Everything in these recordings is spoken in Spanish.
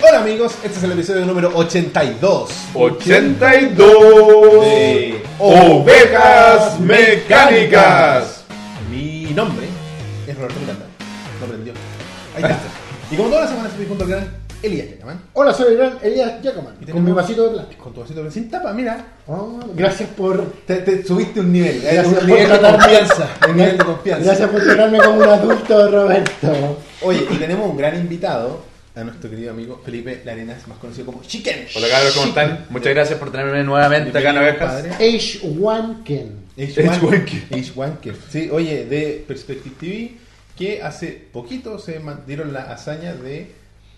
Hola amigos, este es el episodio número 82 82 de Ovejas Mecánicas. Mi nombre es Roberto Miranda. Lo aprendió. Ahí está. Y como todas las semanas estoy junto al gran Elías Yacaman. Hola, soy el gran Elías Jacoman, Y con tenemos- mi vasito de plástico. Con tu vasito de sin tapa, mira. Oh, gracias por... Te, te subiste un nivel. eh, Gracias un por nivel de tratarme. confianza. Un nivel de confianza. Gracias por tratarme como un adulto, Roberto. Oye, y tenemos un gran invitado a nuestro querido amigo Felipe Larenas, más conocido como Chicken. Hola cabros, ¿cómo están? Muchas gracias por tenerme nuevamente acá en Bienvenido, Ovejas. compadre. H1 Ken. H. H. Wanker. H. Wanker. Sí, oye, de Perspective TV, que hace poquito se man- dieron la hazaña de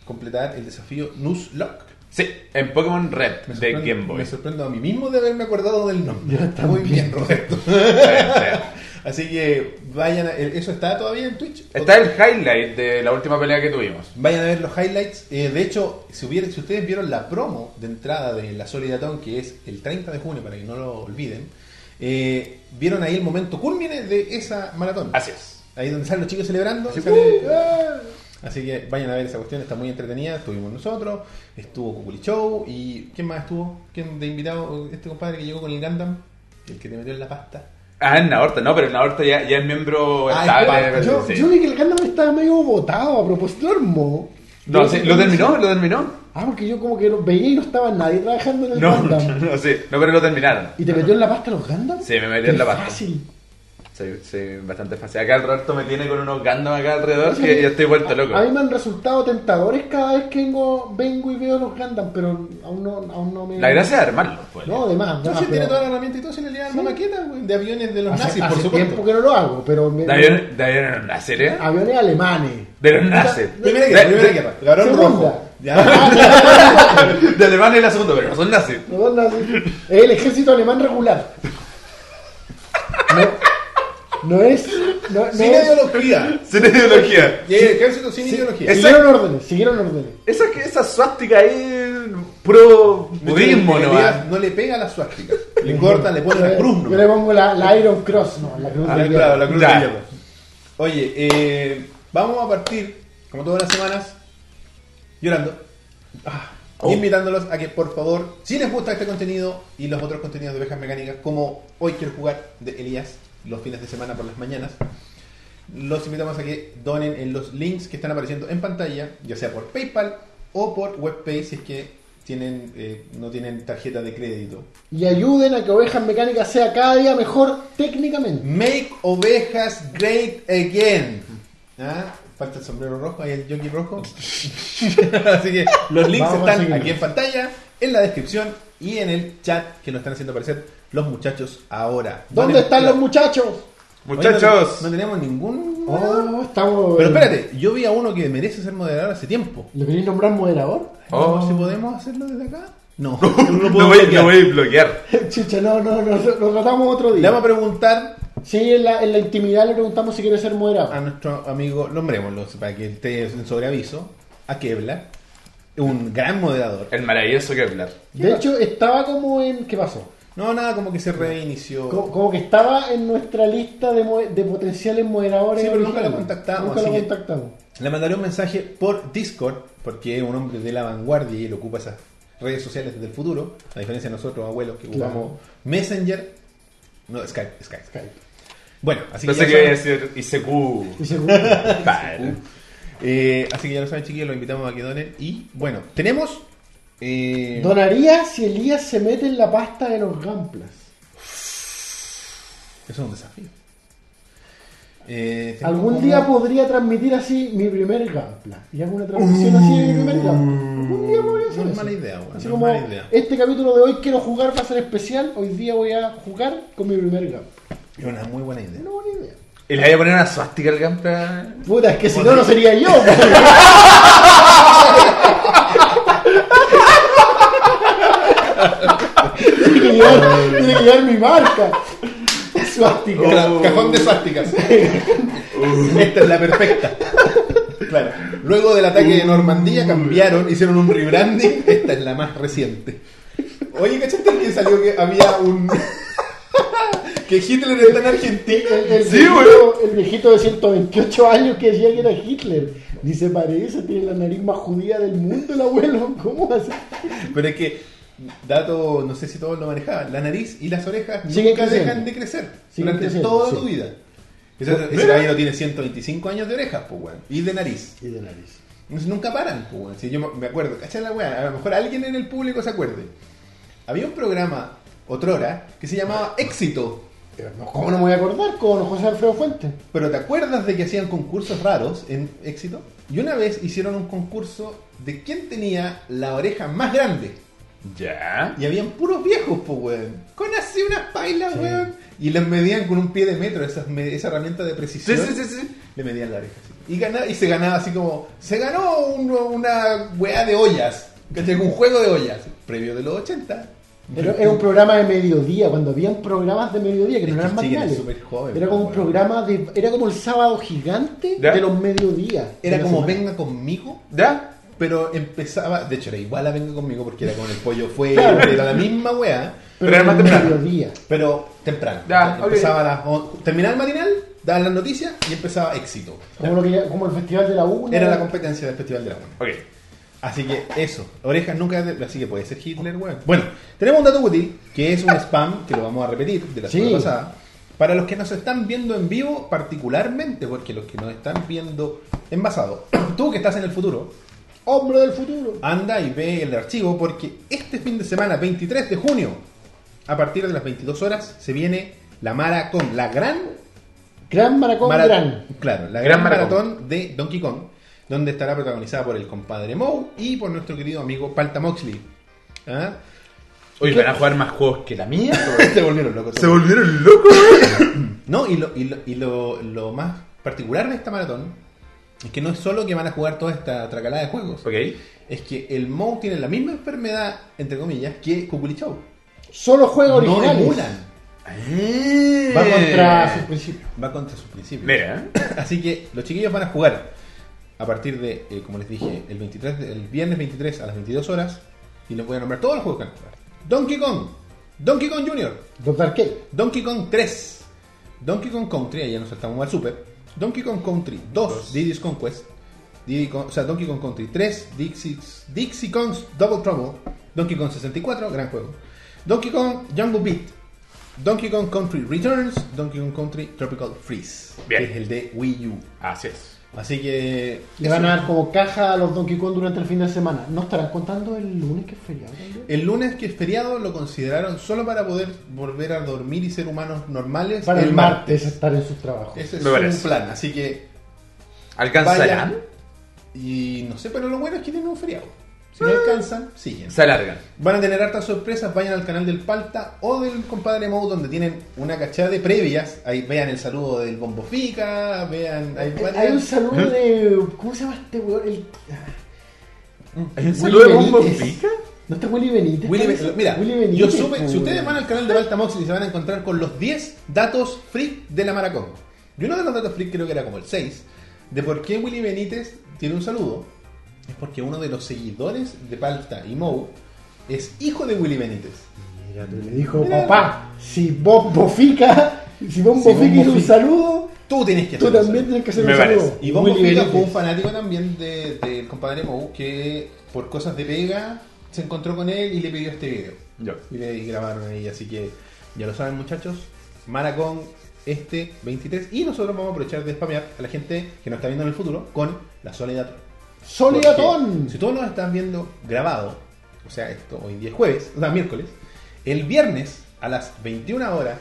completar el desafío Nuzlocke. Sí, en Pokémon Red Me de sorprende- Game Boy. Me sorprendo a mí mismo de haberme acordado del nombre. Yo también. Muy bien, Roberto. Está Así que vayan a- ¿Eso está todavía en Twitch? el highlight de la última pelea que tuvimos. Vayan a ver los highlights. Eh, de hecho, si, hubiera- si ustedes vieron la promo de entrada de la Solidatón, que es el 30 de junio, para que no lo olviden, eh, vieron ahí el momento cúlmine de esa maratón. Así es. Ahí donde salen los chicos celebrando. Así, sale- ¡uh! ¡ah! Así que vayan a ver esa cuestión, está muy entretenida. Estuvimos nosotros, estuvo Cuculi Show y ¿quién más estuvo? ¿Quién de invitado? Este compadre que llegó con el Gundam, el que te metió en la pasta. Ah, en Naorta, no, pero en Naorta ya, ya es miembro Ah, estable. es Yo, sí. yo vi que el Gundam estaba medio botado a propósito, lo armó. No, Yo- sí, lo terminó, lo terminó. Ah, porque yo como que lo veía y no estaba nadie trabajando en el No, Gundam. no, sí, no, pero lo terminaron. ¿Y te metió en la pasta los Gundam? Sí, me metió en la Qué pasta. fácil. Sí, sí, bastante fácil. Acá el Roberto me tiene con unos gandos acá alrededor que ya estoy vuelto loco. A, a mí me han resultado tentadores cada vez que vengo, vengo y veo los Gundam, pero aún no, aún no me... La gracia de armarlo. pues. No, de más. de No, más, sí, tiene Ah, pero- toda la herramienta y todo, si le llevan una maqueta güey, de aviones de los Hace, nazis, por hace supuesto. tiempo que no lo hago, pero me- De aviones de aviones nacer, ¿eh? aviones alemanes. De los nazis. Primera guerra, De- primera de- guerra. Cabrón Segunda. rojo. Ya. De Alemania es la segunda, pero no son nazis. Los dos nazis. Es el ejército alemán regular. No, no es. No, no sin es- ideología. Sin ideología. Y el ejército sin ideología. Es- siguieron órdenes, siguieron órdenes. Esa, esa suástica ahí, puro budismo, Le- ¿no? le- No le pega a la suástica. Le corta, le pone Yo la le- cruz. Yo nomás. le pongo la, la Iron Cross, no, la cruz Ah, de claro, la cruz Ya. de hierro. Oye, eh, vamos a partir, como todas las semanas, llorando. Ah, Oh. Invitándolos a que, por favor, si les gusta este contenido y los otros contenidos de ovejas mecánicas, como hoy quiero jugar de Elías, los fines de semana por las mañanas, los invitamos a que donen en los links que están apareciendo en pantalla, ya sea por PayPal o por WebPay si es que tienen, eh, no tienen tarjeta de crédito. Y ayuden a que Ovejas Mecánicas sea cada día mejor técnicamente. Make ovejas great again. ¿Ah? Falta el sombrero rojo y el jockey rojo. Así que los links Vamos a están seguir. aquí en pantalla, en la descripción y en el chat que nos están haciendo aparecer los muchachos ahora. ¿Dónde están los muchachos? Muchachos, No, tenemos ningún. moderador. Oh, estamos. Pero espérate, yo vi a uno que merece ser moderador hace tiempo. ¿Lo queréis nombrar moderador? Oh. Si podemos hacerlo desde acá. No, no, puedo voy, bloquear. no voy a bloquear. Chicha, no, no, no, lo lo tratamos otro Le vamos a día. preguntar Sí, en la, en la intimidad le preguntamos si quiere ser moderador. a nuestro amigo, nombrémoslo para que esté en sobreaviso, a Kevla, un gran moderador. El maravilloso Kevlar. De hecho, estaba como en. ¿Qué pasó? No, nada, como que se reinició. Como, como que estaba en nuestra lista de, mo- de potenciales moderadores. Sí, pero nunca originales. lo contactamos, Nunca así lo que- contactamos. Le mandaré un mensaje por Discord, porque es un hombre de la vanguardia y él ocupa esas redes sociales del futuro, a diferencia de nosotros, abuelos, que Claro. ocupamos Messenger. No, Skype, Skype. Skype. Bueno, así Pensé que que iba a ya lo saben. decir ICQ. Y seguro. Vale. Eh, así que ya lo saben, chiquillos, los invitamos a que donen. Y bueno, tenemos. eh, Donaría si Elías se mete en la pasta de los Gamplas. Eso es un desafío. Eh, tenemos Algún como- día podría transmitir así mi primer Gampla. Y hago una transmisión así de mi primer Gampla. Algún día podría hacer Mm. No es eso. mala idea, bueno, Así no es como mala idea. este capítulo de hoy quiero jugar, va a ser especial. Hoy día voy a jugar con mi primer Gampla. Es una muy buena idea. Una buena idea. ¿Y le voy a poner una suástica al Gampla? Puta, es que si no, no sería yo. tiene, que llevar, tiene que llevar mi marca. Suástica. Claro, Oh. Cajón de suásticas. Esta es la perfecta. Claro. Luego del ataque de Normandía cambiaron, hicieron un rebranding. Esta es la más reciente. Oye, ¿cachaste que salió que había un. que Hitler está en El, Argentina. el Sí, viejito, el viejito de 128 años que decía que era Hitler. Ni se parece, tiene la nariz más judía del mundo el abuelo. ¿Cómo va a ser? Pero es que, dato, no sé si todos lo manejaban, la nariz y las orejas Siguen nunca creciendo. dejan de crecer Siguen durante creciendo, toda sí. tu vida. Ese, ese Mira. caballero tiene 125 años de orejas, pues, weón, y de nariz. Y de nariz. Entonces, nunca paran, pues, weón. Si yo me- me acuerdo, cachai la weá, a lo mejor alguien en el público se acuerde. Había un programa, otrora, que se llamaba Éxito. Pero no, ¿Cómo no me voy a acordar con José Alfredo Fuentes? Pero ¿te acuerdas de que hacían concursos raros en Éxito? Y una vez hicieron un concurso de quién tenía la oreja más grande. Ya. Y habían puros viejos, pues, weón. Con así unas pailas, Sí. weón. Y les medían con un pie de metro, esas me- esa herramienta de Sí, precisión. sí, sí, sí. Le medían la oreja. así. Y, gana- y se ganaba así como... Se ganó un- una weá de ollas. ¿Cachai? Un juego de ollas. Previo de los 80. Era, era un programa de mediodía, cuando habían programas de mediodía que Es no que eran siguen matinales. súper joven, Era como un bueno. programa de. Era como el sábado gigante ¿Ya? de los mediodías. Era de la como semana. venga conmigo. Ya. Pero empezaba... De hecho, era igual a venga conmigo porque era con el pollo fue Claro. Era la misma weá. Pero, Pero era era más de temprano. mediodía. Pero temprano. Ya, ok. empezaba a las... on- Terminaba el matinal, daban las noticias y empezaba Éxito. Como, lo que, como el Festival de la Una. Era la competencia del Festival de la Una. Ok. Así que eso, orejas nunca. Así que puede ser Hitler, weón. Bueno, tenemos un dato útil que es un spam que lo vamos a repetir de la Sí. semana pasada. Para los que nos están viendo en vivo, particularmente, porque los que nos están viendo envasado, tú que estás en el futuro, Hombre del futuro. anda y ve el archivo porque este fin de semana, 23 de junio, a partir de las 22 horas, se viene la maratón, la gran Gran Maracón Mara- Gran. Claro, la gran, Gran maratón. de Donkey Kong, donde estará protagonizada por el compadre Moe y por nuestro querido amigo Palta Moxley. ¿Ah? Oye, van a jugar más juegos que la mía. Se volvieron locos. todos. volvieron locos, No, y, lo, y, lo, y lo- lo más particular de esta maratón es que no es solo que van a jugar toda esta tracalada de juegos, Ok. es que el Moe tiene la misma enfermedad, entre comillas, que Cuculichau. Solo juega No originales. emulan, Va Va Eh. contra sus principios. va contra sus principios. Mira. ¿eh? Así que los chiquillos van a jugar a partir de, eh, como les dije, el, 23 de- el viernes 23 a las 22 horas. Y les voy a nombrar todos los juegos que van a jugar. Donkey Kong, Donkey Kong Jr., Doctor Arcade. Donkey Kong 3, Donkey Kong Country, ahí ya nos saltamos al super. Donkey Kong Country 2, Diddy's Conquest, Diddy Kong- o sea, Donkey Kong Country 3, Dixie, Dixie Kong's Double Trouble, Donkey Kong 64, gran juego. Donkey Kong Jungle Beat, Donkey Kong Country Returns, Donkey Kong Country Tropical Freeze, Bien. que es el de Wii U. Así es. Así que. Le van a dar como caja a los Donkey Kong durante el fin de semana. ¿No estarán contando el lunes que es feriado? también? El lunes que es feriado lo consideraron solo para poder volver a dormir y ser humanos normales Para el, martes estar en sus trabajos. Ese es Me un parece. plan, así que ¿Alcanzarán? vayan. Y no sé, pero lo bueno es que tienen un feriado. Ah. Si no alcanzan, siguen. Se alargan. Van a tener hartas sorpresas, vayan al canal del Palta o del compadre Mou, donde tienen una cachada de previas. Ahí vean el saludo del Bombo Fica, vean. Hay, Eh, Hay un saludo de. ¿Cómo se llama este weón? El... ¿Hay un saludo saludo de de Bombo Bombo Pica? ¿No está Willy Benítez? Willy Ben- parece? mira, Willy Benítez, yo supe, pues, si ustedes weón. van al canal de Balta Moxley se van a encontrar con los 10 datos freak de la Maracón. Y uno de los datos freak creo que era como el 6, de por qué Willy Benítez tiene un saludo, es porque uno de los seguidores de Palta y Mou es hijo de Willy Benítez. Mira, tú le dijo, Mira. papá, si Bombo Fica, si Bombo Si Bombo Fica hizo un Fica. saludo, Tú tienes que tú hacer un también saludo. tienes que hacer Me un parece. saludo. Y Bombo Willy Fica Benítez. fue un fanático también de- del compadre Mou que por cosas de pega se encontró con él y le pidió este video. Yo. Y le y grabaron ahí, así que ya lo saben muchachos, Maracón este 23 y nosotros vamos a aprovechar de spamear a la gente que nos está viendo en el futuro con la Soledad. ¡Solidatón! Porque Si todos nos están viendo grabado, o sea, esto hoy día es jueves, o sea, miércoles, el viernes a las 21 horas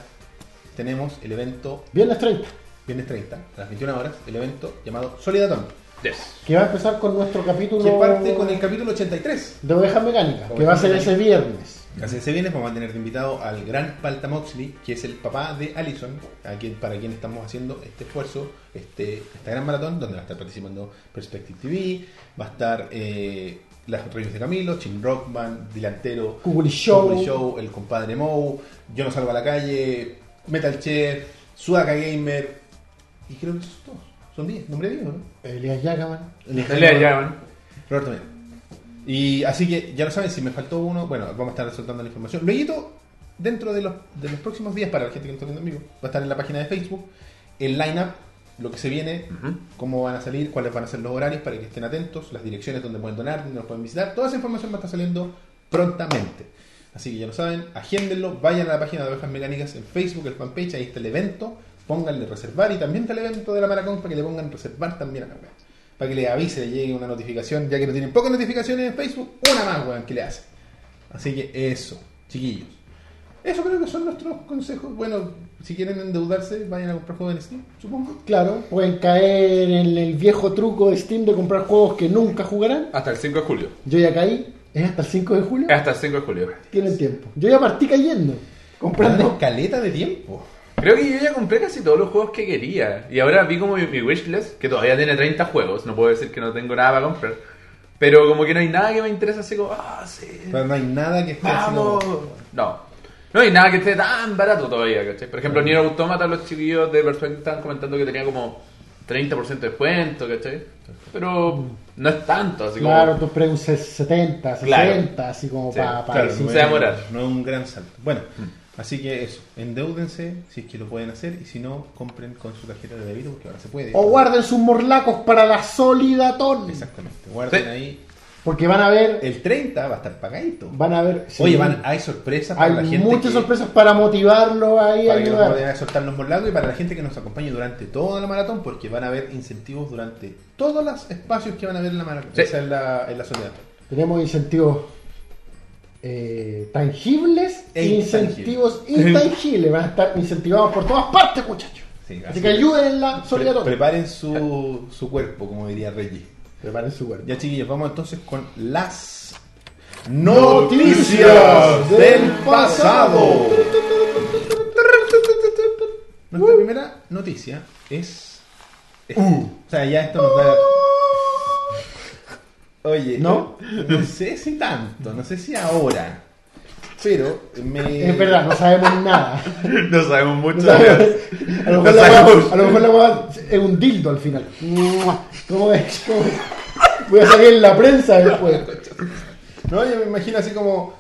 tenemos el evento, Viernes 30, viernes 30, a las 21 horas, el evento llamado Soledatón, Yes. que va a empezar con nuestro capítulo que parte con el capítulo 83. de Ovejas Mecánicas, que Ovejas va a ser Mecánicas. ese viernes. Así que se viene, vamos a tener de invitado al gran Palta Moxley, que es el papá de Allison, a quien, para quien estamos haciendo este esfuerzo, este, esta gran maratón, donde va a estar participando Perspective TV, va a estar eh, las reviews de Camilo, Jim Rockman, Dilantero, Kukuli Show. Kukuli Show, el compadre Moe, Yo no salgo a la calle, Metal Chef, Sudaka Gamer, y creo que esos dos, son 10, nombre 10, ¿no? Elías Yagaman. Dale, ya, man. Roberto Mena. Y así que ya lo saben, si me faltó uno, bueno, vamos a estar soltando la información. Luego, dentro de los, de los próximos días, para la gente que no está viendo en vivo, va a estar en la página de Facebook el lineup, lo que se viene, Ujú. cómo van a salir, cuáles van a ser los horarios para que estén atentos, las direcciones donde pueden donar, donde nos pueden visitar. Toda esa información va a estar saliendo prontamente. Así que ya lo saben, agéndenlo, vayan a la página de Ovejas Mecánicas en Facebook, el fanpage, ahí está el evento, pónganle reservar y también está el evento de la Maracón para que le pongan reservar también a la web. Para que le avise, le llegue una notificación, ya que no tienen pocas notificaciones en Facebook, una más, weón, que le hace. Así que eso, chiquillos. Eso creo que son nuestros consejos. Bueno, si quieren endeudarse, vayan a comprar juegos en Steam, supongo. Claro, pueden caer en el viejo truco de Steam de comprar juegos que nunca jugarán. Hasta el 5 de julio. Yo ya caí, es hasta el 5 de julio. Hasta el 5 de julio. Tienen tiempo. Yo ya partí cayendo, Comprando comprando. caleta de tiempo. Creo que yo ya compré casi todos los juegos que quería. Y ahora vi como mi, mi wishlist, que todavía tiene 30 juegos. No puedo decir que no tengo nada para comprar. Pero como que no hay nada que me interesa, así como, ah, sí. Pero no hay nada que esté ¡Vamos! haciendo- No. No hay nada que esté tan barato todavía, ¿cachai? Por ejemplo, Nier Automata, los chiquillos de Persuasion estaban comentando que tenía como 30% de descuento, ¿cachai? Pero no es tanto, así como... Claro, tú pre un 70, 60, Claro. así como Sí, para... claro, Claro, sin no sea es- moral. No es un gran salto. Bueno, Hmm. así que eso. Endeúdense si es que lo pueden hacer y si no, compren con su tarjeta de débito porque ahora se puede. O guarden sus morlacos para la solidatón. Exactamente. Guarden Sí. ahí. Porque van a ver... El 30 va a estar pagadito. Van a ver... sí. Eh, Oye, van, hay sorpresas para Hay la gente. muchas que- sorpresas para motivarlo ahí a Para que nos ayudar. vayan a soltar los morlacos y para la gente que nos acompañe durante toda la maratón, porque van a haber incentivos durante todos los espacios que van a haber en la maratón. Sí. Esa es la, es la soledad. Tenemos incentivos eh, tangibles e E intangibles. incentivos intangibles. Van a estar incentivados por todas partes, muchachos. Sí, Así que ayuden en la pre- solidaridad. preparen su, su cuerpo, como diría Reggie. Preparen su cuerpo. Ya chiquillos, vamos entonces con las Noticias noticias del del pasado. pasado. Nuestra primera noticia es... esta. Uh. O sea, ya esto nos da... Oye, ¿No? no sé si tanto, no sé si ahora, pero me... Es verdad, no sabemos nada. No sabemos No mucho. sabemos. A lo mejor la sabemos. hueá- a lo mejor la hueá es un dildo al final. ¡Mua! ¿Cómo es? ¿Cómo es? Voy a salir en la prensa después. No, yo me imagino así como.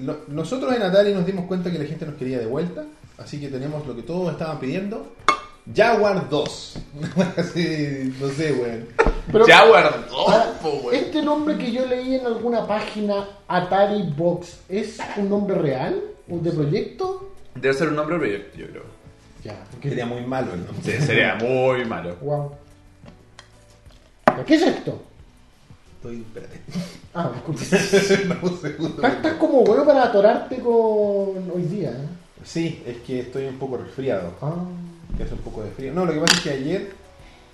lo- nosotros en Atari nos dimos cuenta que la gente nos quería de vuelta, así que tenemos lo que todos estaban pidiendo: Jaguar 2. Así, no sé, weón. Pero- Jaguar 2, po, güey. Este nombre que yo leí en alguna página, Atari Box, ¿es un nombre real? ¿Un de proyecto? Debe ser un nombre horrible, yo creo. Ya, porque. Sería muy malo el nombre. Sí, sería muy malo. Guau. ¿Ya, ¿Qué es esto? Estoy. Espérate. Ah, disculpe. Dame un segundo. Estás estás como bueno para atorarte con hoy día, ¿eh? Sí, es que estoy un poco resfriado. Ah. que hace un poco de frío. No, lo que pasa es que ayer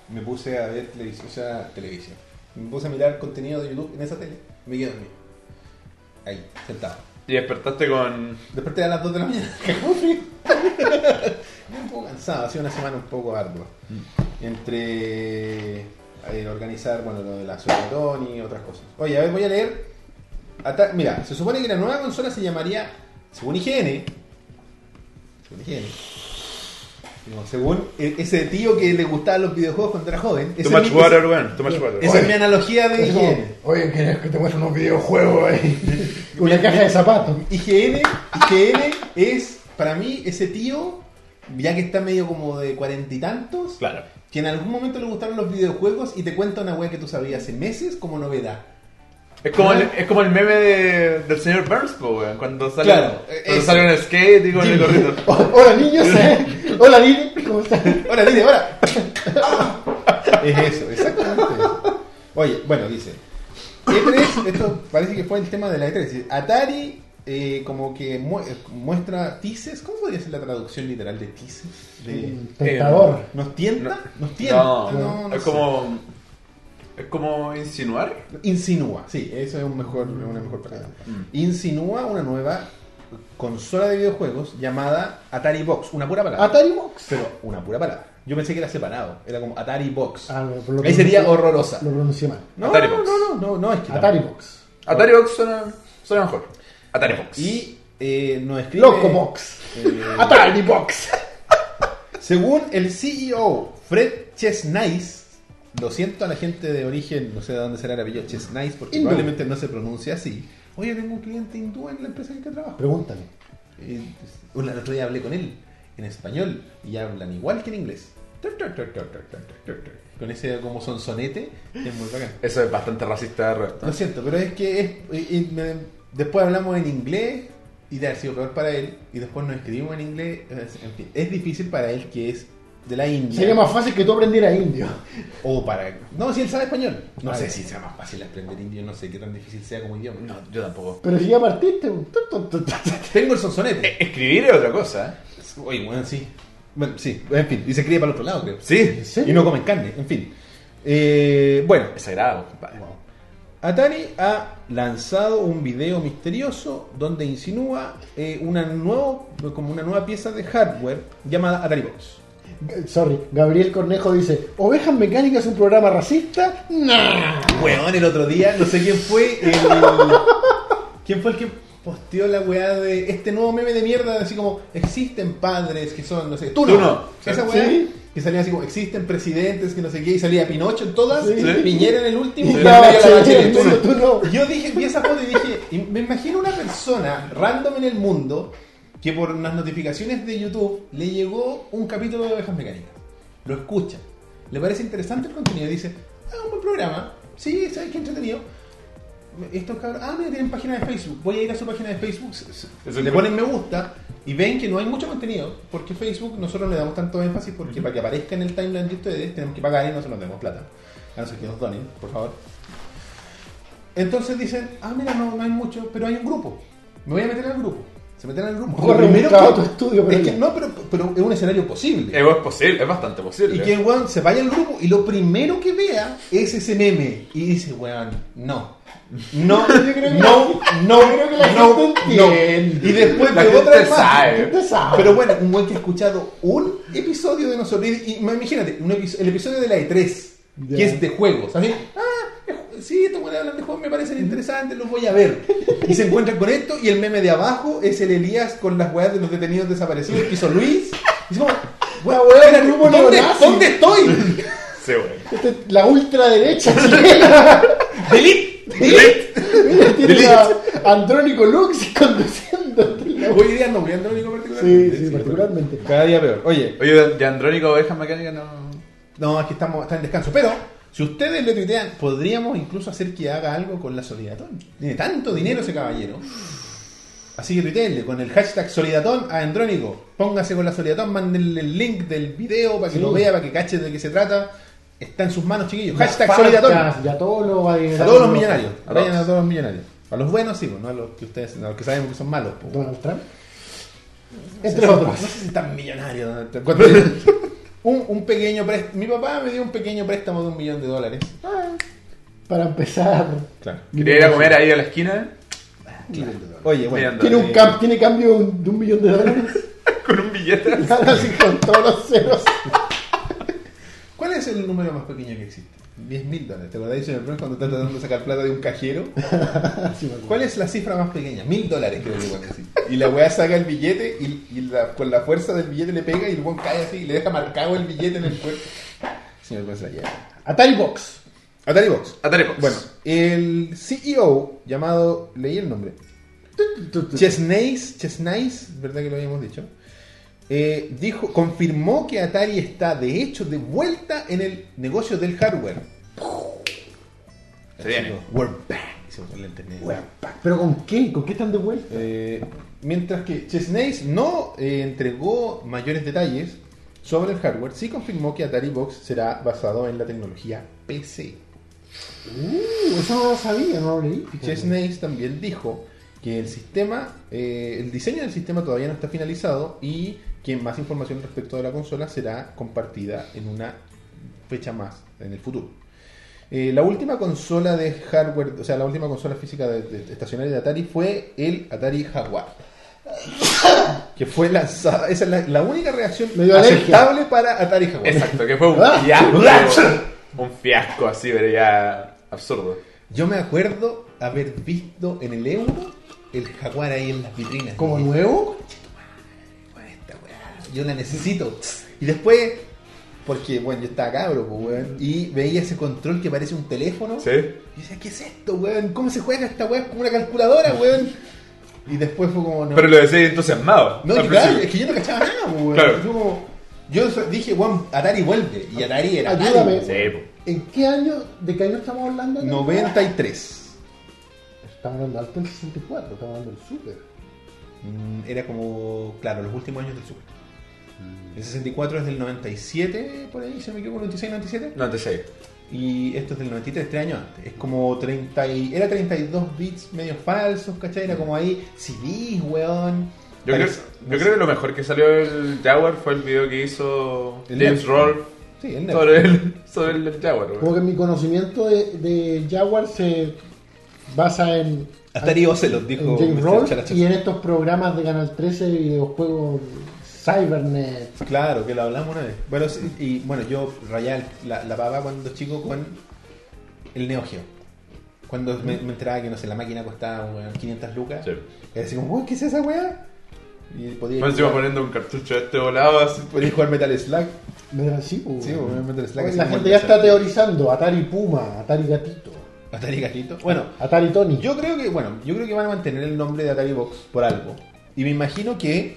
me puse a ver televisión, o sea, televisión. Me puse a mirar contenido de YouTube en esa tele. Me quedé dormido. Ahí, sentado. Y despertaste con... Desperté a las 2 de la mañana, cagó frío. un poco cansado, ha sido una semana un poco ardua. Mm. Entre eh, organizar, bueno, lo de la Super Tony y otras cosas. Oye, a ver, voy a leer. Ata- Mira, se supone que la nueva consola se llamaría, según IGN, según IGN, no, según e- ese tío que le gustaban los videojuegos cuando era joven. Too Ese much mi- water, weón. Too much water. Esa es mi analogía de Es como, IGN. Oye, ¿querés que te muestre unos videojuegos ahí? Una caja de zapatos. IGN, IGN es, para mí, ese tío, ya que está medio como de cuarenta y tantos, Claro. que en algún momento le gustaron los videojuegos y te cuenta una wea que tú sabías hace meses como novedad. Es como, el, es como el meme de- del señor Burns, po, weón. Cuando sale, Claro, cuando eso. sale en el skate y con el Jimmy. gorrito. Oh, hola niños, ¿eh? Hola niños, ¿cómo están? Ahora, dile, ahora. es eso, exactamente. Oye, bueno, dice. E3, esto parece que fue el tema de la E3. dice, Atari eh, como que mu- eh, muestra tices. ¿Cómo podría ser la traducción literal de tices? De- Tentador. ¿Nos tienta? Mm. No. ¿Nos tienta? No, no es sé. como. Es como insinuar. Insinúa, sí, eso es un mejor, una mejor palabra. Mm. Insinúa una nueva consola de videojuegos llamada Atari Box, una pura palabra. Atari Box. pero una pura palabra. Yo pensé que era separado, era como Atari Box. Ah, no, por lo Ahí que- sería horrorosa. Lo pronuncié mal. No, Atari no, Box. no, no, no, no, es que Atari tampoco. Box. Atari Box suena, suena mejor. Atari Box. Y eh, nos escribe Loco Box. eh, Atari Box. Según el CEO Fred Chesnais, lo siento a la gente de origen, no sé de dónde será el apellido Chesnais, porque Hindú. probablemente no se pronuncia así. Oye, tengo un cliente hindú en la empresa en que trabajo. Pregúntale. eh, un- el otro día hablé con él en español y hablan igual que en inglés. Con ese como sonsonete, es muy bacán. Eso es bastante racista. Roberto. Lo siento, pero es que es, y- y me- después hablamos en inglés y de haber sido peor para él, y después nos escribimos en inglés. es- En fin, es difícil para él que es de la India. Sería más fácil que tú aprendieras indio. O para. No, si él sabe español. No Vale. sé si sea más fácil aprender indio, no sé qué tan difícil sea como idioma. No, yo tampoco. Pero si ya partiste. bu. Tu, tu, tu, tu. Tengo el sonsonete. Eh, Escribir es otra cosa. ¿eh? Oye, bueno, sí. Bueno, sí, en fin. Y se cría para el otro lado, creo. Sí. serio? Y no comen carne, en fin. Eh, bueno, Es sagrado, compadre. Wow. Atari ha lanzado un video misterioso donde insinúa eh, una, nuevo- como una nueva pieza de hardware llamada Atari Box. Sorry, Gabriel Cornejo dice, ¿Ovejas Mecánicas es un programa racista? Weón, el otro día, no sé quién fue el. ¿Quién fue el que posteó la weá de este nuevo meme de mierda? Así como, existen padres que son, no sé, tú no. Tú no. Esa weá. Sí. Que salía así como, existen presidentes que no sé qué, y salía Pinocho en todas, Sí. Piñera en el último, Y y estaba Gabriela Bachelet Bachelet, en tú no. medio, tú no. Yo dije, vi esa foto y dije, y me imagino una persona random en el mundo que por unas notificaciones de YouTube le llegó un capítulo de Ovejas Mecánicas. Lo escucha, le parece interesante el contenido y dice, ah, un buen programa, sí, ¿sabes qué entretenido? Estos cabros, ah, mira, tienen página de Facebook, voy a ir a su página de Facebook, se- se- Es le un- ponen me gusta y ven que no hay mucho contenido, porque Facebook nosotros le damos tanto énfasis porque para que aparezca en el timeline de ustedes tenemos que pagar y nosotros nos demos plata. A no ser que nos donen, por favor. Entonces dicen, ah, mira, no, no hay mucho, pero hay un grupo. Me voy a meter al grupo. Se meten al grupo. Corre Lo primero buscado que- tu estudio, pero es que ya. no, pero, pero es un escenario posible. Eh, Es posible, es bastante posible. Y que el weón se vaya al grupo y lo primero que vea es ese meme. Y dice, weón, no. No, Yo creo que no, la- no, yo creo que la no, gente no. entiende. Y después La de gente otra vez sabe. Usted sabe. Eh. Pero bueno, un weón que ha escuchado un episodio de nosotros. Y, y imagínate, un episo- el episodio de la E3, Ya. que es de juegos. Así, ah, sí, estos weones hablan de juegos, me parecen interesantes, los voy a ver. Y se encuentran con esto. Y el meme de abajo es el Elías con las weas de los detenidos desaparecidos que hizo Luis. Y es como, weón, weá, era- el grupo ¿dónde, neonazi. ¿dónde estoy? Sí, bueno. Esta Este es la ultraderecha chilena. ¡Delete! Mira, tiene a Andrónico Lux conduciendo. Hoy día no, voy a andar único particularmente. Sí, sí, particularmente. Cada día peor. Oye, Oye, de- de Andrónico Ovejas Mecánicas no. No, es que estamos, está en descanso. Pero, si ustedes le tuitean, podríamos incluso hacer que haga algo con la Solidatón. Tiene tanto dinero ese caballero. Así que tuiteenle con el hashtag Solidatón a Andrónico. Póngase con la Solidatón, mándenle el link del video para que Sí. lo vea, para que cache de qué se trata. Está en sus manos, chiquillos. Las Hashtag facas Solidatón. Y a todos los A adinerados. todos los millonarios. A Vayan todos. a todos los millonarios. A los buenos sí, pues, no a los que ustedes, a los que sabemos que son malos. pues. Donald Trump. No sé Entre si- otros. No sé si es tan millonario. Donald Trump. Cuando- un, un pequeño préstamo. Mi papá me dio un pequeño préstamo de un millón de dólares. Para empezar. Claro. Quería ir a comer ahí a la esquina Oye, bueno. Bien. Tiene, un cam- tiene cambio de un- de un millón de dólares. con un billete. Así con todos los ceros. ¿Cuál es el número más pequeño que existe? 10 mil dólares. ¿Te acordáis, señor Bruce, cuando está tratando de sacar plata de un cajero? Así me acuerdo. ¿Cuál es la cifra más pequeña? Mil dólares, creo que bueno, sí. Y la weá saca el billete y, y la- con la fuerza del billete le pega y el weón cae así y le deja marcado el billete en el cuerpo. Señor Bruce, allá. Atari Box. Atari Box. Ataremos. Bueno, el CEO llamado, leí el nombre, Tu, tu, tu, tu. Chesnays, Chesnays, ¿verdad que lo habíamos dicho? Eh, dijo, confirmó que Atari está de hecho de vuelta en el negocio del hardware. Se viene. We're back. Hicimos el internet. Weón, pa- ¿Pero con qué? ¿Con qué están de vuelta? Eh, mientras que Chesnays no eh, entregó mayores detalles sobre el hardware, sí confirmó que Atari Box será basado en la tecnología PC. Uh, eso no lo sabía, no lo leí. fíjate. Chesnays también dijo que el sistema, eh, el diseño del sistema todavía no está finalizado y que más información respecto de la consola será compartida en una fecha más en el futuro. Eh, la última consola de hardware, o sea, la última consola física de- de- estacionaria de Atari fue el Atari Jaguar. Que fue lanzada, esa es la, la única reacción Me dio alergia. aceptable para Atari Jaguar. Exacto, que fue un Ah. fiasco. un fiasco así, pero ya absurdo. Yo me acuerdo haber visto en el euro el Jaguar ahí en las vitrinas. ¿Como nuevo? Bueno, esta weá, yo la necesito. Y después, porque bueno, yo estaba cabro, pues, weón, y veía ese control que parece un teléfono. ¿Sí? Y decía, ¿qué es esto, weón? ¿Cómo se juega esta weá? Es como una calculadora, weón. Y después fue como. No, Pero lo decía entusiasmado. no al y claro, principio. es que yo no cachaba nada, pues, weón. Claro. Yo como- Yo so- dije, weón, Atari vuelve. Y Atari era. Atari, Ayúdame. weón. Sí, po. ¿En qué año? ¿De qué año estamos hablando? 93. Estamos hablando alto del 64, estamos hablando del Super. Mm, Era como, claro, los últimos años del Super. Mm. El 64 es del 97, por ahí, si no me equivoco, 96, 97. 96. Y esto es del 93, tres años antes. Es como 30 y... Era 32 bits medio falsos, ¿cachai? Era como ahí CDs, weón. Mm. Yo, creo, Parece- yo creo que lo mejor que salió del Jaguar fue el video que hizo El James Nerd. Rolfe Sí, el sobre el, sobre el Jaguar. güey. Como que mi conocimiento de, de Jaguar se basa en, Atari Ocelot, en dijo James Mr. Roll Characha. y en estos programas de Canal 13 de videojuegos Cybernet. Claro, que lo hablamos una vez. Bueno, sí, y bueno, yo rayaba la, la pava cuando chico con el Neo Geo. Cuando me, me enteraba que, no sé, la máquina costaba weón, 500 lucas. Mm. Sí. Y así como, "Uy, ¿qué es esa weá? Y podía Más encima poniendo un cartucho de este volado así. podía jugar Metal Slug. ¿No era así? po? Sí, pues, po, Metal Slug, así pues, la como gente el ya está Metal. teorizando. Atari Puma, Atari Gatito, Atari Gatito. Bueno, Atari Tony. yo creo que, bueno, yo creo que van a mantener el nombre de Atari Box por algo. Y me imagino que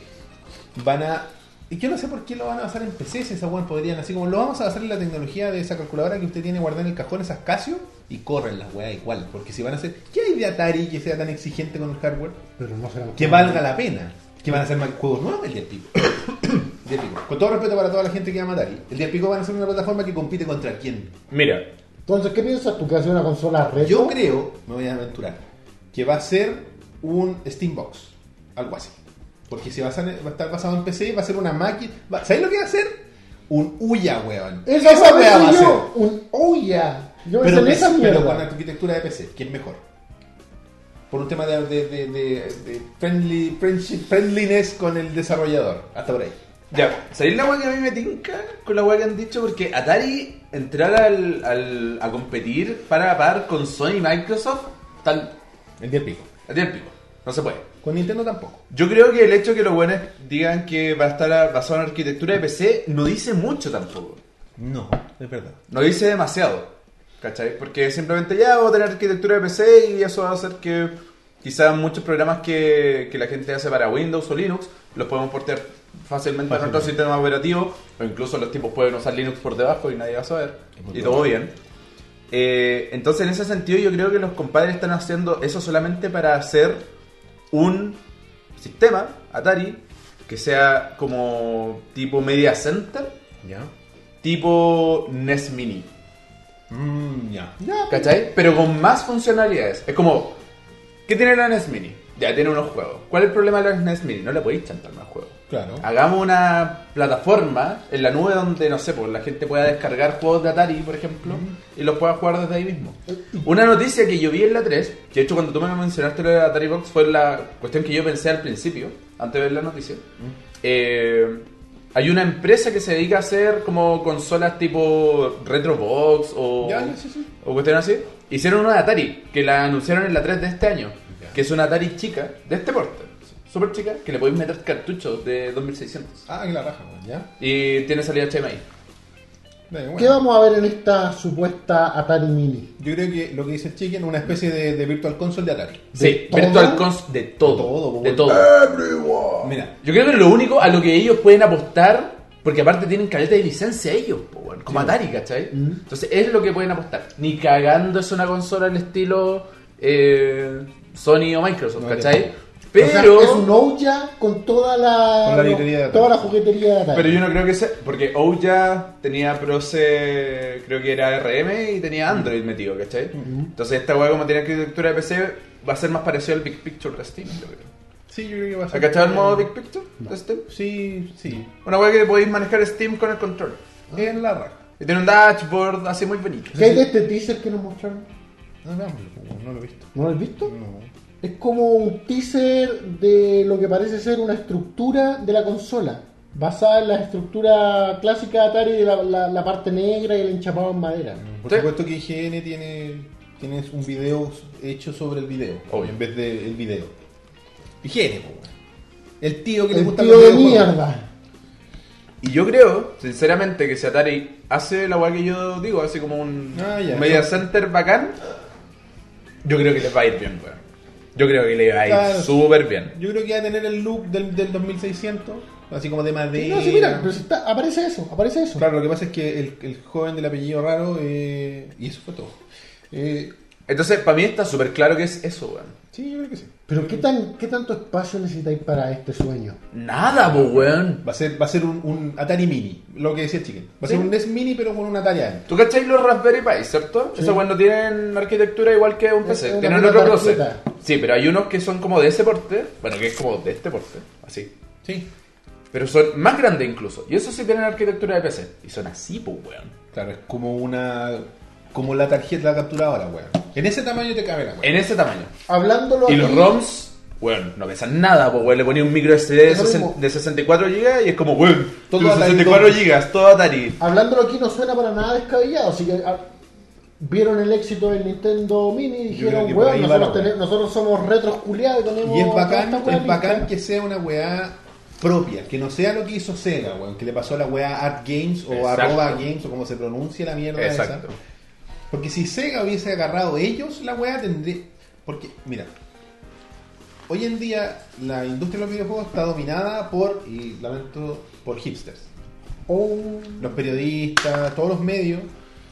van a. Y que no sé por qué lo van a basar en PC si esa weón podrían, así como lo vamos a basar en la tecnología de esa calculadora que usted tiene guardada en el cajón, esas Casio, y corren las weas igual. Porque si van a hacer. ¿Qué hay de Atari que sea tan exigente con el hardware? Pero no será Que valga la pena. Que van a hacer más juegos nuevos el día del pico. El día del pico. Con todo respeto para toda la gente que ama Atari, el día del pico van a ser una plataforma que compite contra quién. Mira, Entonces, ¿qué piensas tú que hace una consola retro? Yo creo, me voy a aventurar, que va a ser un Steambox, algo así. Porque si va a, ser- va a estar basado en PC, va a ser una máquina. va- ¿Sabes lo que va a ser? Un Uya, weón. Esa es weá la yo, un Oya. Yo Pero, pensé en esa pero mierda. con arquitectura de PC, que es mejor. Por un tema de, de- de- de- de friendly, friendship- friendliness con el desarrollador. Hasta por ahí. Ya, ¿sabéis la weá que a mí me tinca con la weá que han dicho? Porque Atari entrar al, al- a competir para a par con Sony y Microsoft, tal, El día del pico. a tiempo, no se puede. Con Nintendo tampoco. Yo creo que el hecho que los buenos digan que va a estar a- basado en arquitectura de PC no dice mucho tampoco. No, es verdad. No dice demasiado, ¿cachai? Porque simplemente ya voy a tener arquitectura de PC y eso va a hacer que quizás muchos programas que, que la gente hace para Windows o Linux los podemos portear fácilmente a nuestro sistema operativo o incluso los tipos pueden usar Linux por debajo y nadie va a saber Es muy y todo bien. Eh, entonces en ese sentido yo creo que los compadres están haciendo eso solamente para hacer un sistema Atari que sea como tipo media center, Ya. tipo NES Mini. Mm, ya. Ya, ¿Cachai? Pero con más funcionalidades. Es como, ¿qué tiene la NES Mini? Ya tiene unos juegos. ¿Cuál es el problema de la NES Mini? No le podéis chantar más juegos. Claro. Hagamos una plataforma en la nube donde, no sé, pues la gente pueda descargar juegos de Atari, por ejemplo, y los pueda jugar desde ahí mismo. Una noticia que yo vi en la 3, que de hecho cuando tú me mencionaste lo de Atari Box fue la cuestión que yo pensé al principio, antes de ver la noticia. Eh, hay una empresa que se dedica a hacer como consolas tipo Retrobox o, Ya, ya, sí, sí. o cuestiones así. Hicieron una Atari, que la anunciaron en la 3 de este año, Ya. que es una Atari chica, de este porte, súper chica, que le podéis meter cartuchos de 2600. Ah, que la raja, weón. Ya. Y tiene salida HDMI. Da igual. ¿Qué vamos a ver en esta supuesta Atari Mini? Yo creo que lo que dice el Chicken una especie de, de Virtual Console de Atari. Sí, todo? Virtual Cons de todo. De todo, de weón. todo. Mira, Yo creo que lo único a lo que ellos pueden apostar, porque aparte tienen caleta de licencia ellos, po, weón, como Atari, ¿cachai? Entonces es lo que pueden apostar. Ni cagando es una consola al estilo eh, Sony o Microsoft, No, ¿cachai? O sea, Pero, es un Oya con toda la, Con la librería de Atari. toda la juguetería de Atari. pero yo no creo que sea, porque Ouya tenía Proce, creo que era RM y tenía Mm. Android metido, ¿cachai? Mm-hmm. Entonces esta weá como tiene arquitectura de PC va a ser más parecido al Big Picture de Steam, yo creo. sí, yo creo que va a ¿Has ser. cachado el modo Big Picture de Steam? Sí, sí. Una weá que podéis manejar Steam con el control. Es la raja. Y tiene un dashboard así muy bonito. ¿Qué hay de este teaser que nos mostraron? No, veámoslo, po, no lo he visto. ¿No lo has visto? No. Es como un teaser de lo que parece ser una estructura de la consola. Basada en la estructura clásica de Atari, la, la, la parte negra y el enchapado en madera. Por Sí. supuesto que IGN tiene, tiene un video hecho sobre el video. Obvio. En vez del video. IGN, po, weón. pues, El tío que le El gusta tío de videojuegos. mierda. Y yo creo, sinceramente, que si Atari hace la weá que yo digo, así como un Ah, ya. media center bacán, yo creo que les va a ir bien, weón. Yo creo que le va a ir Claro. súper bien. Yo creo que va a tener el look del, del 2600, así como de madera. No, sí, mira, pero si está- aparece eso, aparece eso. Claro, lo que pasa es que el, el joven del apellido raro, eh, y eso fue todo. Eh, Entonces, para mí está súper claro que es eso, weón. sí, yo creo que sí. Pero ¿qué, tan, ¿qué tanto espacio necesitáis para este sueño? Nada, pues, weón. Va a ser, va a ser un, un Atari Mini, lo que decía Chicken. Va a ser un NES Mini, pero con una Atari E adentro. ¿Tú cacháis los Raspberry Pi, cierto? Esos, weón, no tienen arquitectura igual que un Es PC. una Tienen misma otro closet. tarjeta. Sí, pero hay unos que son como de ese porte. Bueno, que es como de este porte. Así. Sí. Pero son más grandes incluso. Y esos sí tienen arquitectura de PC. Y son así, pues, weón. Claro, es como una. Como la tarjeta la capturadora, weón. En ese tamaño te cabe la weón. En ese tamaño. Hablándolo Y los aquí- ROMs, weón, no pesan nada, pues, weón. Le ponía un micro SD de, Es lo sesen- mismo. de 64 GB y es como, weón, Todo todo Atari 64 todo. GB, todo Atari. Hablándolo aquí no suena para nada descabellado, así que ah, vieron el éxito del Nintendo Mini y creo dijeron, que por weón, ahí va nosotros, la tenemos- nosotros somos retros culiados y tenemos... Y es bacán, toda esta weá es bacán lista". que sea una weá propia, que no sea lo que hizo Sega, weón, que le pasó a la weá Art Games o Exacto. arroba Games o como se pronuncia la mierda Exacto. esa. Porque si Sega hubiese agarrado ellos, la weá tendría. Porque, mira, hoy en día la industria de los videojuegos está dominada por, y lamento, por hipsters Oh, los periodistas, todos los medios.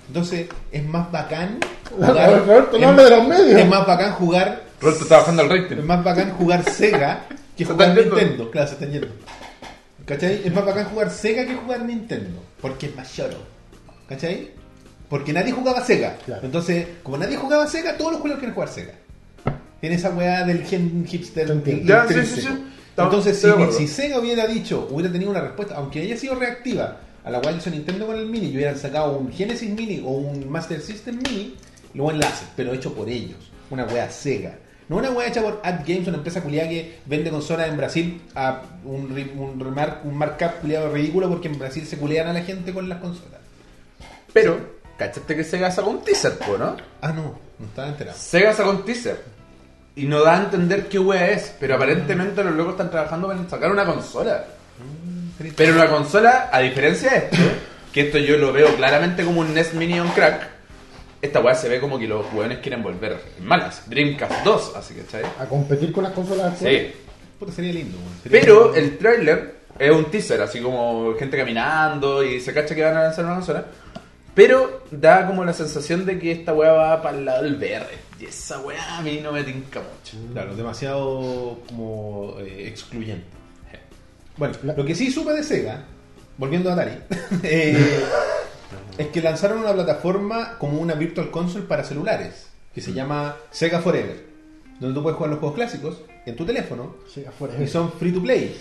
Entonces, es más bacán Roberto, es- no hable de los medios. Es más bacán jugar. Roberto está bajando el rating. Es más bacán jugar Sega que Se jugar están yendo. Nintendo. Claro, se están yendo. ¿Cachai? Es más bacán jugar Sega que jugar Nintendo. Porque es más choro. ¿Cachai? Porque nadie jugaba Sega. Claro. Entonces, como nadie jugaba Sega, todos los juegos quieren jugar Sega. Tiene esa weá del gen hipster. Te entiendo. Ya, sí, intrínseco. sí, sí. Estamos- Entonces, estoy de acuerdo. si, si Sega hubiera dicho, hubiera tenido una respuesta, aunque haya sido reactiva a la cual hizo Nintendo con el Mini y hubieran sacado un Genesis Mini o un Master System Mini, luego enlaces, pero hecho por ellos. Una wea Sega. No una wea hecha por Ad Games, una empresa culiada que vende consolas en Brasil a un, ri- un, remar- un markup culiado ridículo porque en Brasil se culean a la gente con las consolas. Pero, ¿cachaste que Sega sacó un teaser, po, no? Ah, no, no estaba enterado. Sega sacó un teaser. Y no da a entender qué wea es. Pero aparentemente los locos están trabajando para sacar una consola. Triste. Pero una consola, a diferencia de esto, que esto yo lo veo claramente como un NES Mini on crack, esta weá se ve como que los weones quieren volver en malas. Dreamcast 2, así que, ¿cachai? a competir con las consolas actuales. Sí. Puta, sería lindo, weón. Sería Pero lindo. el tráiler es un teaser, así como gente caminando y se cacha que van a lanzar una consola. Pero da como la sensación de que esta weá va para el lado del VR. Y esa weá a mí no me tinca mucho. Claro, demasiado como eh, excluyente. Bueno, lo que sí supe de Sega, volviendo a Atari, eh, es que lanzaron una plataforma como una Virtual Console para celulares, que se llama Sega Forever, donde tú puedes jugar los juegos clásicos en tu teléfono Sí, afuera. y son free to play,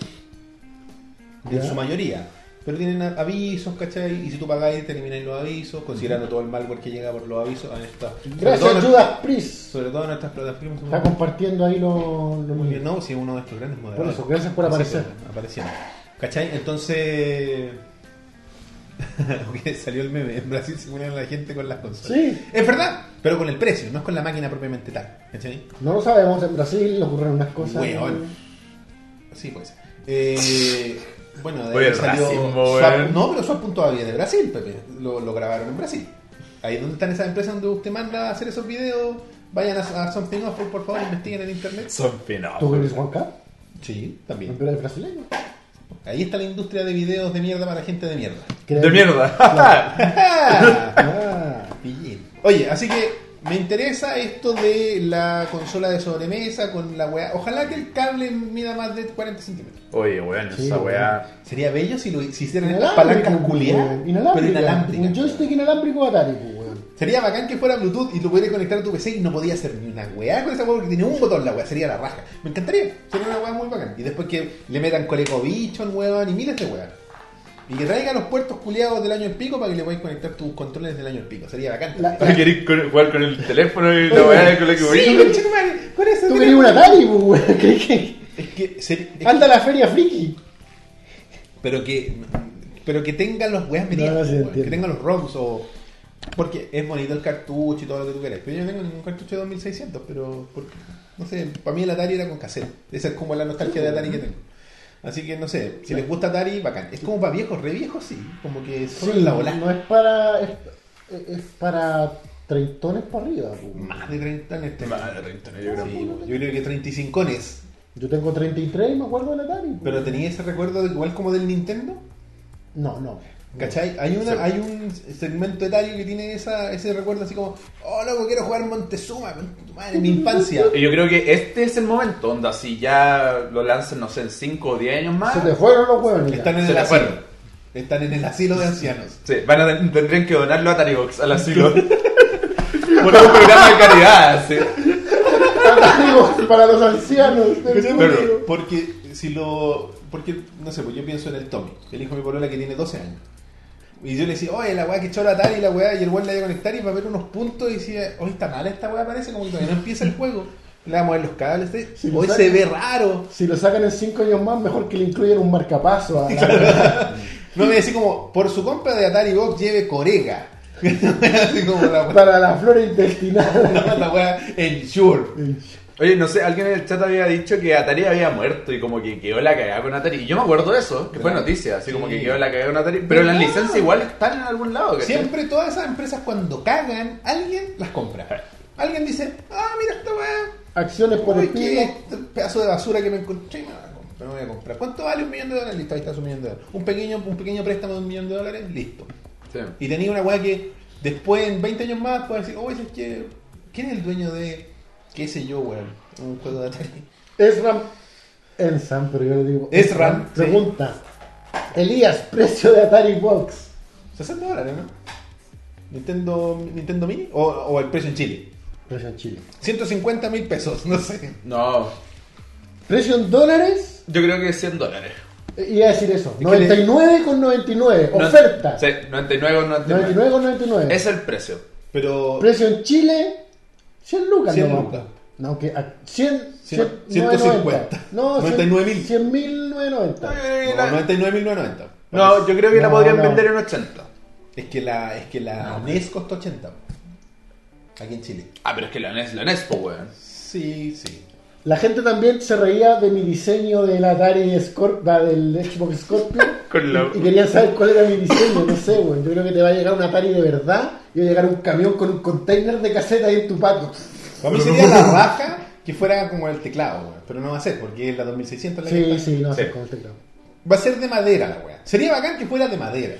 en Ya. su mayoría. Pero tienen a- avisos, ¿cachai? Y si tú pagáis, te elimináis los avisos, considerando todo el malware que llega por los avisos. A esta, sobre, todo en, Mm. Gracias, Judas Priest. sobre todo en estas plataformas. Está compartiendo ahí los... los- Muy bien, no, si es uno de estos grandes moderadores. eso, gracias por Sí, aparecer. pues, apareciendo. ¿Cachai? Entonces. Ok, salió el meme. En Brasil se unen a la gente con las consolas. Sí. Es verdad, pero con el precio, no es con la máquina propiamente tal. ¿Cachai? No lo sabemos, en Brasil ocurrieron unas cosas. Weón. Sí, pues. Eh, bueno, de Oye, ahí el salió. racismo, Swap- weón. no, pero Swap.avi todavía de Brasil, Pepe. Lo, lo grabaron en Brasil. Ahí es donde están esas empresas donde usted manda a hacer esos videos. Vayan a, a Something Awful, por favor, investiguen en internet. Son finos. ¿Tú eres Juan K? Sí, también. ¿Pero eres brasileño? Ahí está la industria de videos de mierda para gente de mierda. De mierda. ¡Ah! Ah, Pillín. Oye, así que me interesa esto de la consola de sobremesa con la weá. Ojalá que el cable mida más de 40 centímetros. Oye, weón, Sí, esa weá. Sería bello si lo si hicieran estas inalámbrico, palancas culiadas, weón, pero inalámbrica. Un inalámbricas. joystick inalámbrico Atari, pues, weón. Sería bacán que fuera Bluetooth y lo pudieras conectar a tu PC y no podía hacer ni una weá con esa weá porque tiene un botón la weá, sería la raja. Me encantaría, sería una weá muy bacán. Y después que le metan ColecoVision, weón, y miles de weá. Y que traiga los puertos culiados del año en pico para que le puedas conectar tus controles del año en pico. Sería bacán. La- ¿Para querer con- jugar con el teléfono y la weá con la que Sí, voy? conchetumare, con eso Tú tenés- querías un Atari, pues, weón. ¿Crees que- Es que, ser- es Anda a la feria friki. pero que pero que tengan los weas No, metidas, no se weón, que entiende. tengan los ROMs o porque es bonito el cartucho y todo lo que tú quieras. Pero yo no tengo ningún cartucho de 2600, pero por- no sé, para mí el Atari era con cassette. Esa es como la nostalgia de Atari que tengo. Así que no sé, si les gusta Atari, bacán. Es como para viejos, re viejos sí, como que solo Sí, en la bola. no es para. Es, es para treintones para arriba. pues. Más de 30 en este. Madre, 30, yo creo. Sí, bueno, yo creo que 35 Yo tengo 33 y me acuerdo del Atari. pues. Pero tenía ese recuerdo de- igual como del Nintendo. No, no. ¿Cachai? Hay, una, hay un segmento etario que tiene esa, ese recuerdo así como, oh loco, quiero jugar Montezuma, tu madre, mi infancia. Y yo creo que este es el momento, onda, si ya lo lanzan, no sé, en 5 o 10 años más, Se te fueron los huevos, Ah. mira. Están en Se el la asilo. fueron. Están en el asilo de ancianos. sí, van a, tendrían que donarlo a Taribox, al asilo. Por un programa de caridad, sí. Amigos para los ancianos. del Pero- mundo. porque si lo. Porque, no sé, pues yo pienso en el Tommy, el hijo de mi polola que tiene 12 años. Y yo le decía, oye, la weá que echó la Atari, la weá, y el weón la iba a conectar y va a ver unos puntos y decía, hoy está mala esta weá, parece como que todavía no empieza el juego. Le vamos a mover los cables, ¿eh? Sí, hoy lo se saca. ve raro. Si lo sacan en 5 años más, mejor que le incluyan un marcapaso. A la... No me decía como, por su compra de Atari Box lleve corega. Así como la weá, para la flora intestinal. la weá, ensure. Oye, no sé, alguien en el chat había dicho que Atari había muerto y como que quedó la cagada con Atari. Y yo me acuerdo de eso, que fue Claro. noticia, así como Ah, Sí. Ah. que quedó la cagada con Atari. Pero las Claro. licencias igual están en algún lado, ¿cachai? Siempre todas esas empresas cuando cagan, alguien las compra. Alguien dice, ah, mira esta weá. Acciones por Uy, el qué pico. este pedazo de basura que me encontré y me la compro, me voy a comprar. ¿Cuánto vale un millón de dólares? Listo, ahí está su millón de dólares. Un pequeño, un pequeño préstamo de un millón de dólares, listo. Sí. Y tenía una weá que después, en 20 años más, puedes decir, oye, es que, ¿quién es el dueño de, qué sé yo, weón? Un juego de Atari. Esram. Ensam, pero yo le digo. Esram, sí. Pregunta. Elías, precio de Atari Box. 60 dólares, ¿no? Nintendo, Nintendo Mini o, o el precio en Chile. Precio en Chile. 150 mil pesos, no sé. No, Precio en dólares. yo creo que 100 dólares. eh, Iba a decir eso. que le- 99,99. No- oferta. Sí, 99 con 99. 99,99. Es el precio. Pero Precio en Chile. 100 lucas. 100 nomás. lucas. No, que a- 100, Cien- 150. 150. No, 99.000. 100.990. no, 99.990. No, yo creo que la No, podrían no. vender en 80. Es que la, es que la E NES costó 80. Aquí en Chile. Ah, pero es que la NES, la NES, po, weón. Sí, sí. La gente también se reía de mi diseño del Atari Scorp- la del Xbox Scorpio. Con la- Y querían saber cuál era mi diseño, no sé, güey. Yo creo que te va a llegar un Atari de verdad y va a llegar un camión con un container de caseta ahí en tu pato. Para mí sería la raja que fuera como el teclado, weón. Pero no va a ser, porque es la 2600 la que Sí, está. sí, este no sé Sí. cómo te creo. Va a ser de madera la weá. Sería bacán que fuera de madera.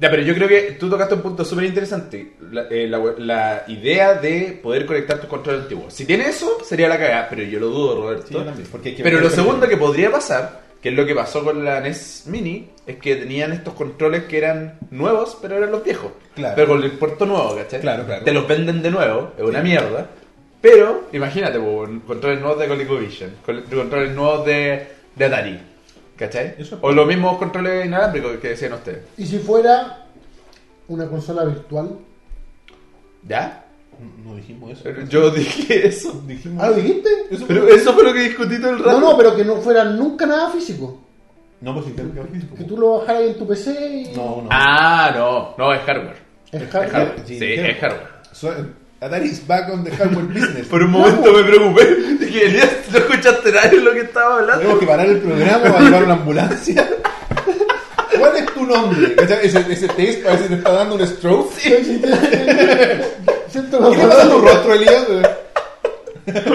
Ya, pero yo creo que tú tocaste un punto súper interesante. La, eh, la we- la idea de poder conectar tus controles antiguos. Si tiene eso, sería la cagada, pero yo lo dudo, Roberto. Sí, yo también, porque hay que pero ver lo el segundo contenido. que podría pasar, que es lo que pasó con la NES Mini, es que tenían estos controles que eran nuevos, pero eran los viejos. Claro. Pero con el puerto nuevo, ¿cachai? Claro, claro. Te los venden de nuevo, es una mierda. Pero, imagínate, po, controles nuevos de ColecoVision, col- controles nuevos de, de Atari, ¿cachai? Eso es- o los mismos controles inalámbricos que decían ustedes. Y si fuera una consola virtual. ¿Ya? No dijimos eso. Pero Yo dije eso. Dijimos ¿Ah, lo dijiste? Eso Pero fue- eso fue lo que discutí todo el rato. No, no, pero que no fuera nunca nada físico. No, pues sí, creo que Que tú lo bajaras ahí en tu PC y. No, no. Ah, no. No, es hardware. Es Es hardware. hardware. Sí, Sí, dijimos. es hardware. So- Atari is back on the hardware business. Por un momento me preocupé. Dije, Elías, no escuchaste nada de lo que estaba hablando. Tenemos que parar el programa para llevar una ambulancia. ¿Cuál es tu nombre? ¿Cachai? Ese, ese test parece que te está dando un stroke. Siento los ¿Qué le pasa a tu dolores. rostro, Elías?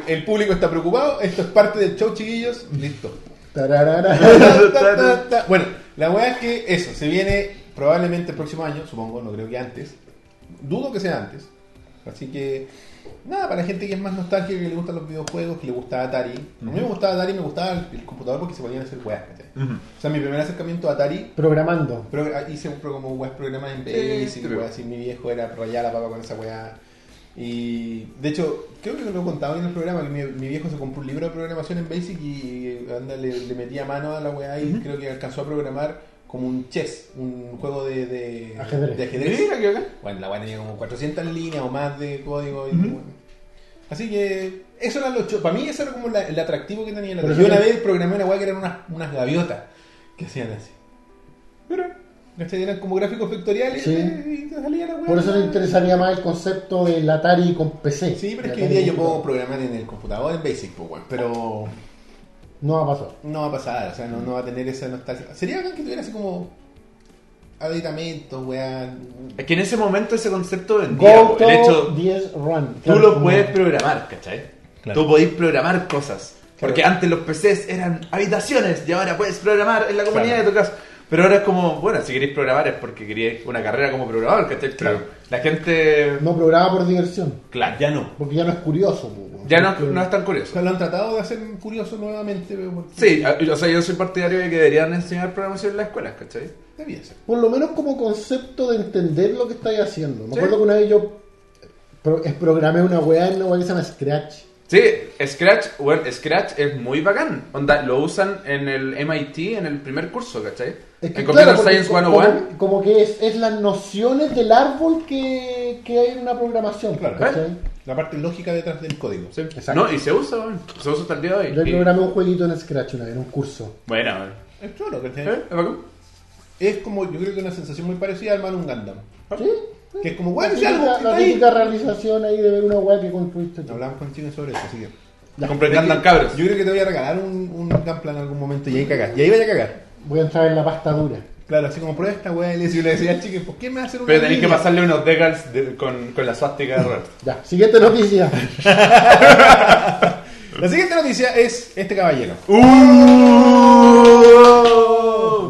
El público está preocupado. Esto es parte del show, chiquillos. Listo. Tararara. Ta, ta, ta, ta. Bueno, la weá es que eso, se viene probablemente el próximo año, supongo, no creo que antes. Dudo que sea antes. Así que, nada, para la gente que es más nostálgica, que le gustan los videojuegos, que le gustaba Atari. A mí me gustaba Atari, me gustaba el, el computador porque se podían hacer weas. ¿cachai? O sea, mi primer acercamiento a Atari, Programando. pero ah, hice un pro- como weas programas en Sí, Basic, pero- weas así. Mi viejo era rayar la papa con esa wea. Y de hecho, creo que lo he contado en el programa, que mi, mi viejo se compró un libro de programación en Basic y anda, le, le metía mano a la weá y creo que alcanzó a programar como un chess, un juego de, de Ajedrez. de ajedrez. Mira que acá. Bueno, la weá tenía como 400 líneas o más de código. y- bueno. Así que eso era lo cho- Para mí eso era como la- el atractivo que tenía la Pero Yo una eso- vez programé una weá que eran unas, unas gaviotas que hacían así. Mira, ¿cachai? eran como gráficos vectoriales Sí. eh, y te salía la weá. Por eso te interesaría más el concepto del Atari con PC. Sí, pero El es que hoy Atari día yo con puedo programar en el computador, en Basic, pues, weón, pero No va a pasar. no va a pasar, o sea, no, no va a tener esa nostalgia. Sería bacán que tuviera así como aditamentos, weón. Es que en ese momento ese concepto vendía, Go po, el hecho, 10 Run. tú Claro, lo como- puedes programar, ¿cachai? Claro. Tú podés programar cosas. Porque Claro. antes los PCs eran habitaciones y ahora puedes programar en la comunidad de tu casa. Pero ahora es como, bueno, si queréis programar es porque queréis una carrera como programador, ¿cachai? Claro. La gente... No programa por diversión. Claro, Ya no. Porque ya no es curioso. po, weón. ya no, Porque- no es tan curioso. Lo han tratado de hacer curioso nuevamente, weón. porque Sí, a- o sea, yo soy partidario de que deberían enseñar programación en las escuelas, ¿cachai? Debía ser. Por lo menos como concepto de entender lo que estáis haciendo. Me acuerdo que una vez yo pro- es- programé una weá en una weá que se llama Scratch. Sí, Scratch, bueno, Scratch es muy bacán. Onda, lo usan en el MIT, en el primer curso, ¿cachai? Es que, en Computer claro, porque Science co- 101. Como, como que es, es las nociones del árbol que, que hay en una programación. Claro. ¿cachai? ¿eh? La parte lógica detrás del código. Sí. Exacto. No, y se usa, bueno, se usa hasta el día de hoy. Yo Y- programé un jueguito en Scratch una vez, en un curso. Bueno, bueno. Es choro, ¿cachai? ¿Eh? ¿Es bacán? Es como, yo creo que una sensación muy parecida al Man Gundam. ¿Sí? Que es como, La weón, si típica, algo que está ¿Ah? la ahí. típica realización ahí de ver una weá que construiste tú. Hablamos con Chino sobre eso, así que. Ya. Compren Gundam, cabros. Yo creo que te voy a regalar un, un Gunpla en algún momento y ahí cagar. Y ahí vaya a cagar. Voy a entrar en la pasta dura. Claro, así como prueba esta weá y le decía- le decía al chico, ¿por qué me hace un Pero tenéis que pasarle unos decals de- con, con la suástica de Robert. Ya, siguiente noticia. La siguiente noticia es este caballero. ¡Uh!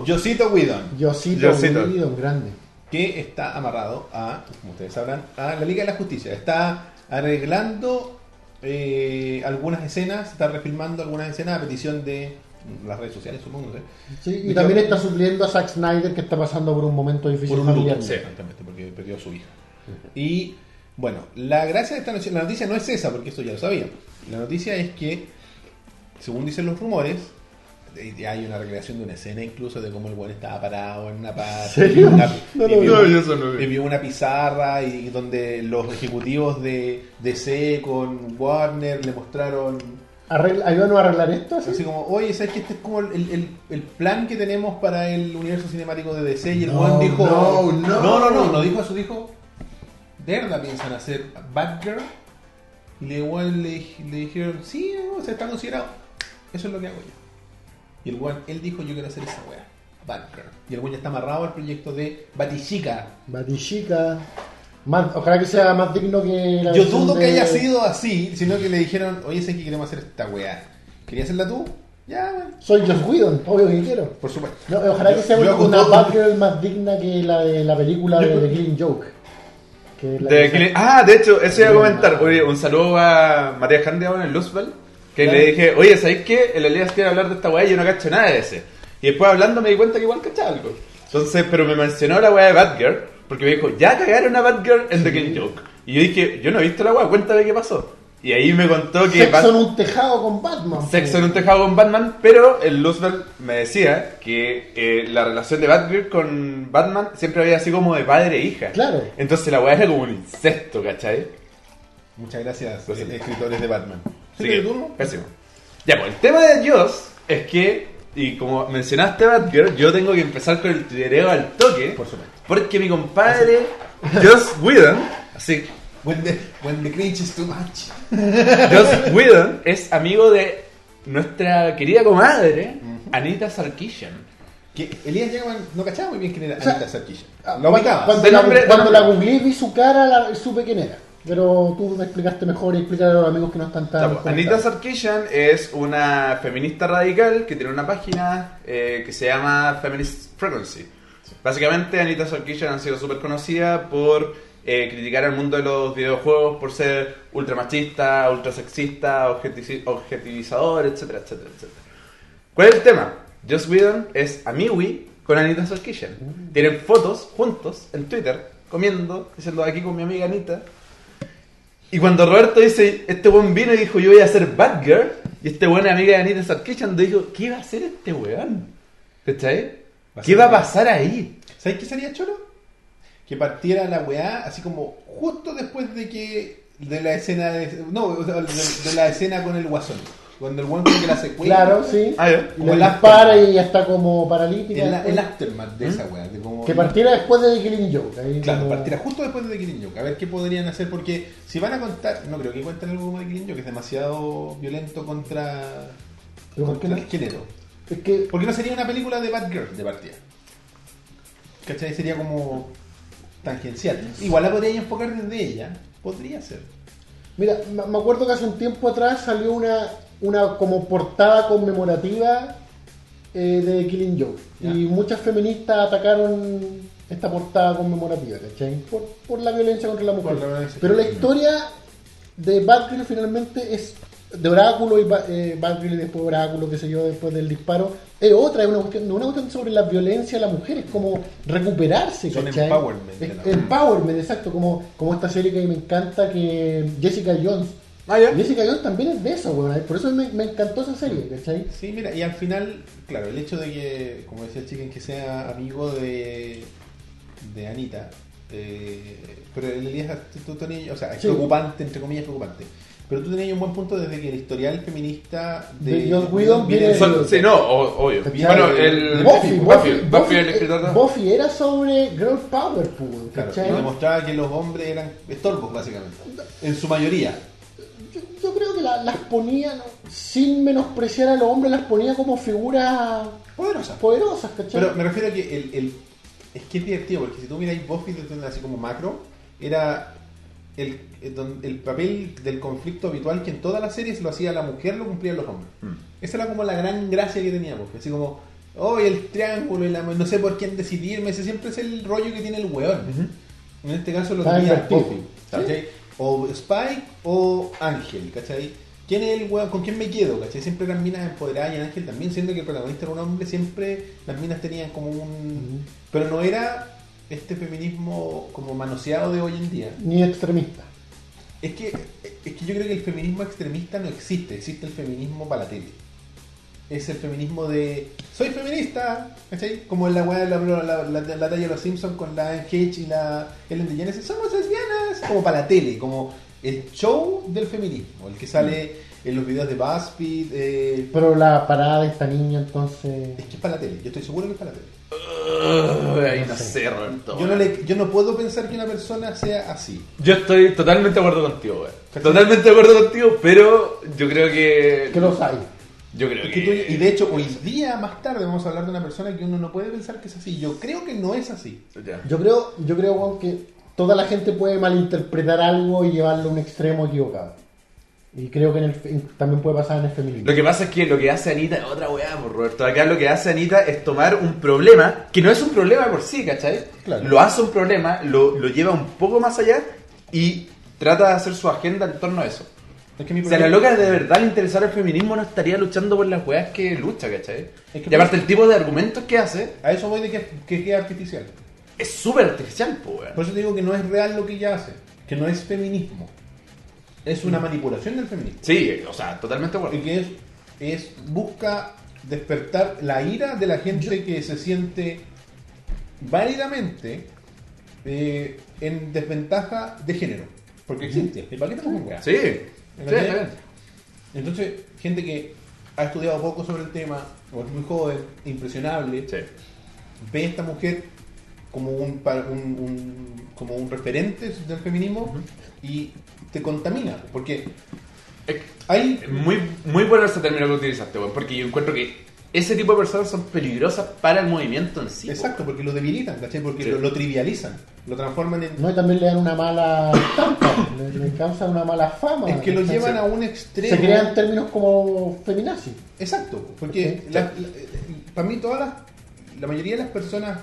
Yosito Whedon, Yosito, Yosito. Unido, un grande. que está amarrado a, como ustedes sabrán, a la Liga de la Justicia. Está arreglando eh, algunas escenas, está refilmando algunas escenas a petición de las redes sociales, supongo, no sé. Sí, y Yo- también está supliendo a Zack Snyder que está pasando por un momento difícil Por un familiar. luto, sí, exactamente, porque perdió a su hija. Y bueno, la gracia de esta noticia, la noticia no es esa, porque esto ya lo sabíamos. La noticia es que, según dicen los rumores, eh, hay una recreación de una escena incluso de cómo el buen estaba parado en una parte serio? y, una- No y lo vio, vi. y yo eso no vi. vio una pizarra y donde los ejecutivos de DC con Warner le mostraron Arregla- ayúdanos a arreglar esto. así? Así como, oye, ¿sabes que este es como el, el- el- el plan que tenemos para el universo cinemático de DC? Y el No, weón dijo, no, no. no, no, no, no, dijo eso, dijo, de verdad piensan hacer Batgirl. Y le, weón le, le dijeron, sí, no, se está considerado. Eso es lo que hago yo. Y el weón, él dijo, yo quiero hacer esa weá, Batgirl. Y el weón ya está amarrado al proyecto de Batichica. Batichica. Más- ojalá que sea más digno que la Yo versión dudo que de- haya sido así, sino que le dijeron, oye, ¿sabes que queremos hacer esta weá? ¿Querías hacerla tú? Ya, weón. Soy Joss Whedon, obvio que quiero. Por supuesto. No, eh, ojalá que sea Yo- yo una, hago una todo. Batgirl más digna que la de la película de The Killing Joke. Que es la De que- Kili- Ah, de hecho, eso iba a comentar. Oye, un saludo a María Jande ahora en Luzbel. Que Claro. le dije, oye, ¿sabéis qué? El Elías quiere hablar de esta weá y yo no cacho nada de ese. Y después hablando me di cuenta que igual cachaba algo. Entonces, pero me mencionó la weá de Batgirl. Porque me dijo, ya cagaron a Batgirl en The Killing Joke. Y yo dije, yo no he visto la weá, cuéntame qué pasó. Y ahí me contó que Bat- Sexo en un tejado con Batman. pues. Sexo en un tejado con Batman, pero el Luzbel me decía que eh, la relación de Batgirl con Batman siempre había sido como de padre e hija. Claro. Entonces la weá era como un incesto, ¿cachai? Muchas gracias, Lo eh, siento. escritores de Batman. Así ¿Sigue que, el turno? pésimo. Ya, pues el tema de Joss es que, y como mencionaste Batgirl, yo tengo que empezar con el tuiteo al toque. Por supuesto. Porque mi compadre, Joss Whedon, así, When the, when the cringe is too much. Joss Whedon es amigo de nuestra querida comadre, Anita Sarkeesian. Que Elías Jackman no cachaba muy bien quién era sea, Anita Sarkisian. Ah, La ubicaba. Cuando, De la, nombre- de cuando nombre. la googleé vi su cara, la- supe quién era. Pero tú me explicaste mejor y explicarle a los amigos que no están tan. Ya, pues, Anita conectados. Sarkeesian es una feminista radical que tiene una página eh, que se llama Feminist Frequency. Básicamente, Anita Sarkeesian ha sido súper conocida por eh, criticar al mundo de los videojuegos por ser ultra machista, ultra sexista, objetici- objetivizador, etcétera, etcétera, etcétera. ¿Cuál es el tema? Joss Whedon es amiwi con Anita Sarkeesian. Mm. Tienen fotos juntos en Twitter, comiendo, diciendo aquí con mi amiga Anita. Y cuando Roberto dice, este buen vino y dijo, yo voy a ser Batgirl, y este buen amiga de Anita Sarkeesian dijo, ¿qué va a hacer este weón? ¿Cachai? Va a ¿Qué ser va a weón. pasar ahí? ¿Sabes qué sería choro? Que partiera la weá así como justo después de que. de la escena. De, no, o sea, de, de la escena con el guasón. Cuando el guasón como que la secuela. Claro, sí. Ah, ya. Y Como le el dispara aftermath. y ya está como paralítica. El, después. el aftermath de esa weá. de como- Que partiera después de The Killing Joke. ahí Claro, como- partirá justo después de The Killing Joke. A ver qué podrían hacer, porque si van a contar. No creo que cuenten algo como The Killing Joke, que es demasiado violento contra. ¿Pero por contra qué no? el género. Es que, Porque no sería una película de Batgirl de partida. ¿Cachai? Sería como tangencial. Igual la podría enfocar desde ella. Podría ser. Mira, me me acuerdo que hace un tiempo atrás salió una, una como portada conmemorativa eh, de Killing Joke. Ya. Y muchas feministas atacaron esta portada conmemorativa, ¿cachai? Por, por la violencia contra la mujer. Por la violencia. Pero la historia de Batgirl finalmente es de Oráculo y Ba- eh, Batgirl y después Oráculo, qué sé yo, después del disparo. Es otra, es una cuestión, no es una cuestión sobre la violencia de la mujer, es como recuperarse, Son ¿cachai? empowerment de Es- la mujer. Empowerment, exacto, como, como esta serie que me encanta, que Jessica Jones. Ah, ya. Jessica Jones también es de eso, weón. ¿eh? Por eso me, me encantó esa serie, ¿cachai? Sí, mira, y al final, claro, el hecho de que, como decía Chicken, que sea amigo de, de Anita, eh, pero en realidad tú, tú tenías, o sea, es Sí. preocupante, entre comillas, preocupante. Pero tú tenías un buen punto desde que el historial feminista de, De Joss Whedon viene- del- Son- sí, no, o- obvio. ¿Cachai? Bueno, el. Buffy, Buffy, Buffy, Buffy- el escritor. eh, de- Buffy era sobre girl power, pues, Claro, ¿cachai? y demostraba que los hombres eran estorbos, básicamente. En su mayoría. yo, yo creo que la- las ponía, ¿no? sin menospreciar a los hombres, las ponía como figuras Poderosa. poderosas, ¿cachai? Pero me refiero a que el, el- es que es divertido, porque si tú miráis Buffy desde así como macro, era el, el don- el papel del conflicto habitual que en todas las series lo hacía la mujer, lo cumplían los hombres. Esa era como la gran gracia que tenía Buffy, así como, oh, el triángulo, y la- no sé por quién decidirme, ese siempre es el rollo que tiene el weón. En este caso lo Está tenía divertido. Buffy, ¿cachai? O Spike o Ángel, ¿cachai? ¿Quién es el weón? ¿Con quién me quedo? ¿Cachai? Siempre eran minas empoderadas y en Ángel también, siendo que el protagonista era un hombre, siempre las minas tenían como un... Pero no era este feminismo como manoseado de hoy en día. Ni extremista. Es que, es que yo creo que el feminismo extremista no existe, existe el feminismo para la tele. Es el feminismo de soy feminista, ¿cachai? Como en la weá de la, la, la, la- la talla de los Simpsons con la Anne Hedge y la Ellen DeGeneres, somos lesbianas, como para la tele, como el show del feminismo, el que sale en los videos de BuzzFeed, eh, Pero la parada de esta niña, entonces. es que es para la tele, yo estoy seguro que es para la tele. Ugh, ahí No no sé. sé, Roberto. Yo no, le, yo no puedo pensar que una persona sea así. Yo estoy totalmente de acuerdo contigo, güey. Totalmente de acuerdo contigo, pero yo creo que. Que los hay. Yo creo Es que. que tú- y de hecho, hoy día, más tarde, vamos a hablar de una persona que uno no puede pensar que es así. Yo creo que no es así. Ya. Yo creo, yo creo weón, que toda la gente puede malinterpretar algo y llevarlo a un extremo equivocado. Y creo que en el fe- también puede pasar en el feminismo. Lo que pasa es que lo que hace Anita es otra weá, por Roberto. Acá lo que hace Anita es tomar un problema, que no es un problema por sí, ¿cachai? Claro. Lo hace un problema, lo, lo lleva un poco más allá y trata de hacer su agenda en torno a eso. Es que mi O sea, la problema- loca de verdad le interesara el feminismo no estaría luchando por las weas que lucha, ¿cachai? Es que- y aparte el tipo de argumentos que hace A eso voy de que, que, que es artificial. es súper artificial, po, weón. Por eso te digo que no es real lo que ella hace. Que no es feminismo. Es Mm. una manipulación del feminismo. Sí, o sea, totalmente de Y acuerdo. que es, es busca despertar la ira de la gente que se siente válidamente eh, en desventaja de género. Porque existe. ¿Y para qué estamos con weas? Sí, sí, está bien. Entonces, gente que ha estudiado poco sobre el tema, o es muy joven, impresionable, Sí. ve a esta mujer como un, pa- un, un- como un referente del feminismo y te contamina. Porque Es- hay... Muy, muy bueno ese término que utilizaste, weón, porque yo encuentro que ese tipo de personas son peligrosas para el movimiento en sí. po. Exacto, porque lo debilitan, ¿cachai? Porque Sí. lo, lo trivializan, lo transforman en... No, y también le dan una mala estampa, le, le causan una mala fama. Es que lo ¿cachai? llevan a un extremo. Se crean términos como feminazis. Exacto, porque Sí. la- la- para mí todas las, la mayoría de las personas,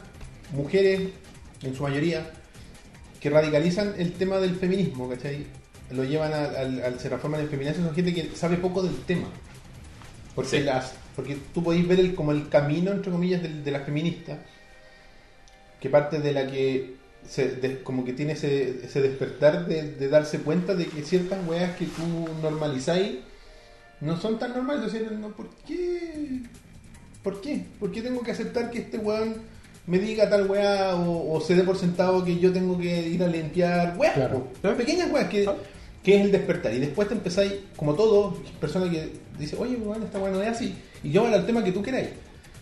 mujeres en su mayoría, que radicalizan el tema del feminismo, ¿cachai? Lo llevan a- al, al- se transforman en feminazis, son gente que sabe poco del tema. Porque, Sí. las, porque tú podéis ver el, como el camino, entre comillas, del- de, la feminista, que parte de la que se, de- como que tiene ese, ese despertar de, de darse cuenta de que ciertas weas que tú normalizáis no son tan normales. O sea, no, ¿por qué? ¿Por qué? ¿Por qué tengo que aceptar que este weón me diga tal weá o, o se dé por sentado que yo tengo que ir a limpiar weas? Claro. po? Pequeñas weas que, que es el despertar. Y después te empezáis, como todo, persona que dice, oye weón, esta weá no es así. Y yo al tema que tú queráis.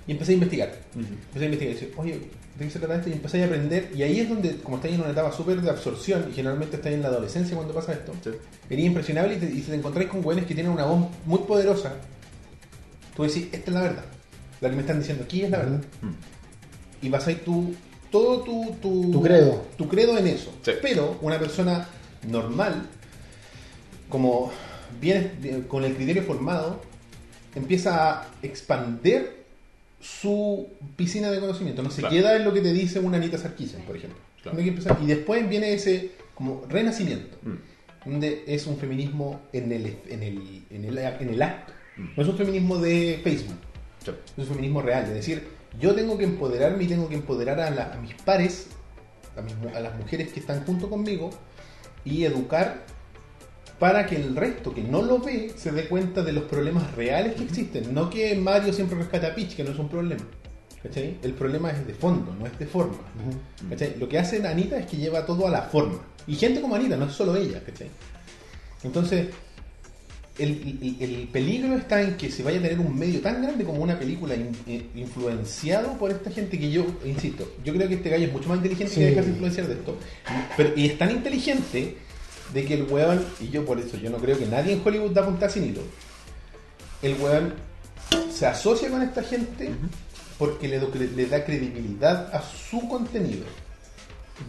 Y empecé a investigar. Empecé a investigar. Y dice, oye, ¿de qué se trata esto? Y empecé a aprender. Y ahí es donde, como estáis en una etapa súper de absorción, y generalmente estáis en la adolescencia cuando pasa esto, Sí. venís impresionable y te, y te encontráis con weones que tienen una voz muy poderosa. Mm. Tú decís, esta es la verdad. La que me están diciendo aquí es la verdad. Y vas ahí tú todo tu, tu, Tu credo. tu credo en eso. Sí. Pero una persona normal, como bien con el criterio formado, empieza a expander su piscina de conocimiento. No se Claro. queda en lo que te dice una Anita Sarkisian, por ejemplo. Claro. Tiene que empezar- Y después viene ese como renacimiento, Mm. donde es un feminismo en el, en el, en el, en el acto. No es un feminismo de Facebook, Sí. es un feminismo real. Es decir, yo tengo que empoderarme y tengo que empoderar a, la- a mis pares, a, mis mu- a las mujeres que están junto conmigo, y educar para que el resto que no lo ve se dé cuenta de los problemas reales que existen. No que Mario siempre rescata a Peach, que no es un problema. ¿Cachai? El problema es de fondo, no es de forma. ¿Cachai? Lo que hace Anita es que lleva todo a la forma. Y gente como Anita, no es solo ella. ¿cachai? Entonces, el, el- el peligro está en que se vaya a tener un medio tan grande como una película in- eh, influenciado por esta gente que yo, insisto, yo creo que este gallo es mucho más inteligente Sí. que dejarse influenciar de esto. Pero, y es tan inteligente de que el weón, y yo por eso, yo no creo que nadie en Hollywood da punta sin hilo. El weón se asocia con esta gente porque le, do- le da credibilidad a su contenido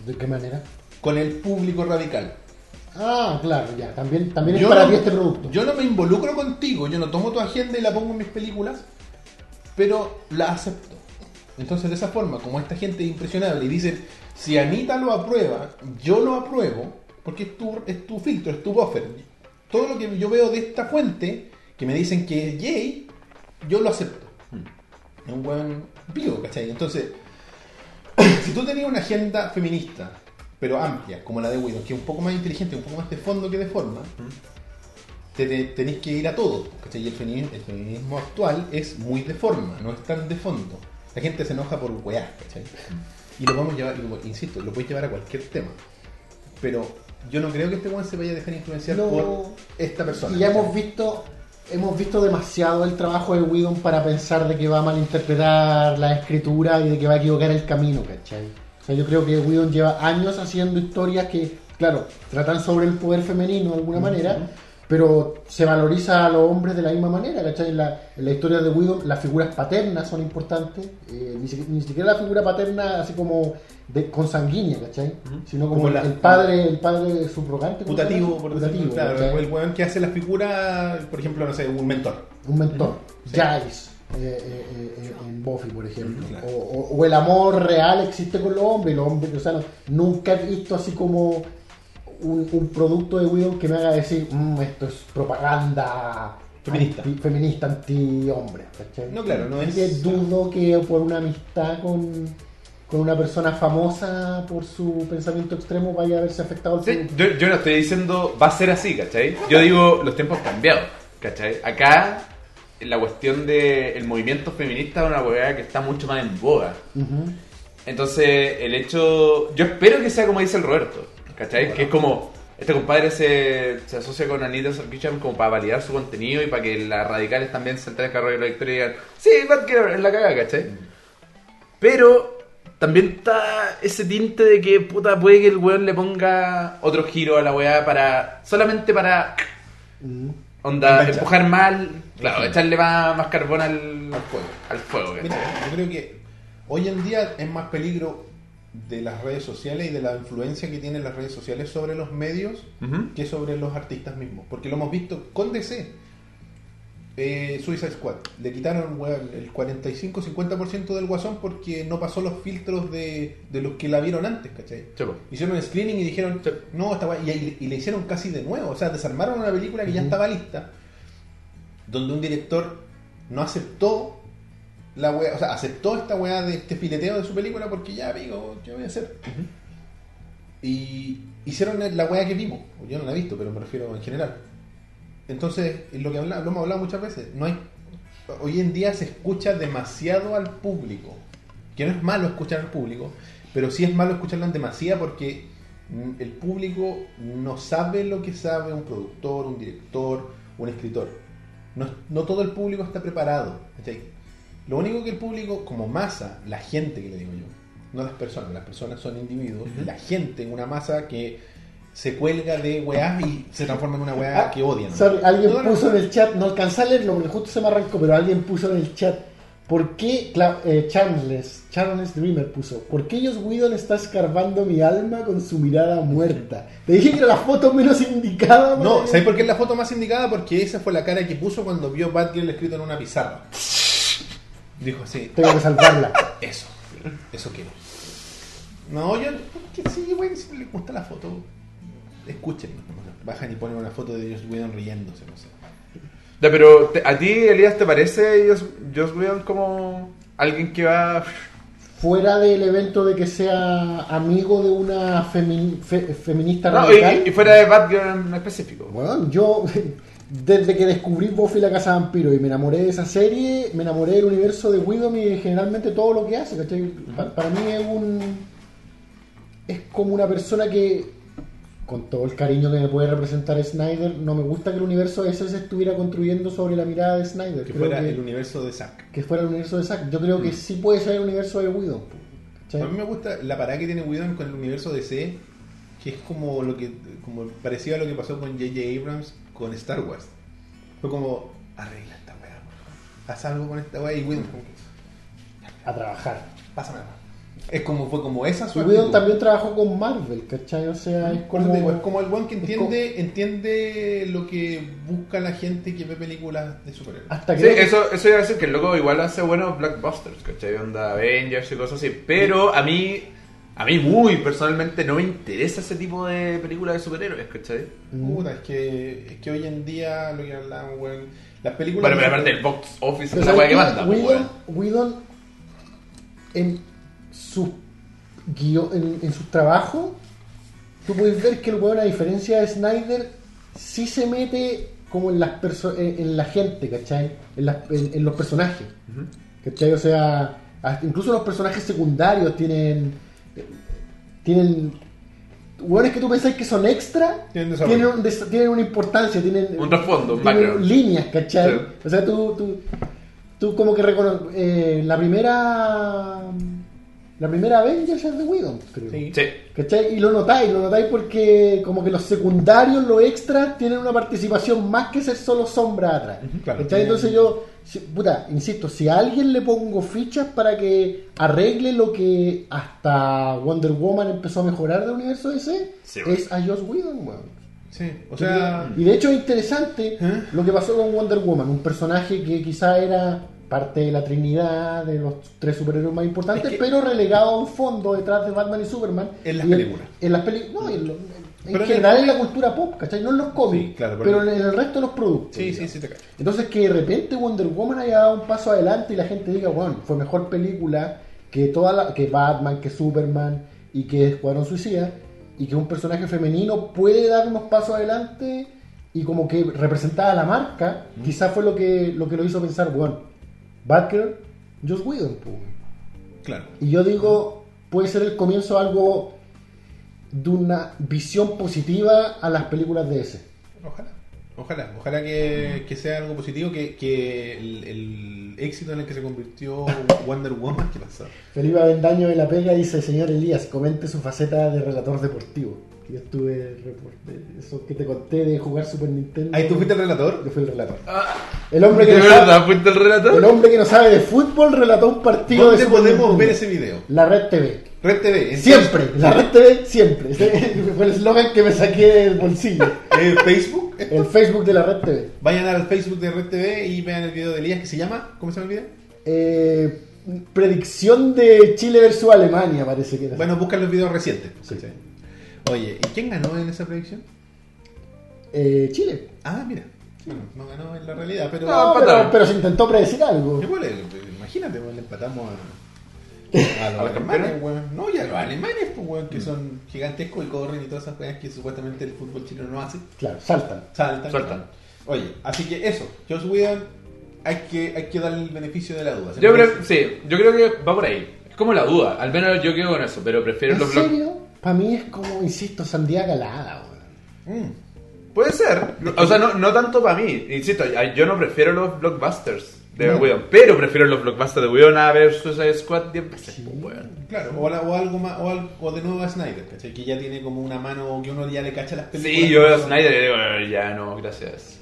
¿De qué manera? con el público radical. Ah, claro, ya. También, también es Yo para no- ti este producto. Yo no me involucro contigo, yo no tomo tu agenda y la pongo en mis películas, pero la acepto. Entonces, de esa forma, como esta gente es impresionable y dice, si Anita lo aprueba, yo lo apruebo, porque es tu, es tu filtro, es tu buffer. Todo lo que yo veo de esta fuente, que me dicen que es gay, yo lo acepto. Hmm. Es un buen vivo, ¿cachai? Entonces, si tú tenías una agenda feminista, pero amplia, como la de Widow, que es un poco más inteligente, un poco más de fondo que de forma, te, te- tenés que ir a todo. ¿cachai? Y el feminismo, el feminismo actual es muy de forma, no es tan de fondo. La gente se enoja por weá, ¿cachai? Y lo podemos llevar, y como, insisto, lo puedes llevar a cualquier tema. Pero yo no creo que este weón se vaya a dejar influenciar No. por esta persona. Y ya ¿cachai? hemos visto, hemos visto demasiado el trabajo de Whedon para pensar de que va a malinterpretar la escritura y de que va a equivocar el camino, ¿cachai? O sea, yo creo que Whedon lleva años haciendo historias que, claro, tratan sobre el poder femenino de alguna manera, pero se valoriza a los hombres de la misma manera, ¿cachai? En la, en la historia de Whedon las figuras paternas son importantes, eh, ni, siquiera, ni siquiera la figura paterna así como de, consanguínea, ¿cachai? Sino como, Como la- el padre, el padre subrogante. ¿cómo se llama? Putativo, por decirlo Putativo, claro, ¿cachai? el weón que hace la figura, por ejemplo, no sé, un mentor. un mentor, Giles, eh, eh, eh, en Buffy, por ejemplo. Ujú, claro. o, o- o el amor real existe con los hombres, y los hombres, o sea, no- nunca he visto así como un, un producto de Widow que me haga decir, "Mm, esto es propaganda Feminista. anti, feminista, anti-hombre. ¿cachai? No, claro, no Así es- que dudo que por una amistad con, con una persona famosa por su pensamiento extremo vaya a verse afectado el Sí, producto. yo, yo no estoy diciendo va a ser así, ¿cachai? Yo digo los tiempos han cambiado, ¿cachai? Acá la cuestión del movimiento feminista es una hueá que está mucho más en boga. Ujú. Entonces, el hecho. Yo espero que sea como dice el Roberto, ¿cachai? Que es como. Este compadre se, se asocia con Anita Sarkisian como para validar su contenido y para que las radicales también se enteren carro de la victoria y digan: Sí, Bad Girl es la cagada, ¿cachai? Mm. Pero también está ese tinte de que puta puede que el weón le ponga otro giro a la weá para. solamente para. Onda, Mm. Enganchar. empujar mal. Claro, echarle más, más carbón al, Al fuego. Al fuego, ¿cachai? Mira, yo creo que hoy en día es más peligro de las redes sociales y de la influencia que tienen las redes sociales sobre los medios Ujú. que sobre los artistas mismos. Porque lo hemos visto con DC. Eh, Suicide Squad. Le quitaron weón, el 45-50% del guasón porque no pasó los filtros de, de los que la vieron antes, ¿cachai? Chupo. Hicieron el screening y dijeron, no, esta guay- y, ahí- y le hicieron casi de nuevo. O sea, desarmaron una película que ya estaba lista, donde un director no aceptó la wea, o sea, aceptó esta weá de este fileteo de su película porque ya, amigo, ¿qué voy a hacer? Y hicieron la weá que vimos. Yo no la he visto, pero me refiero en general. Entonces, lo que habla- lo hemos hablado muchas veces, no hay. Hoy en día se escucha demasiado al público. Que no es malo escuchar al público, pero sí es malo escucharlo en demasía porque mm, el público no sabe lo que sabe un productor, un director, un escritor. No, es- no todo el público está preparado. ¿cachai? Lo único que el público, como masa, la gente que le digo yo, no las personas, las personas son individuos, y la gente, una masa que se cuelga de weá y se transforma en una weá Ah, que odian. Sorry, alguien No, no, puso en el chat, no alcancé a leerlo porque justo se me arrancó, pero alguien puso en el chat. ¿Por qué Cla- eh, Charles, Charles Dreamer puso? ¿Por qué Joss Whedon está escarbando mi alma con su mirada muerta? Te dije que era la foto menos indicada. No, madre. ¿sabéis por qué es la foto más indicada? Porque esa fue la cara que puso cuando vio Batgirl escrito en una pizarra. Dijo así, Tengo que salvarla. eso, eso quiero. No, yo, que sí, güey, si les gusta la foto, escuchen. Bajan y ponen una foto de ellos Whedon riéndose, no sé. Ya, pero te- a ti, Elías, ¿te parece Joss, Joss Whedon como alguien que va... Fuera del evento de que sea amigo de una femi- fe- feminista No, y, eh, radical. y fuera de Batgirl en específico. Bueno, yo desde que descubrí Buffy la Casa Vampiro y me enamoré de esa serie, me enamoré del universo de Widom y de generalmente todo lo que hace, ¿cachai? Pa- Para, mí es un. Es como una persona que, con todo el cariño que me puede representar Snyder, no me gusta que el universo ese se estuviera construyendo sobre la mirada de Snyder. Que Creo fuera que, el universo de Zack. que fuera el universo de Zack. Yo creo que sí puede ser el universo de Widom. A mí me gusta la parada que tiene Whedon con el universo DC, que es como lo que como parecido a lo que pasó con J.J. Abrams con Star Wars. Fue como, arregla esta weá, por favor. haz algo con esta weá y Whedon como que, A trabajar. Pásame la mano. Es como, fue como esa Y su Widom actitud. también trabajó con Marvel, ¿cachai? O sea, Por es eso como. te digo, es como el one que es entiende, entiende lo que busca la gente que ve películas de superhéroes. Hasta que. Sí, eso, eso iba a decir que el loco igual hace buenos blockbusters, ¿cachai? Onda Avengers y cosas así. Pero a mí, a mí muy personalmente no me interesa ese tipo de películas de superhéroes, ¿cachai? mm. Puta, es que, es que hoy en día lo que hablamos, weón, las películas. Bueno, pero aparte del box office, Pero esa ¿sabes weá que qué? manda, pues, Whedon- weón. Whedon, en su guio- en, en su trabajo, tú puedes ver que el weón, a diferencia de Snyder, sí se mete como en las perso- en, en la gente, ¿cachai? En, las- en- en los personajes. ¿Cachai? O sea, hasta- incluso los personajes secundarios tienen. eh, tienen. Weones que tú pensáis que son extra, Tienen tienen, desarrollo. un des- tienen una importancia, tienen Un trasfondo, un tienen background. líneas, ¿cachai? Sí. O sea, tú, tú, tú como que reconoces. la primera. La primera Avengers es de Whedon, creo. Sí. Sí. ¿Cachai? Y lo notáis, lo notáis porque como que los secundarios, los extras, tienen una participación más que ser solo sombra atrás. claro. ¿Cachai? Entonces yo, si- puta, insisto, si a alguien le pongo fichas para que arregle lo que hasta Wonder Woman empezó a mejorar del universo DC, Sí, bueno. es a Joss Whedon, weón. Sí, o sea. Y de hecho es interesante ¿Eh? lo que pasó con Wonder Woman, un personaje que quizá era parte de la Trinidad, de los tres superhéroes más importantes, Es que- pero relegado a un fondo detrás de Batman y Superman. En las Y películas. En las películas. No, en, lo- en Pero en general el- en la cultura pop, ¿cachai? No en los cómics, Sí, claro, pero pero- en el resto de los productos. Sí, sí, digamos. sí, te cacho. Entonces que de repente Wonder Woman haya dado un paso adelante y la gente diga, bueno, fue mejor película que toda la, que Batman, que Superman y que Escuadrón Suicida y que un personaje femenino puede dar unos pasos adelante y como que representaba a la marca, quizás fue lo que lo que lo hizo pensar, bueno, Batgirl, Joss Whedon, pues. Claro. Y yo digo, puede ser el comienzo de algo de una visión positiva a las películas de ese. Ojalá. Ojalá, ojalá que, que sea algo positivo, que, que el, el éxito en el que se convirtió Wonder Woman, ¿qué pasó? Felipe Avendaño de la Pega dice, señor Elías, comente su faceta de relator deportivo. Yo estuve, report- eso que te conté de jugar Super Nintendo. Ahí tú fuiste el relator. Yo fui el relator. El hombre, que Ah, ¿De no sabe, verdad fuiste el relator? el hombre que no sabe de fútbol relató un partido de ¿Dónde Super podemos Nintendo. ver ese video? La Red TV. Red TV. entonces, Siempre, la Red TV siempre. Ese Fue el eslogan que me saqué del bolsillo. eh, Facebook. eh, El Facebook de la Red TV. Vayan al Facebook de Red TV y vean el video de Elías que se llama, ¿cómo se llama el video? Eh, predicción de Chile versus Alemania, parece que era. Bueno, buscan los videos recientes. Sí. ¿cachai? Oye, ¿y quién ganó en esa predicción? Eh, Chile. Ah, mira. Bueno, no ganó en la realidad, pero... No, pero, empataron. pero se intentó predecir algo. Igual, eh, imagínate, weón, le empatamos a, a ¿A los los alemanes, campeones? Mm. weón. No, y a los alemanes, pues, weón, que son gigantescos y corren y todas esas cosas que supuestamente el fútbol chileno no hace. Claro, saltan. Saltan. Saltan. Oye, así que eso, Josh Whedon, hay que, hay que darle el beneficio de la duda. ¿se Yo parece? creo, sí, yo creo que va por ahí. Es como la duda, al menos yo quedo con eso, pero prefiero ¿En los blogs. serio? Para mí es como, insisto, sandía calada, weón. Mm. Puede ser, o sea, no, no tanto para mí, insisto, a- yo no prefiero los blockbusters de No. Weon, pero prefiero los blockbusters de Weon a versus a Squad 10 veces. po, weón. Claro, o, la- o algo más, o, al- o de nuevo a Snyder, ¿cachai? Que ya tiene como una mano que uno ya le cacha las películas. Sí, yo veo a Snyder y digo, "Eh, ya no, gracias.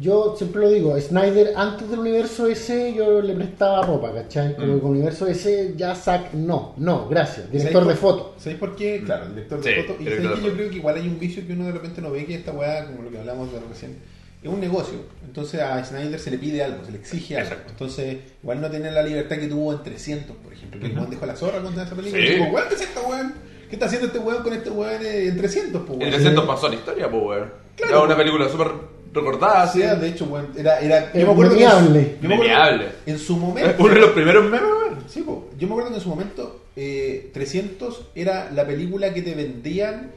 yo siempre lo digo, Snyder antes del universo ese yo le prestaba ropa, ¿cachai? Mm. Como que con el universo ese ya Zack, no, no, gracias, director de ¿Sabéis por- foto. ¿Sabéis por qué? Claro, el director Sí, de foto. Y director sabéis de que foto. yo creo que igual hay un vicio que uno de repente no ve que esta weá, como lo que hablamos de recién, es un negocio. Entonces a Snyder se le pide algo, se le exige algo. Exacto. Entonces, igual no tiene la libertad que tuvo en 300, por ejemplo. Que el weón dejó la zorra con esa película. Sí. Y dijo, weón, ¿qué es esta weón? ¿Qué está haciendo este weón con este weón eh, en 300, pues, En weón? 300 pasó la historia, pues, weón. Claro. Era una película súper recordada, O así. sea, de hecho, weón, era, era, Era que en su- memeable. yo me acuerdo que Memeable. En su momento. Uno de los primeros memes, weón. Sí, po. yo me acuerdo que en su momento eh, 300 era la película que te vendían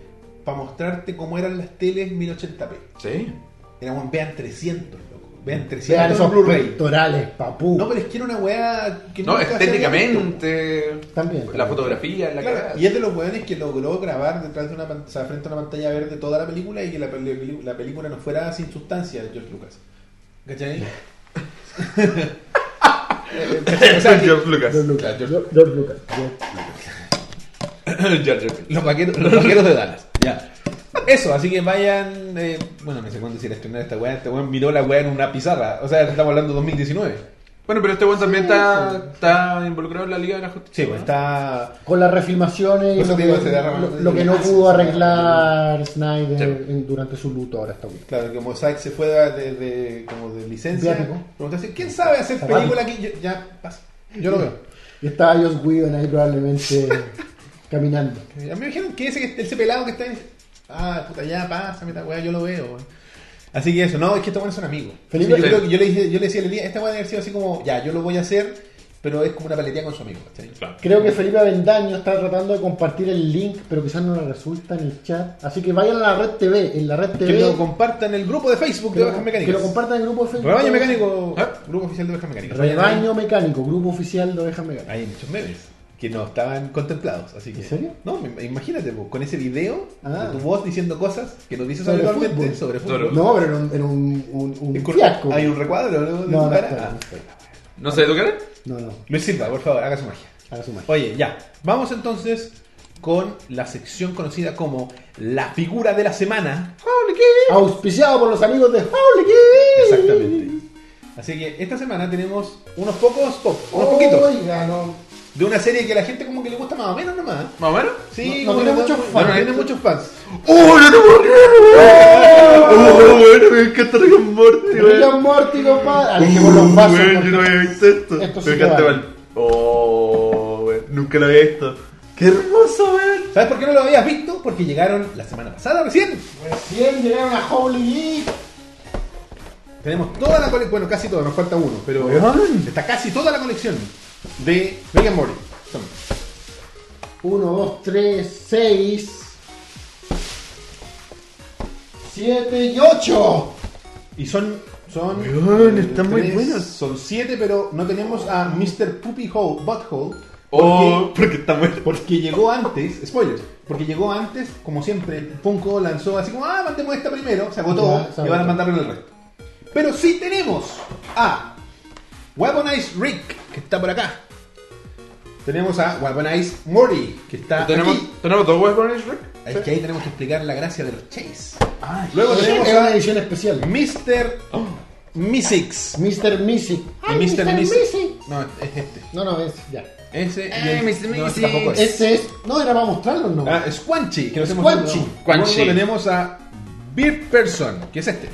para mostrarte cómo eran las teles 1080p. Sí. Era un vean 300, loco. Vean Vean 300 en esos Blu-ray. pectorales, papú. No, pero es que era una weá que No, nunca se había visto. estéticamente. También, La también. fotografía, la Claro, cara. y es de los weones que logró grabar detrás de una pan- o sea, frente a una pantalla verde toda la película y que la, peli- la película no fuera sin sustancia de George Lucas. ¿Cachai? O sea, que- George Lucas. George Lucas, George- George Lucas, George- George Lucas. Los vaqueros, los vaqueros de Dallas. Ya. Eso, así que vayan. eh, bueno, no sé cuándo se la estrenar esta weá. Este weón miró la weá en una pizarra. O sea, estamos hablando de 2019. Bueno, pero este weón también está, está involucrado en la Liga de la Justicia. Sí, pues está. Con las refilmaciones y Por eso lo te que, digo, se derrama- lo- lo que no pudo arreglar Snyder en- durante su luto ahora está bien. Claro, que Mosaic se fue de, de- como de licencia. Viático. Preguntaste, ¿quién sabe hacer Sabático. película aquí? Yo- ya, pasa. Yo lo veo. Y estaba Joss Whedon ahí probablemente caminando. Eh, A mí me dijeron que ese, que- ese pelado que está ahí. Ah, puta, ya, pásame esta weá, yo lo veo. weón. Así que eso, no, es que estos buenos son amigos. Felipe- yo, Sí. creo que yo le dije, yo le decía a Elías, esta weá debe haber sido así como, ya, yo lo voy a hacer, pero es como una paletería con su amigo. ¿cachai? Creo que Felipe Avendaño está tratando de compartir el link, pero quizás no le resulta en el chat. Así que vayan a la red TV, en la red TV. Que lo compartan en el grupo de Facebook que de lo- Bajas Mecánicas. que lo compartan en el grupo de Facebook. ¿Ah? Rebaño Mecánico, ¿Eh? grupo oficial de Bajas Mecánicas. Rebaño Mecánico, grupo oficial de Ovejas Mecánicas. Hay muchos memes que no estaban contemplados, así que... ¿En serio? No, me- imagínate, po, con ese video, Ah. de tu voz diciendo cosas que nos dices Sobre habitualmente fútbol. sobre fútbol. Sobre- No, pero era un, era un, un, un Es correcto. fiasco. Hay un recuadro, ¿no? De No, tu no, cara. está, no, Ah. ¿No sé de tu cara? no, no, Luis Silva, por favor, haga su magia. haga su magia. Oye, ya. Vamos entonces con la sección conocida como la figura de la semana. Auspiciado por los amigos de Holy Geek. Exactamente. Así que esta semana tenemos unos pocos, pop, unos poquitos. Oiga, no. De una serie que a la gente como que le gusta más o menos nomás. Más o menos. Sí, No- no como tiene que muchos no- fans. no tiene muchos fans. ¡Oh, no te puedo creer, weón! ¡Oh, weón! Me encanta Rick and Morty, Rick weón. and Morty, compadre. Alejemos los ¡Oh, vasos. weón! Yo no porque- había visto esto. Esto sí Me que encanta, vale. weón. ¡Oh, weón! Nunca lo había visto. ¡Qué hermoso, weón! ¿Sabes por qué no lo habías visto? Porque llegaron la semana pasada recién. Recién llegaron a Holy Geek. Tenemos toda la colección, bueno, casi toda, nos falta uno, pero Weón. está casi toda la colección de Vegan Mori. 1, 2, 3, 6, 7 y 8. Y son. son eh, Weón, están muy tres- buenos. Son siete, pero no tenemos a Mr. Poopy Hole, Butthole. ¡Oh, porque está muerto! Porque llegó antes, spoilers, porque llegó antes, como siempre, Funko lanzó así como, ah, mandemos esta primero, se agotó, Ya, se y van a agotó. mandarle el resto. Pero sí tenemos a Weaponize Rick, que está por acá. Tenemos a Weaponize Morty, que está ¿Tenemos, aquí. ¿Tenemos dos weas por Rick? Es que ahí tenemos que explicar la gracia de los Chase. Ay, Luego Ah, Es tenemos una a edición especial. Mr. Misix. Mr. Missy. Y Mr. Misix. No, es este. No, no, es ya. Ese y Ay, Mr. no, ese Misix. tampoco es. Este es. No, era para mostrarlo, no. Pues. Ah, Squanchy, que nos hemos Squanchy. olvidado. Squanchy. Luego tenemos a Beer Person, que es este.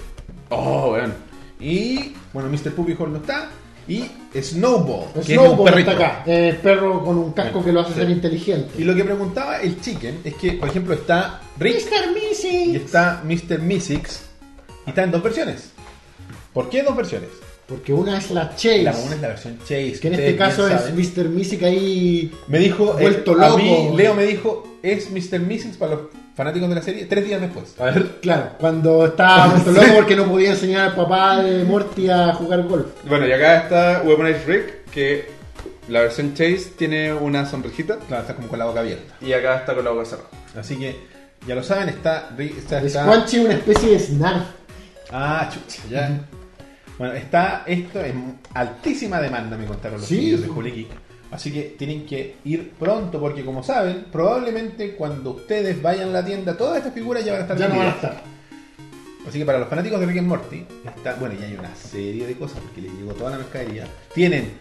¡Oh, weón! Y, bueno, Mr. Puppy Hall no está. Y Snowball, que es un Snowball perrito. está acá. El perro con un casco que lo hace ser inteligente. Y lo que preguntaba el chicken es que, por ejemplo, está Rick y Missy. está Mr. Misix. Y está en dos versiones. ¿Por qué dos versiones? Porque una es la Chase. La una es la versión Chase. Que en ustedes este caso bien es saben. Mr. Missy que ahí. Me dijo, eh, Vuelto a loco. mí, Leo me dijo, es Mr. Misix para los fanáticos de la serie tres días después. A ver. Claro, cuando estaba vuelto loco porque no podía enseñar al papá de Morty a jugar golf. Bueno, y acá está Weaponize Rick, que la versión Chase tiene una sonrisita. Claro, está como con la boca abierta. Y acá está con la boca cerrada. Así que, ya lo saben, está... Rick- está, está- Squanchy es una especie de snarf. Ah, chucha, ya. Bueno, está esto en altísima demanda, me contaron los Sí. vídeos de Holy Geek. Así que tienen que ir pronto, porque como saben, probablemente cuando ustedes vayan a la tienda, todas estas figuras ya van a estar Ya no van a vendidas. estar. Así que para los fanáticos de Rick and Morty, está, bueno, ya hay una serie de cosas porque les llegó toda la mercadería. Tienen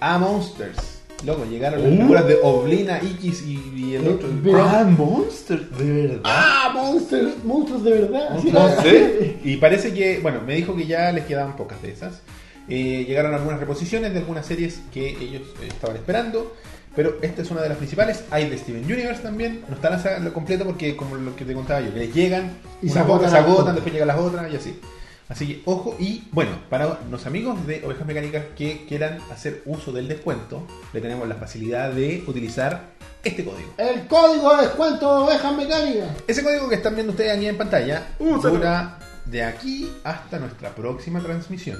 a Monsters. Loco, llegaron las Uh. figuras de Oblina, Ikis y, y el otro. el Ve- Croc. Ah, Monster, de verdad. ¡Ah! Monsters, monstruos de verdad. Así No era. sé. Y parece que, bueno, me dijo que ya les quedaban pocas de esas. Eh, llegaron algunas reposiciones de algunas series que ellos eh, estaban esperando. Pero esta es una de las principales. Hay de Steven Universe también. No está la saga lo completo porque, como lo que te contaba yo, que les llegan Y unas pocas se agotan se las agotan, otras. después llegan las otras y así. Así que ojo. Y bueno, para los amigos de Ovejas Mecánicas que quieran hacer uso del descuento, le tenemos la facilidad de utilizar este código. El código de descuento de ovejas mecánicas. Ese código que están viendo ustedes aquí en pantalla Úsalo. dura de aquí hasta nuestra próxima transmisión.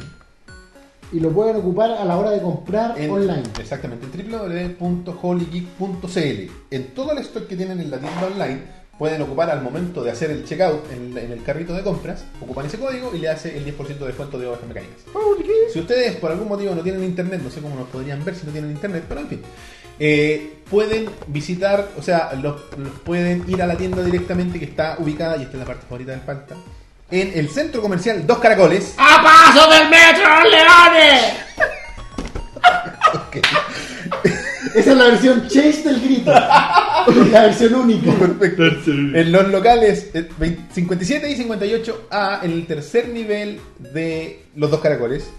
Y lo pueden ocupar a la hora de comprar En, online. Exactamente, en www.holygeek.cl. En todo el stock que tienen en la tienda online, pueden ocupar al momento de hacer el checkout en, en el carrito de compras, ocupan ese código y le hace el 10% de descuento de ovejas mecánicas. Si ustedes por algún motivo no tienen internet, no sé cómo nos podrían ver si no tienen internet, pero en fin, eh, pueden visitar, o sea, los, los pueden ir a la tienda directamente que está ubicada, y esta es la parte favorita del Panta, en el centro comercial Dos Caracoles. ¡A paso del metro, leones! Esa es la versión chase del grito. la versión única. Perfecto. En los locales eh, 20 57 y 58A, en el tercer nivel de los dos caracoles.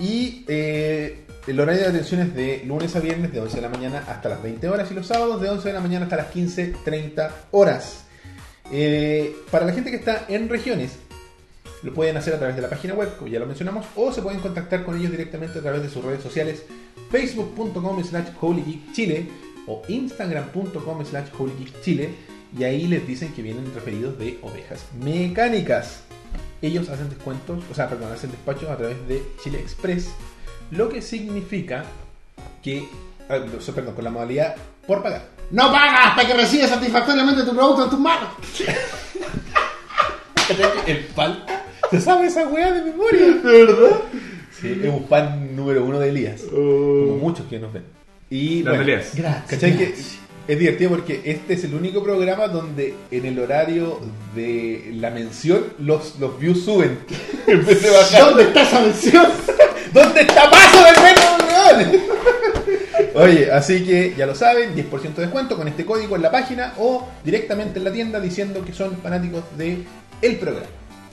Y eh, el horario de atención es de lunes a viernes de 11 de la mañana hasta las 20 horas y los sábados de 11 de la mañana hasta las 15.30 horas. Eh, para la gente que está en regiones, lo pueden hacer a través de la página web, como ya lo mencionamos, o se pueden contactar con ellos directamente a través de sus redes sociales, facebook.com slash holygeekchile o instagram.com slash holygeekchile y ahí les dicen que vienen referidos de ovejas mecánicas. Ellos hacen descuentos, o sea, perdón, hacen despachos a través de Chile Express, lo que significa que, ah, no, so- perdón, con la modalidad por pagar. No pagas hasta que recibes satisfactoriamente tu producto en tus manos. El pan, ¿te sabes esa weá de memoria? ¿De verdad? Sí, es un fan número uno de Elías. Oh. como muchos que nos ven. Y Grande bueno, Elías. Gracias. ¿cachai que es divertido porque este es el único programa donde en el horario de la mención los, los views suben. En vez de bajar. ¿Dónde está esa mención? ¿Dónde está paso del metro, weón? Oye, así que ya lo saben, 10% de descuento con este código en la página o directamente en la tienda diciendo que son fanáticos de el programa.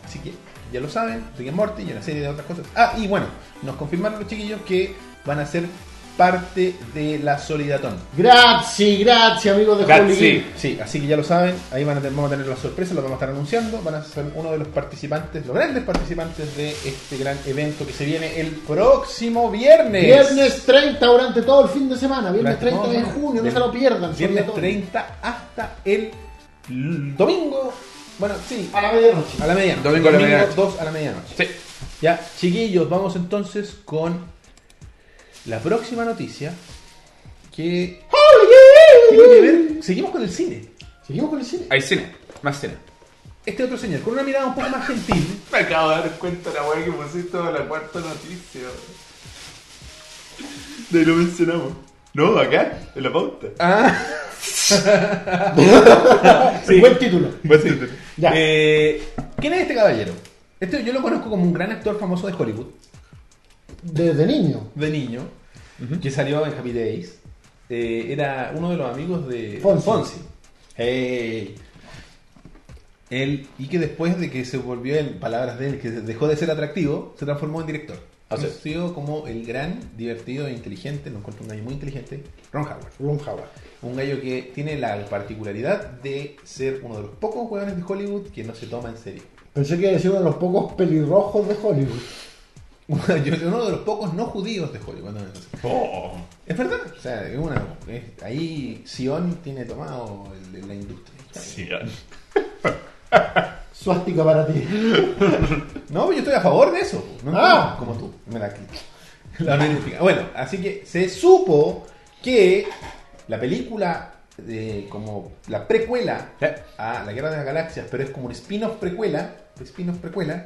Así que ya lo saben, Rick and Morty y una serie de otras cosas. Ah, y bueno, nos confirmaron los chiquillos que van a ser parte de la Solidatón. Gracias, gracias, amigos de Grazie. Holy Geek. Sí, así que ya lo saben, ahí van a tener, vamos a tener la sorpresa, lo vamos a estar anunciando, van a ser uno de los participantes, los grandes participantes de este gran evento que se viene el próximo viernes. Viernes 30 durante todo el fin de semana. Durante Viernes 30 todo de el- junio, no del- se lo pierdan. Viernes sobre todo. 30 hasta el l- domingo, bueno, sí, A la medianoche. a la medianoche. Domingo a la medianoche. 2 a la medianoche. Sí. Ya, chiquillos, vamos entonces con la próxima noticia que... tiene que ver- Seguimos con el cine. Seguimos con el cine. Hay cine. Más cine. Este otro señor, con una mirada un poco más gentil, Me acabo de dar cuenta de la weá que pusiste en la cuarta noticia. De ahí lo mencionamos. No, acá, en la pauta. Ah, Buen título. Ya. Eh, ¿Quién es este caballero? Este yo lo conozco como un gran actor famoso de Hollywood, Desde niño. de niño, que salió en Happy Days. Eh, era uno de los amigos de Fonsi. Hey. Él, y que después de que se volvió, en palabras de él, que dejó de ser atractivo, se transformó en director. Ha Así es. sido como el gran, divertido e inteligente, no encuentro un gallo muy inteligente, Ron Howard. Ron Howard. Un gallo que tiene la particularidad de ser uno de los pocos jugadores de Hollywood que no se toma en serio. Pensé que iba a decir uno de los pocos pelirrojos de Hollywood. Bueno, yo soy uno de los pocos no judíos de Hollywood. no, no sé. Oh, Es verdad. O sea, es una, es- ahí Sion tiene tomado el- la industria. Ah, Suástica para ti. No, yo estoy a favor de eso. No Ah. como tú. Me la clic. La unifica. Bueno, así que se supo que la película, de, como la precuela a La Guerra de las Galaxias, pero es como un spin-off precuela. Spin-off precuela.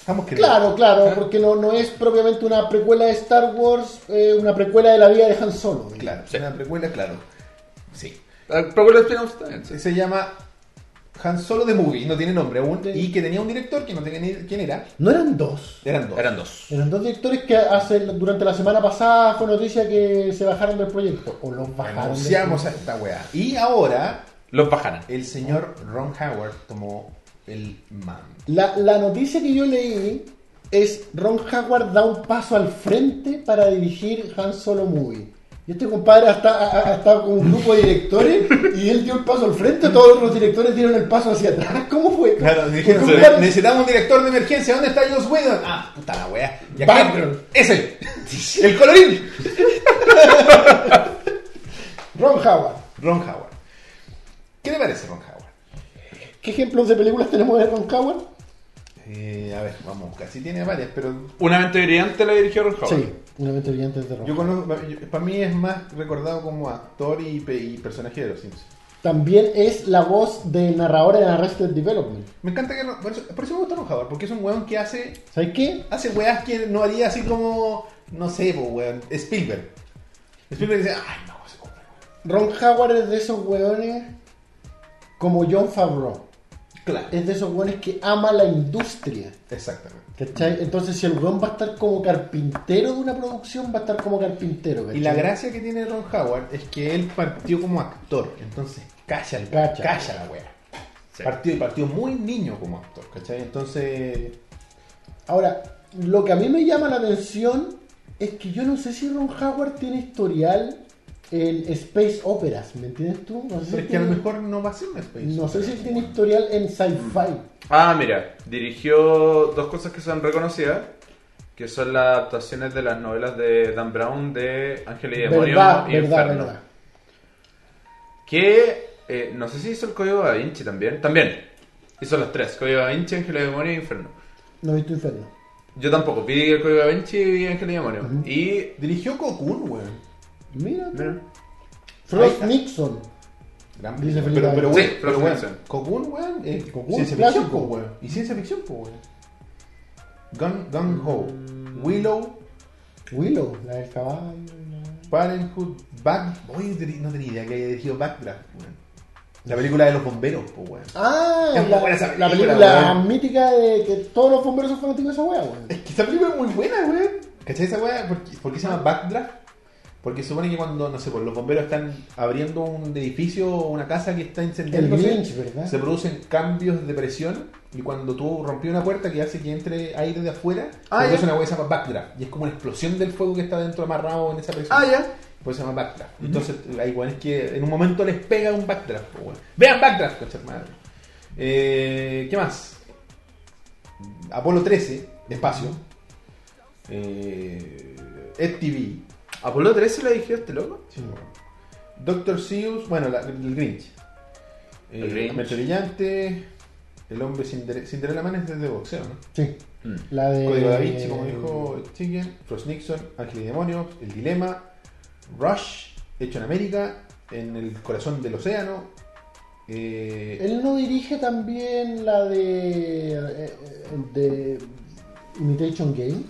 Estamos que Claro, claro, porque no, no es propiamente una precuela de Star Wars, eh, una precuela de la vida de Han Solo. Claro, Sí. una precuela, claro. Sí. Ah, Pero con los spin-offs también, sí. Se llama Han Solo de Movie, no tiene nombre aún, y que tenía un director que no tenía ni quién era. No eran dos. Eran dos. Eran dos. Eran dos directores que hace, durante la semana pasada fue noticia que se bajaron del proyecto. O los bajaron. del Anunciamos a proyecto. esta weá. Y ahora, Los Bajana. el señor Ron Howard tomó el man. La, la noticia que yo leí es Ron Howard da un paso al frente para dirigir Han Solo Movie. Y este compadre hasta ha estado con un grupo de directores y él dio el paso al frente, todos los directores dieron el paso hacia atrás. ¿Cómo fue? Claro, dijeron, ¿Cómo "Claro, fue? necesitamos un director de emergencia, ¿dónde está Joss Whedon? Ah, puta la weá. ¿Y a Bam. quién? Es él. El colorín. Ron Howard. Ron Howard. ¿Qué te parece Ron Howard? ¿Qué ejemplos de películas tenemos de Ron Howard? Eh, a ver, vamos a buscar. Sí tiene varias, pero Una mente brillante la dirigió Ron Howard. Sí, una mente brillante de Ron. yo conozco, para mí es más recordado como actor y, pe- y personaje de los Simpsons. También es la voz del narrador en Arrested Development. Me encanta que Ron- por eso, por eso me gusta Ron Howard, porque es un weón que hace ¿Sabes qué? hace weas que no haría así como no sé, po, weón, Spielberg. Spielberg dice, "Ay, no, se compra". Ron Howard es de esos hueones como John Favreau. Claro. Es de esos hueones que ama la industria. Exactamente. ¿Cachai? Mm. Entonces, si el weón va a estar como carpintero de una producción, va a estar como carpintero. ¿cachai? Y la gracia que tiene Ron Howard es que él partió como actor, entonces calla el Cacha. calla la wea. Partió y partió muy niño como actor, ¿cachai? Entonces, Ahora, lo que a mí me llama la atención es que yo no sé si Ron Howard tiene historial en Space Operas, ¿me entiendes tú? No sé si pero es que a tiene- lo mejor no va a ser un Space. No sé Opera. si tiene historial en sci-fi. Ah, mira, dirigió dos cosas que son reconocidas, que son las adaptaciones de las novelas de Dan Brown de Ángel y Demonio Verdad, y verdad, Eh, Inferno. verdad. Que eh, no sé si hizo el Código da Vinci también. También. Hizo las tres, Código da Vinci, Ángel y Demonio y Inferno. No he visto Inferno. Yo tampoco, vi el Código da Vinci y vi Ángel y Demonio. Y... Dirigió Cocoon, weón. Mira, tú. Mira. Ahí Frost está. Nixon. Gran Dice película. Felipe pero, pero, Abel. weón, Sí, pero, Flash weón, Thompson. Cocoon, weón, es Cocoon, ciencia clásico. ficción, pues, po, weón. Y ciencia ficción, pues, po, weón. Gun, Gun Ho, Mm. Willow, Willow, la del caballo. la- Parenthood, Back. Oye, te- no tenía idea que haya dirigido Backdraft, weón. La película de los bomberos, pues, po, weón. Ah, Es muy la, buena esa la película, película weón. mítica de que todos los bomberos son fanáticos de esa wea, weón. Es que esa película es muy buena, weón. ¿Cachai esa weá? ¿Por, qué- por qué se llama Backdraft? Porque supone que cuando, no sé, pues, los bomberos están abriendo un edificio o una casa que está El incendiándose. Lynch, ¿verdad? se producen cambios de presión y cuando tú rompí una puerta que hace que entre aire de afuera, Ah, se ya. produce una hueá que se llama backdraft y es como una explosión del fuego que está dentro amarrado en esa presión. Ah, ya. Pues se llama backdraft. Entonces hay weones que en un momento les pega un backdraft. po, weón. Vean backdraft, coche madre. Eh, ¿Qué más? Apolo 13, espacio. Eh, EdTV. ¿Apolo 13 la dirigió este loco? Sí, bueno. Doctor Seuss, bueno, la- el Grinch. El Grinch. La Mente Brillante. El hombre Cinder- Cinderella Man es desde boxeo, ¿no? Sí. Mm. La de. Código Da Vinci, como dijo eh, el Chicken. Frost Nixon, Ángel y Demonio, El Dilema. Rush, hecho en América. En el corazón del océano. eh, Él no dirige también la de. eh, de. Imitation Game.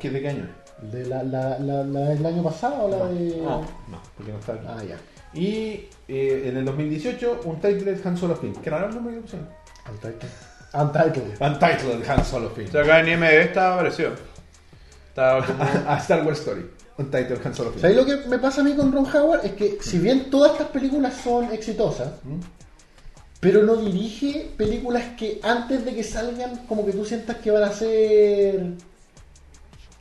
¿Qué de qué año es? De la, la, la, la del año pasado, o la de. No, no, porque no está aquí. Ah, ya. Y eh, en el 2018, un Titled Han Solo Film. ¿Qué raro el nombre que le pusieron? Untitled. Untitled. Untitled Han Solo Film. O sea, acá en IMDb está aparecido. Está como... A Star Wars Story. Untitled Han Solo Film. ¿Sabes lo que me pasa a mí con Ron Howard? Es que si bien todas estas películas son exitosas, ¿Mm? pero no dirige películas que antes de que salgan como que tú sientas que van a ser...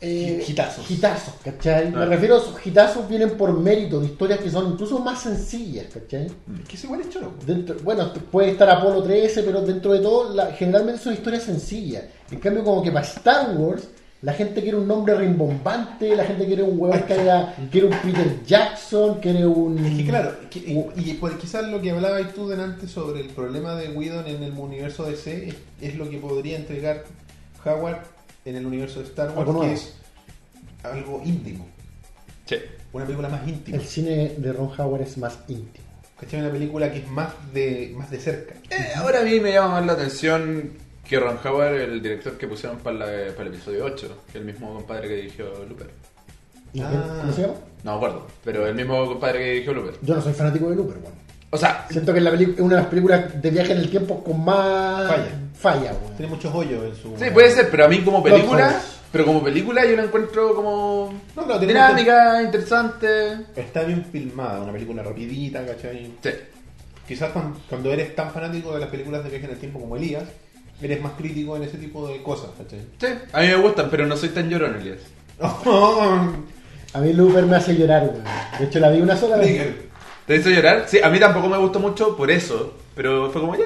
eh, Hi- hitazos. Hitazos, ¿cachai? Me Ah. refiero a sus hitazos vienen por mérito, de historias que son incluso más sencillas, ¿cachai? Es que es igual es choro. po. Dentro- bueno, puede estar Apolo 13, pero dentro de todo, la- generalmente son historias sencillas. En cambio, como que para Star Wars, la gente quiere un nombre rimbombante, la gente quiere un huevón que haya, quiere un Peter Jackson, quiere un. Es que claro, que- Uh. y, y pues, quizás lo que hablabas tú delante sobre el problema de Whedon en el universo DC es, es lo que podría entregar Howard en el universo de Star Wars, Algo que nuevo. es algo íntimo, Sí. una película más íntima. El cine de Ron Howard es más íntimo. ¿Cachai? Una película que es más de más de cerca. Eh, ahora a mí me llama más la atención que Ron Howard, el director que pusieron para, la- para el episodio 8, que el mismo compadre que dirigió Looper. ¿No? Ah. ¿Cómo se llama? No me acuerdo, pero el mismo compadre que dirigió Looper. Yo no soy fanático de Looper, bueno. O sea, Siento que es la peli- es una de las películas de viaje en el tiempo con más Falla. falla weón. Tiene muchos hoyos en su. sí, puede ser, pero a mí como película, Holes. pero como película yo la encuentro como No, claro, tiene dinámica, interesante. Está bien filmada, una película rapidita, ¿cachai? Sí. Quizás cuan- cuando eres tan fanático de las películas de viaje en el tiempo como Elías, eres más crítico en ese tipo de cosas, ¿cachai? Sí, a mí me gustan, pero no soy tan llorón, Elías. A mí Looper me hace llorar, weón. De hecho, la vi una sola vez. Nigger. ¿Te hizo llorar? Sí, a mí tampoco me gustó mucho por eso, pero fue como ya.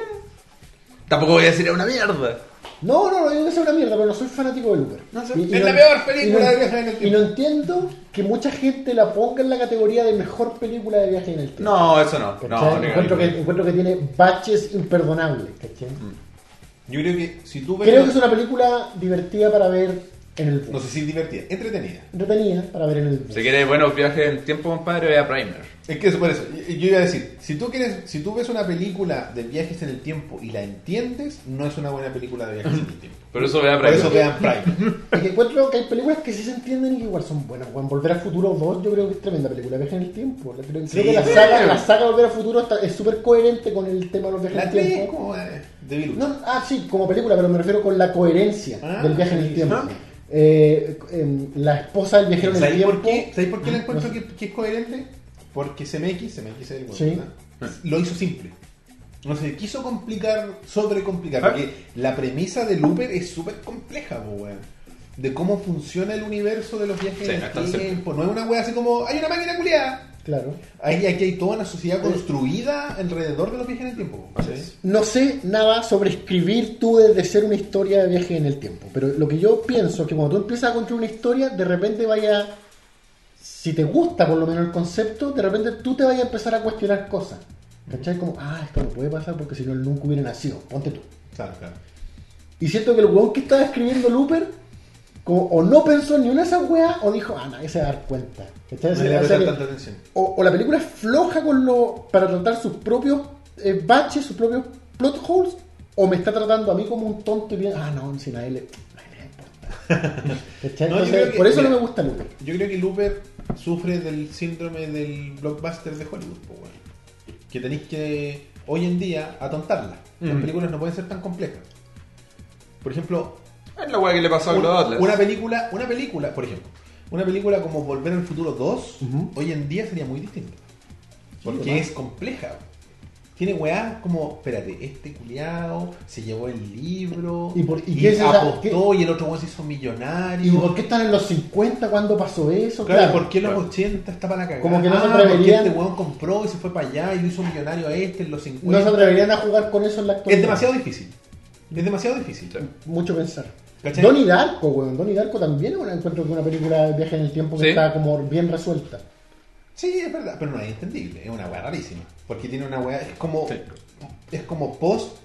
Tampoco voy a decir es una mierda. No, no, no, yo no soy una mierda, pero no soy fanático de Looper. No sé. Y- y Es la peor película y no- de viaje en el Y tiempo. no entiendo que mucha gente la ponga en la categoría de mejor película de viaje en el tiempo. No, eso no. ¿cachai? No, encuentro, que, legal. encuentro que tiene baches imperdonables, ¿cachai? Mm. Yo creo que si tú ves. Creo que es una película divertida para ver en el bus. No sé si divertida, entretenida. Entretenida para ver en el bus. Si quieres buenos viajes en tiempo, compadre, ve a Primer. Es que eso por eso. Y- y Yo iba a decir, si tú quieres, si tú ves una película de viajes en el tiempo y la entiendes, no es una buena película de viajes en el tiempo. Por eso ve a Por Primer. eso vean Prime. Es que encuentro que hay películas que sí se entienden y que igual son buenas. weón. Volver al Futuro 2 yo creo que es tremenda película, viaje en el tiempo. La- Creo, creo Sí. que la saga, la saga Volver al Futuro está- es súper coherente con el tema de los viajes en La el 3 tiempo. como eh, de virus. No, ah, sí, como película, pero me refiero con la coherencia Ah, del viaje en el sí. tiempo. Ah. Eh, em, la esposa del viajero en el ¿Sabéis tiempo. por qué? ¿Sabéis por qué la encuentro No que, que es coherente? Porque CMX, CMX es el Sí. bueno, ¿verdad? lo hizo simple. No se quiso complicar, sobrecomplicar, Ah. porque la premisa de Looper es súper compleja, po, weón. De cómo funciona el universo de los viajes Sí, en no el es tan simple. tiempo. No es una wea así como, hay una máquina culiada. Claro. Ahí, aquí hay toda una sociedad construida alrededor de los viajes en el tiempo. Así ¿sí? es. No sé nada sobre escribir tú desde ser una historia de viaje en el tiempo, pero lo que yo pienso es que cuando tú empiezas a construir una historia, de repente vaya, si te gusta por lo menos el concepto, de repente tú te vayas a empezar a cuestionar cosas. ¿Cachai? Como, ah, esto no puede pasar porque si no, él nunca hubiera nacido. Ponte tú. Claro, claro. Y siento que el weón que estaba escribiendo Looper, como, o no pensó en ni una de esas weas, o dijo, ah, nadie se va a dar cuenta. ¿Cachai? No Se le le- o sea prestan que- tanta atención. o, o la película es floja con lo, para tratar sus propios eh, baches, sus propios plot holes, o me está tratando a mí como un tonto y bien, ah, no, si nadie le, nadie le importa. ¿Cachai? No, yo Entonces, creo que- por eso mira. no me gusta Looper. Yo creo que Looper sufre del síndrome del blockbuster de Hollywood, po, weón. que tenéis que hoy en día atontarla. Las Mm. películas no pueden ser tan complejas. Por ejemplo, Es la weá que le pasó a un- Globo Atlas. una película, una película, por ejemplo, una película como Volver al Futuro 2, Ujú. hoy en día sería muy distinta. Porque ¿verdad? es compleja. Tiene weá como, espérate, este culiao se llevó el libro ¿Y por- y qué es esa- apostó y el otro weón se hizo ¿Y millonario. por qué están en los 50 cuando pasó eso? Claro, Claro, ¿por qué los Claro. 80 está para la cagada? Como que no se Ah, atreverían. porque este weón compró y se fue para allá y lo hizo millonario a este en los 50. no se atreverían a jugar con eso en la actualidad. Es demasiado difícil. Es demasiado difícil. Mucho pensar. ¿Cachai? Donnie Darko, weón. Donnie Darko también es una, encuentro que una película de viaje en el tiempo que Sí. está como bien resuelta. Sí, es verdad, pero no es entendible. Es una weá rarísima. Porque tiene una weá. Es como. Sí. Es como post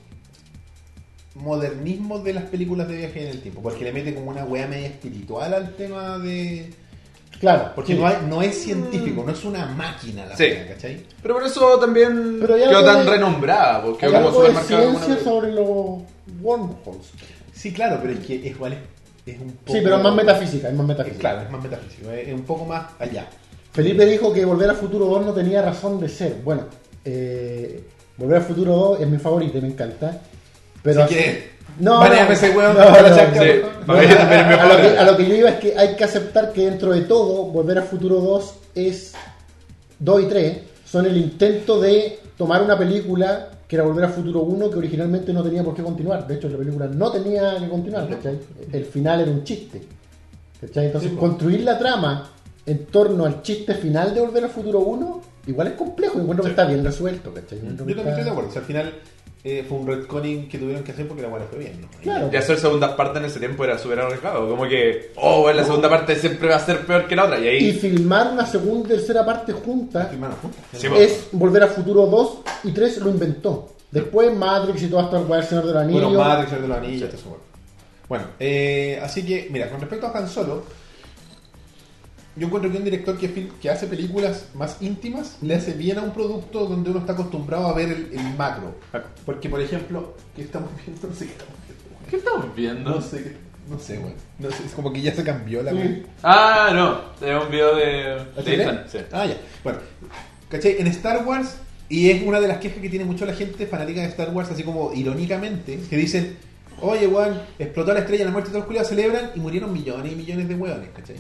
modernismo de las películas de viaje en el tiempo. Porque le mete como una weá media espiritual al tema de. Claro. Porque sí. no, hay- no es científico, no es una máquina la Sí. weá, ¿cachai? Pero por eso también Pero hay quedó algo tan de- renombrada, porque Hay quedó como algo de supermercado. de alguna ciencia vez. sobre los wormholes. Sí, claro, pero es que es igual. es- Es un poco. Sí, pero es más metafísica, es más Eh, metafísica. Claro, es más metafísico, es es un poco más allá. Felipe dijo que Volver a Futuro 2 no tenía razón de ser. Bueno, eh, Volver a Futuro 2 es mi favorita, y me encanta. Pero Si quieres, no, baneame no, ese weón, no, para la no, chaca, no. Sí, weón. para mí también es mi a, lo que, favorita. a lo que yo iba es que hay que aceptar que dentro de todo, Volver a Futuro 2 es 2 y 3 son el intento de tomar una película que era Volver a Futuro 1 que originalmente no tenía por qué continuar. De hecho, la película no tenía que continuar, ¿cachai? El final era un chiste. ¿cachai? Entonces, Sí, pues. construir la trama en torno al chiste final de Volver al Futuro 1 igual es complejo. y Encuentro que está bien resuelto, ¿cachai? Encuentro que Yo también está- estoy de acuerdo. O sea, al final eh, fue un retconning que tuvieron que hacer porque la buena fue bien. ¿no? Claro. Y hacer segundas partes en ese tiempo era súper arriesgado. Como que, oh, bueno, la segunda parte siempre va a ser peor que la otra. Y ahí. Y filmar una segunda y tercera parte juntas Firmaron juntas. Sí, pues. es Volver a Futuro 2 y 3 lo inventó. Después Matrix y todas estas weas, Señor del Anillo. Bueno, Matrix, el de los anillos, todo eso, bueno. Bueno, eh, así que, mira, con respecto a Han Solo, yo encuentro que un director que, fil- que hace películas más íntimas le hace bien a un producto donde uno está acostumbrado a ver el, el macro. Porque, por ejemplo, ¿qué estamos viendo? No sé qué estamos viendo. weón. ¿Qué estamos viendo? No sé, qué- no sé, güey. No sé, es como que ya se cambió la. Sí. Ah, no. Era un video de. ¿La de tele? Ethan, sí. Ah, ya. Bueno, ¿cachai? En Star Wars Y es una de las quejas que tiene mucho la gente fanática de Star Wars, así como irónicamente, que dicen, oye, weón, explotó la estrella, la muerte de todos los culiados celebran y murieron millones y millones de weones, ¿cachai?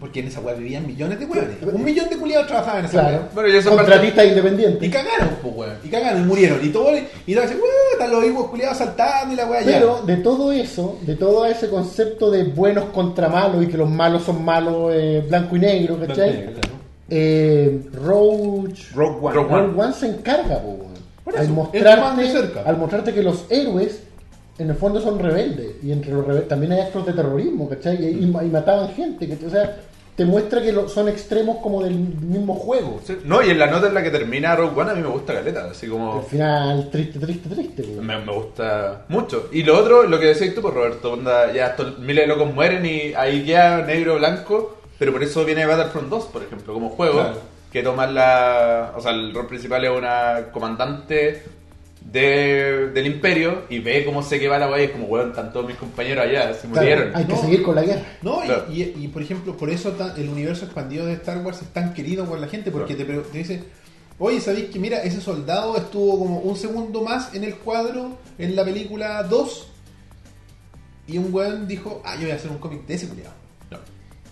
Porque en esa weá vivían millones de weones. Un millón de culiados trabajaban en esa Claro. weá. Bueno, y eso es parte- Contratista Y independiente. cagaron, pues, weón. Y cagaron, y murieron. Y todo, y todo, dicen, weón, están los hijos culiados saltando y la weá ya. Pero de todo eso, de todo ese concepto de buenos contra malos y que los malos son malos, eh, blanco y negro, ¿cachai? Eh, Roach. Rogue One. Rogue One. Rogue One se encarga, po, weón. Por al, eso, es más mostrarte, de cerca. al mostrarte que los héroes en el fondo son rebeldes y entre los rebeldes también hay actos de terrorismo, ¿cachai? Y, y ma- y mataban gente, ¿cachai? O sea, te muestra que lo- son extremos como del mismo juego. Sí. No, y en la nota en la que termina Rogue One a mí me gusta Caleta, así Al como... final, triste, triste, triste, weón. Me, me gusta mucho. Y lo otro, lo que decís tú, pues Roberto, onda, ya to- miles de locos mueren y ahí queda negro, blanco, pero por eso viene Battlefront 2, por ejemplo, como juego, Claro. que toma la... O sea, el rol principal es una comandante de- del imperio y ve cómo se que va la weá y es como, weón, están todos mis compañeros allá, se Claro, Ah. murieron. hay que No. seguir con la guerra. No, y- Claro. y, y, por ejemplo, por eso ta- el universo expandido de Star Wars es tan querido por la gente, porque te pre- te, dice, oye, ¿sabéis que mira, ese soldado estuvo como un segundo más en el cuadro en la película 2? Y un weón dijo, ah, yo voy a hacer un cómic de ese culiado. No.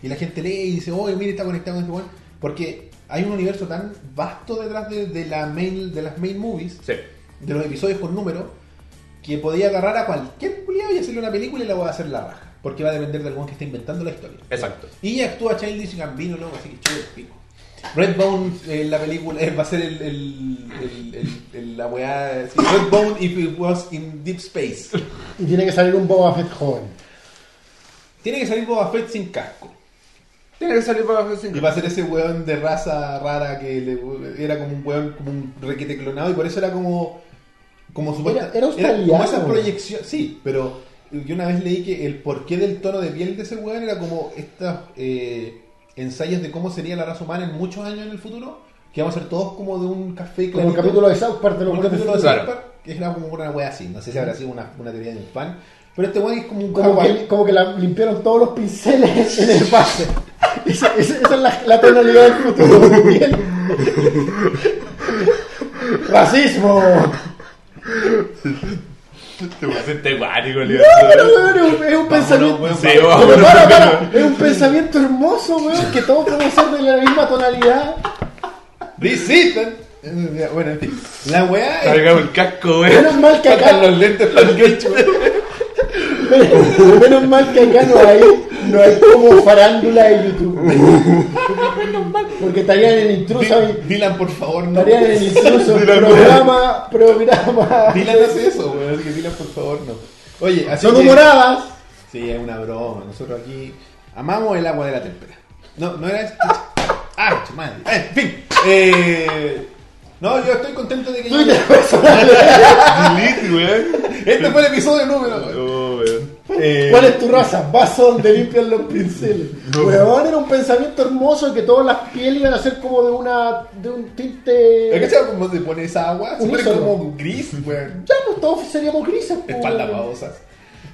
Y la gente lee y dice, oye, mira, está conectado con este weón. Porque hay un universo tan vasto detrás de, de la main, de las main movies, Sí. de los episodios por número, que podía agarrar a cualquier culiado y hacerle una película y la voy a hacer la raja. Porque va a depender del weón que está inventando la historia. Exacto. Y actúa Childish Gambino, loco, así que chulo el pico. Redbone, eh, la película, eh, va a ser el, el, el, el- el- la weá. así, Redbone if it was in deep space. Y tiene que salir un Boba Fett joven. Tiene que salir Boba Fett sin casco. Tiene que salir para Y va a ser ese weón de raza rara que le- era como un weón, como un requete clonado, y por eso era como. Como supuesta. Era- era como australiano. esa proyección. Sí, pero yo una vez leí que el porqué del tono de piel de ese weón era como estos eh, ensayos de cómo sería la raza humana en muchos años en el futuro, que vamos a ser todos como de un café Como el clarito. capítulo de South Park de los Como el capítulo de Claro. South Park, que era como una wea así. No sé si habrá sido una, una teoría de un fan. Pero este weón es como un Como jaguar. que, como que la, limpiaron todos los pinceles en el pase. Esa, esa- esa es la, la tonalidad del futuro. Bien. ¡Racismo! Te pusiste guático, Leo. Pero, weón, es un, es un pensamiento. weón, Sí, vamos. Pero weón. para, para, es un pensamiento hermoso, weón, que todos podemos ser de la misma tonalidad. Resistan. Eh, Bueno, en fin. La weá es Cargamos el casco, weón. Menos mal que acá. Faltan los lentes para el ketchup. Menos, menos mal que acá no hay, no hay como farándula de YouTube. Porque estarían en intruso Dylan, y- Dylan, por favor, no. estarían en intruso programa, programa. Dylan hace eso, weón. Así que Dylan, por favor, no. Oye, así Son que- humoradas. Sí, es una broma. Nosotros aquí amamos el agua de la témpera. No, no era esto. ¡Ah, su madre! Eh, en fin. Eh, no, yo estoy contento de que. yo- Twitter personal. Delete, weón. Este fue el episodio número. Oh, weón. Eh, ¿Cuál es tu raza? Vaso donde limpian los pinceles. Weón, era un pensamiento hermoso que todas las pieles iban a ser como de una de un ¿Es que tinte. sabes cómo se pone esa agua? Se pone Unísono. como gris, weón. Ya pues todos seríamos grises. pues. po, Espaldas weón. babosas.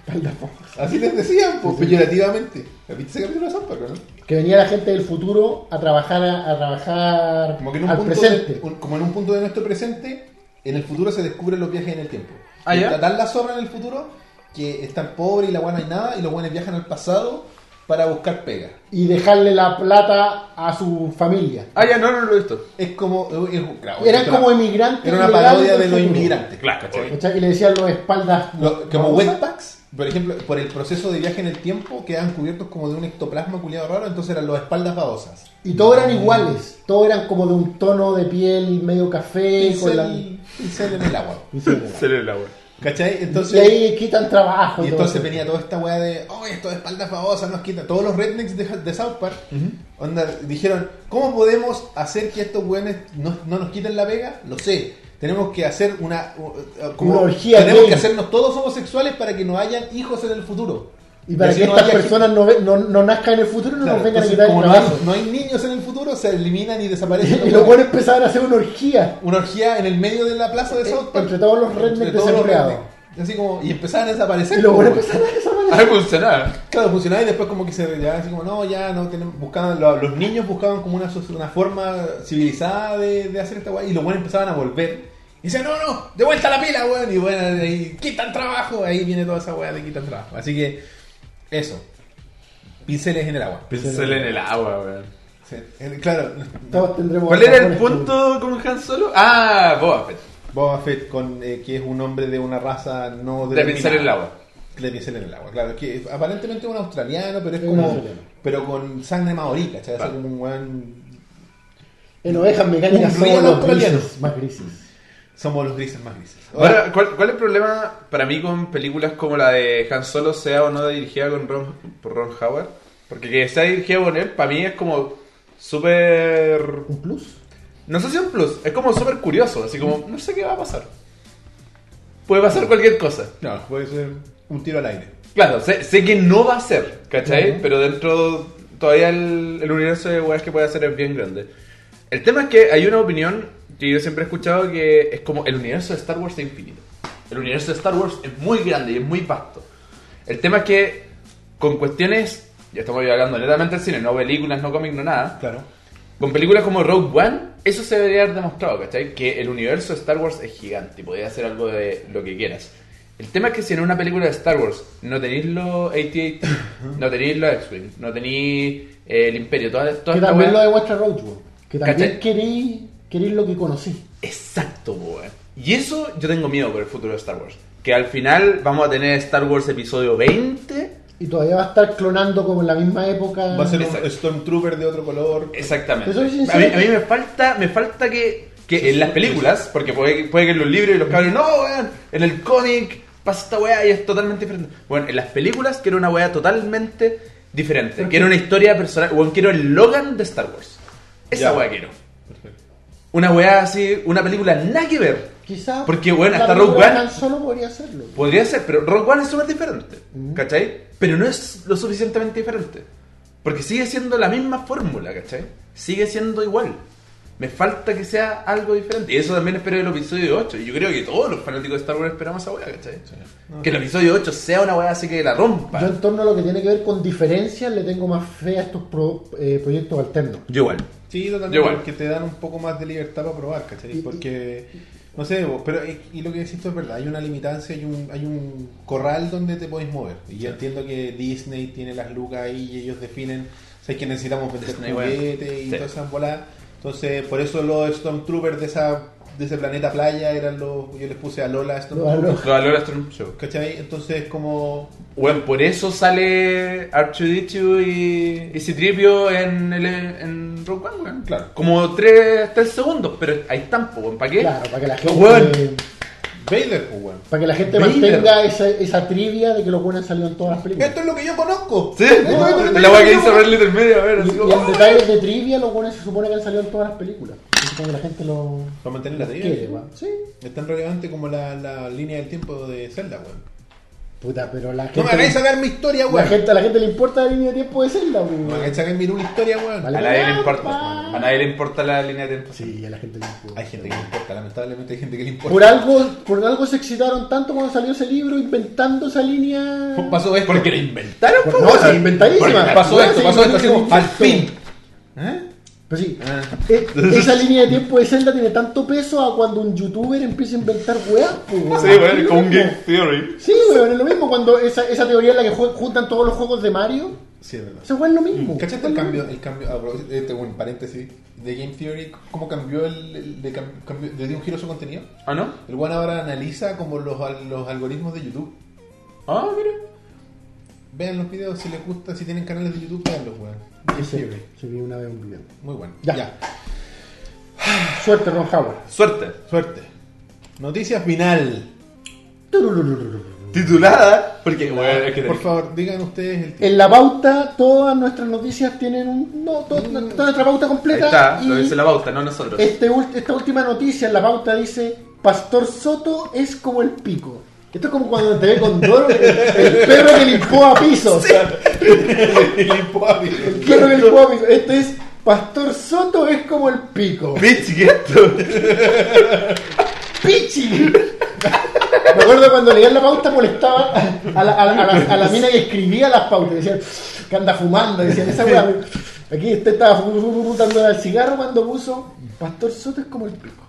Espaldas babosas. Así les decían, pues, peyorativamente. ¿Viste ese capítulo de South Park, o no? Que venía la gente del futuro a trabajar a, a trabajar Como que en un al punto presente. de- un- como en un punto de nuestro presente, en el futuro se descubren los viajes en el tiempo. Ah, ¿ya? Está Tan la sobra en el futuro que están pobres y la guana no hay nada y los guanes viajan al pasado para buscar pega. Y dejarle la plata a su familia. Ah, ya, no, no lo he visto. Es como es un- claro, Eran es una- como emigrantes. era una ilegales parodia del de los futuro. inmigrantes, Claro, ¿cachai? obvio. ¿Cachai? Y le decían los espaldas. Lo- como babosas. wetpacks, por ejemplo, por el proceso de viaje en el tiempo quedan cubiertos como de un ectoplasma culiado raro, entonces eran los espaldas babosas. Y todos eran iguales, todos eran como de un tono de piel medio café, con la... Pincel- pincel en el agua. Se le la weón. ¿Cachai? Entonces Y ahí quitan trabajo. Y todo entonces eso. venía toda esta weá de, oh, esto de espaldas babosas nos quita. Todos los rednecks de, de South Park onda, dijeron, ¿cómo podemos hacer que estos weones no, no nos quiten la vega? Lo sé. Tenemos que hacer una. uh, uh, como, Una orgía tenemos gay. que hacernos todos homosexuales para que no hayan hijos en el futuro. Y para así que no estas haya gente- personas no, ve- no, no nazcan en el futuro y no Claro, nos vengan a entonces, quitar el como no hay, trabajo. no hay niños en el futuro, se eliminan y Y, desaparecen. los lo weones. bueno empezar a hacer una orgía. Una orgía en el medio de la plaza de Eh, South Park. entre todos los rednecks Entre todos los desempleados. rednecks. Así como, y empezaban a desaparecer. pues. Y lo po, bueno weón. empezar a Ahí funcionaba. Claro, funcionaba y después como que se retiraban así como, no, ya no tenemos, buscaban, lo- los niños buscaban como una, so- una forma civilizada de, de hacer esta weá y los buenos empezaban a volver. Y decían, no, no, de vuelta a la pila, weón. Y bueno, ahí quitan trabajo, ahí viene toda esa weá de quitan trabajo. Así que, eso. Pinceles en el agua. Pincel en el agua, weón. Sí, el- claro. Todos tendremos ¿Cuál era el razones, punto con Han Solo? Ah, Boba Fett. Boba Fett, con, eh, que es un hombre de una raza no De pincel en el agua. De pincel en el agua, claro. Que aparentemente es un australiano, pero es Es un como. australiano. Pero con sangre maorí, ¿cachai? Así Vale. como un weón En ovejas Un mecánicas somos real los australiano. grises, más grises. Somos los grises más grises. Ahora, ¿cuál, cuál es el problema para mí con películas como la de Han Solo, sea o no dirigida con Ron, por Ron Howard? Porque que sea dirigida por él, para mí es como súper... Un plus. No sé si un plus, es como súper curioso, así como, no sé qué va a pasar. Puede pasar cualquier cosa. No, puede ser un tiro al aire. Claro, sé, sé que no va a ser, ¿cachai? Pero dentro, todavía el, el universo de weas que puede hacer es bien grande. El tema es que hay una opinión que yo siempre he escuchado que es como el universo de Star Wars es infinito. El universo de Star Wars es muy grande y es muy vasto. El tema es que con cuestiones, ya estamos hablando netamente del cine, no películas, no cómics, no nada. Claro. Con películas como Rogue One, eso se debería haber demostrado, ¿cachai? Que el universo de Star Wars es gigante y podías hacer algo de lo que quieras. El tema es que si en una película de Star Wars no tenéis los 88, no tenéis los X-Wing, no tenéis eh, el Imperio, todas toda Que esta también lo weá- de vuestra Roadworld. Que también ¿Cachai? queréis, queréis lo que conocí. Exacto, po, weón. Y eso yo tengo miedo por el futuro de Star Wars. Que al final vamos a tener Star Wars episodio 20. Y todavía va a estar clonando como en la misma época. Va a ser Exacto. un Stormtrooper de otro color. Exactamente. Pero soy sincero. A mí, a mí me falta, me falta que, que en las películas, porque puede, que- puede que en los libros y los cabros, no, weón, en el cómic pasa esta weá y es totalmente diferente. Bueno, en las películas quiero una weá totalmente diferente. Quiero una historia personal, bueno, quiero el Logan de Star Wars. Ya. Esa weá quiero. Una weá así, una película nada que ver. Quizás. Porque, bueno, la hasta película Rogue de One- Han Solo podría hacerlo. Podría ser, pero Rogue One es súper diferente, ¿cachai? Pero no es lo suficientemente diferente. Porque sigue siendo la misma fórmula, ¿cachai? Sigue siendo igual. Me falta que sea algo diferente. Y eso también espero del episodio 8. Y yo creo que todos los fanáticos de Star Wars esperamos esa weá, ¿cachai? Que el episodio 8 sea una weá así que la rompa. Yo Yo, en torno a lo que tiene que ver con diferencias le tengo más fe a estos pro- eh, proyectos alternos. igual. Sí, totalmente. Igual. Porque te dan un poco más de libertad para probar, ¿cachai? Y- Porque. No sé, vos, pero es- y lo que decís tú es verdad, hay una limitancia, hay un, hay un corral donde te podéis mover. Y yo entiendo que Disney tiene las lucas ahí y ellos definen, sabes que necesitamos vender Disney, bueno. juguetes y Sí. todas esas bolas. Entonces, por eso los Stormtroopers de esa de ese planeta playa eran los yo les puse a Lola Stormtroopers, Alola. Lo valora Storm Show. ¿cachai? Entonces, como Bueno, por eso sale Archudichu y, y Citripio en, el, en Rogue One, weón. Claro. Como 3, segundos, pero ahí están, po, weón. ¿Para qué? Claro, para que la gente. Weón. Vader, pues, weón. Para que la gente Vader. mantenga esa, esa trivia de que los buenos salieron en todas las películas. Esto es lo que yo conozco. Sí, Esto es lo no, yo la weá que conozco. dice Red Little Media, a ver, así Y, como, y en detalles de trivia, los buenos se supone que han salido en todas las películas. Eso para que la gente lo. Para mantener la lo trivia. quiere, weón. Sí. Es tan relevante como la, la línea del tiempo de Zelda, weón. Puta, pero la gente. No me hagáis sacar mi historia, la weón. gente, a la gente le importa la línea de tiempo de Zelda, weón. No me hagáis sacar mi nula historia, A weón. Vale. nadie le importa. A nadie le importa la línea de tiempo. Sí, a la gente le importa. Hay gente que le importa, lamentablemente hay gente que le Por importa. algo, por algo se excitaron tanto cuando salió ese libro inventando esa línea. Pasó esto. Porque la inventaron, po, No, weón. sí, inventadísima. Pasó Weón, esto, sí, pasó esto, así inventadísima. como, al fin. ¿Eh? Pero sí, Ah. e- esa línea de tiempo de Zelda tiene tanto peso a cuando un youtuber empieza a inventar weas. po, weón. Sí, weón, Es con lo un mismo. Game Theory. Sí, weón, es lo mismo cuando esa, esa teoría en la que jue- juntan todos los juegos de Mario. Sí, es verdad. Esa wea es lo mismo. ¿Cachaste el cambio, el cambio, a propósito, este, un paréntesis, de Game Theory, cómo cambió el, el- de cam- cambió- le dio un giro a su contenido? ¿Ah, no? El one ahora analiza como los, al- los algoritmos de YouTube. Ah, mira. Vean los videos, si les gusta, si tienen canales de YouTube, veanlos, weón. Game Sí, Theory. sí, vi una vez un video. Muy bueno. Ya. ya. Suerte, Ron Howard. Suerte. Suerte. Noticia final. Titulada. Porque, weón, es que Por favor, digan ustedes el título. En la pauta, todas nuestras noticias tienen un. No, to- toda nuestra pauta Ahí completa. está, y lo dice la pauta, no nosotros. este ult- esta última noticia en la pauta dice: Pastor Soto es como el pico. Esto es como cuando te ve con Doro, el el perro que limpó a pisos. El perro que limpó a pisos. Este es: Pastor Soto es como el pico. Bitch, ¿qué es esto? ¡Pichi! Me acuerdo cuando leía la pauta molestaba a la, a la- a la- a la mina que escribía las pautas. Decían que anda fumando. Decían esa weá. Aquí usted estaba dando al cigarro cuando puso Pastor Soto es como el pico.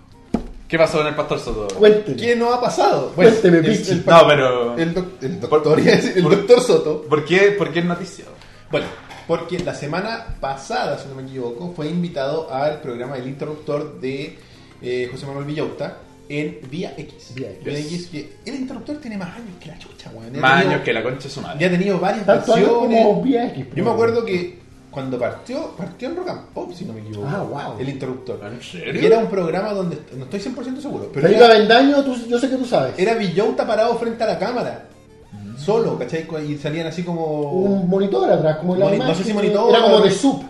¿Qué pasó con el pastor Soto? Cuénteme. ¿Qué no ha pasado? Cuénteme, el, Pichi. el- No, pero. el doc- el doctor, iba a decir, el doctor Soto. ¿Por qué, por qué es noticia? Bueno, porque la semana pasada, si no me equivoco, fue invitado al programa El Interruptor de eh, José Manuel Villauta en Vía X. Vía X. X, que el interruptor tiene más años que la chucha, weón. Ya ha Más tenido- años que la concha de su madre. Ya ha tenido varias Tanto años como versiones. Vía X. Yo me acuerdo que cuando partió, partió en Rock and Pop, si no me equivoco. Ah, wow. El interruptor. ¿En serio? Y era un programa donde, no estoy 100% seguro, pero Pero era, Vendaño, tú- yo sé que tú sabes. era Villauta parado frente a la cámara. Solo, ¿cachai? Y salían así como... un monitor atrás, como la Moni- imagen no sé si que- monitor eh. Era como o- de sub.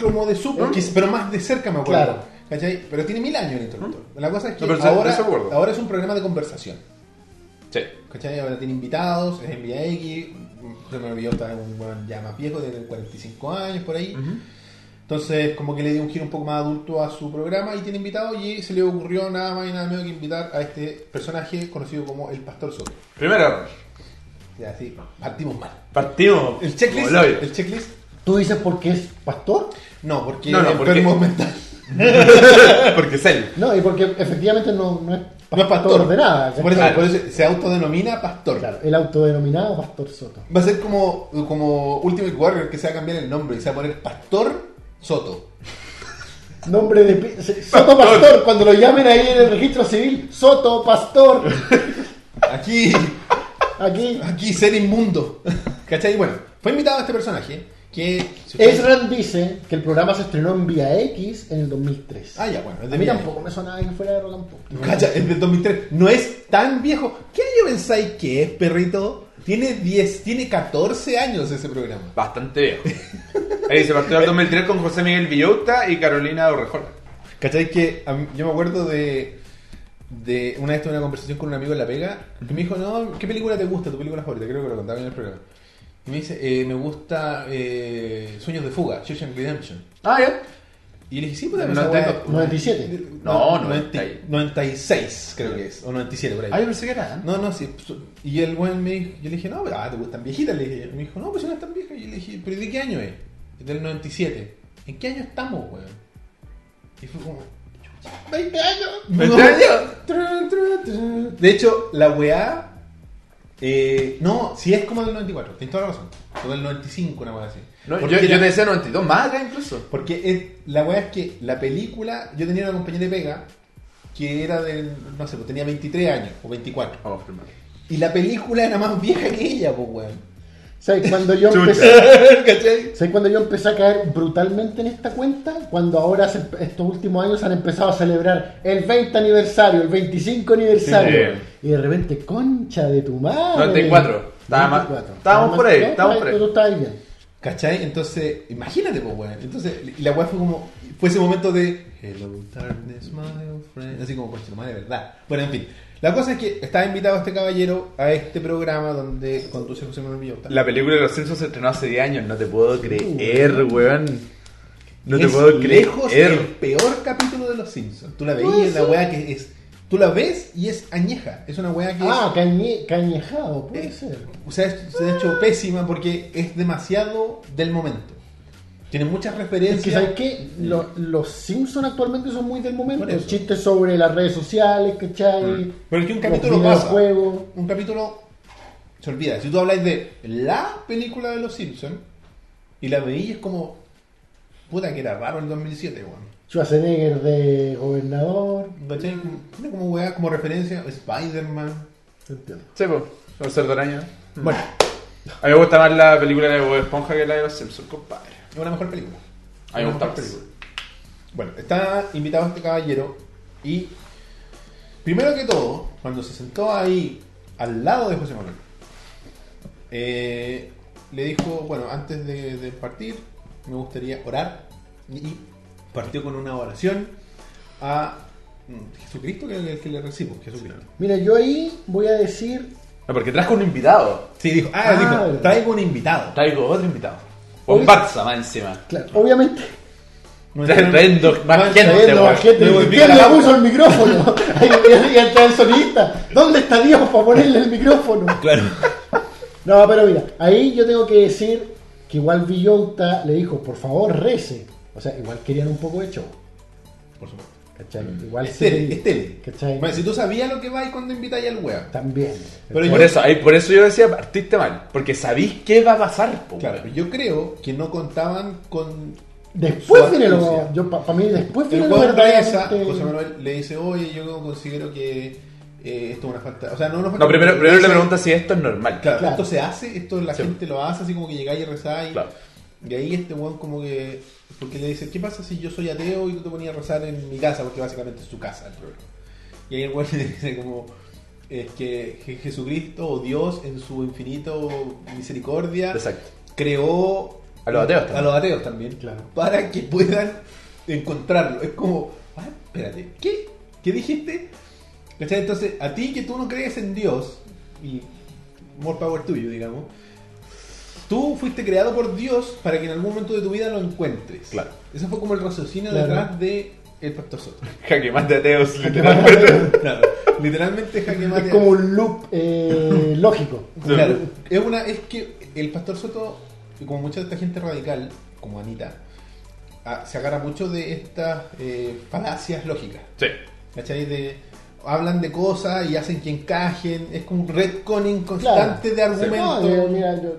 como de super, que- pero más de cerca me acuerdo. Claro. ¿Cachai? Pero tiene mil años el interruptor. La cosa es que No, pero se- ahora, de eso acuerdo. ahora es un programa de conversación. Sí. ¿Cachai? Ahora tiene invitados, es en VX. José Manuel Villota es un weón ya más viejo, tiene 45 años por ahí. Entonces, como que le dio un giro un poco más adulto a su programa y tiene invitados. Y se le ocurrió nada más y nada menos que invitar a este personaje conocido como el Pastor Soto. Primero error. Ya, así, partimos mal. Partimos. El checklist. como el hoyo. El checklist. ¿Tú dices por qué es pastor? No, porque No, no, enfermo porque- mental. Porque es él. No, y porque efectivamente no, no es pastor, No es pastor. de nada. Por eso, Claro. por eso se autodenomina pastor. Claro, el autodenominado Pastor Soto. Va a ser como, como Ultimate Warrior que se va a cambiar el nombre y se va a poner Pastor Soto. Nombre de... pi- se- Soto Pastor, cuando lo llamen ahí en el registro civil, Soto Pastor, Aquí, aquí. aquí ser inmundo. ¿Cachai? Bueno, fue invitado a este personaje que. si ustedes- Ezran dice que el programa se estrenó en Vía X en el 2003. Ah, ya, bueno, es A de mí mí tampoco me sonaba que fuera de Rock and Pop. Cacha, es del 2003. No es tan viejo. ¿Qué año pensáis que es, perrito? Tiene 10, tiene 14 años ese programa. Bastante viejo. Ahí se partió el 2003 con José Miguel Villota y Carolina Orrejola. ¿Cachai? Que a mí- yo me acuerdo de, de una vez tuve una conversación con un amigo en La Pega que me dijo, no, ¿qué película te gusta? ¿Tu película favorita? Creo que lo contaba en el programa. Y me dice, eh, me gusta eh, Sueños de Fuga, Shawshank Redemption. Ah, ya. Y le dije, sí, puta, pero No, esa weá- tengo- 97. No, noventa- 90. 96 creo que es, o 97 por ahí. Ah, yo pensé que era. No, no, sí. pues, Y el weón me dijo, yo le dije, no, pero ah, te gustan viejitas. Le dije, me dijo, no, pues si no es tan vieja. Y yo le dije, pero ¿de qué año es? Es del 97. ¿En qué año estamos, weón? Y fue como, ¡20 años! ¿20 años? Trun, trun, trun. De hecho, la weá. eh, no, si es como del 94, tienes toda la razón. O del 95, una weá así. No, yo, Porque yo la- te decía 92, más acá incluso. porque es- la weá es que la película, yo tenía una compañera de pega que era del, no sé, pues tenía 23 años o 24. Vamos a firmar. Y la película era más vieja que ella, pues weón. ¿Sabes? Cuando yo Chuta. empecé... ¿Cachai? ¿Sabes cuando yo empecé a caer brutalmente en esta cuenta? Cuando ahora se- estos últimos años han empezado a celebrar el 20 aniversario, el 25 aniversario. Sí. Y de repente, concha de tu madre. 94. Estaba más- 94. estábamos por ahí, No, estábamos por ahí. pero Tú estabas bien. ¿Cachai? Entonces, imagínate, pues weón. Entonces, y la weá fue como, fue ese momento de Hello darkness, my old friend. Así como, pues, de verdad. Bueno, en fin. La cosa es que estaba invitado este caballero a este programa donde conduce José Manuel Villota. La película de los Simpsons se estrenó hace 10 años. No te puedo creer, weón. No te es puedo creer. lejos el peor capítulo de Los Simpsons. Tú la veías, Puede es la ser. weá que es. Tú la ves y es añeja. Es una weá que Ah, cañe- cañejado, puede Eh, ser. o sea, es- se ha hecho pésima porque es demasiado del momento. Tiene muchas referencias. Es que, ¿sabes qué? Lo- los Simpsons actualmente son muy del momento. Por eso. Chistes sobre las redes sociales, ¿cachai? Mm. Pero es que un Los capítulo pasa. videojuegos. Un capítulo se olvida. Si tú habláis de la película de Los Simpsons y la veí es como. Puta que era raro el 2007, weón. Schwarzenegger de gobernador. ¿Cachai? Como- Tiene como weá, como referencia Spider-Man. Entiendo. Sí, pues. Los cerdoraños. Bueno, A mí me gusta más la película de Bob Esponja que la de los Simpsons, compadre. es una mejor película. A mí me gusta más. Bueno, está invitado este caballero y primero que todo, cuando se sentó ahí al lado de José Manuel, eh, le dijo, bueno, antes de, de partir me gustaría orar y- y partió con una oración a mm, Jesucristo, que es el que le recibo, Jesucristo. Mira, yo ahí voy a decir No, porque trajo un invitado. Sí, dijo, ah, Ah, dijo, verdad. traigo un invitado. Traigo otro invitado. O un Barça más encima. Claro, obviamente, Tremendo, más Más gente, Trayendo weón. más gente. Le volví ¿Quién la le pauta. puso el micrófono? y entra el sonista. ¿Dónde está Dios para ponerle el micrófono? Claro. No, pero mira, ahí yo tengo que decir que igual Villota le dijo, por favor, rece. O sea, igual querían un poco de show. Por supuesto. ¿Cachai? Igual Es tele, es tele. ¿Cachai? este Bueno, si tú sabías lo que va y cuando invitáis al weón. También. Pero Por yo- eso, ahí, por eso yo decía, partiste mal. Porque sabís qué va a pasar, po, Claro, weón. yo creo que no contaban con. Después Su viene lo. astucia. Yo, para mí, después El viene lo weón regresa, verdaderamente- José Manuel le dice, oye, yo considero que eh, esto es una falta. O sea, no una falta. No, primero, primero le Dice, pregunta si esto es normal. Claro, Claro. esto se hace, esto la Sí. gente lo hace, así como que llegáis y rezáis. Claro. Y ahí este weón como que... Porque le dice, ¿qué pasa si yo soy ateo y tú te ponías a rezar en mi casa? Porque básicamente es su casa el problema. Y ahí el weón le dice como... Es que Je- Jesucristo o Dios en su infinito misericordia Exacto. creó A los ateos también. a los ateos también, Claro. para que puedan encontrarlo. Es como, ah, espérate, ¿qué? ¿Qué dijiste? ¿Cachai? Entonces, a ti que tú no crees en Dios, y more power tuyo, digamos, tú fuiste creado por Dios para que en algún momento de tu vida lo encuentres. Claro. Ese fue como el raciocinio Claro. detrás de el factor Soto. Jaque mate ateos, literal. Claro. Literalmente jaque mate Es a- como un loop eh, lógico. Claro, es, una, es que el pastor Soto, y como mucha de esta gente radical, como Anita, ah, se agarra mucho de estas eh, falacias lógicas. Sí. ¿Cachai? De, hablan de cosas y hacen que encajen. Es como un retconning constante de argumentos. No, yo- mira, yo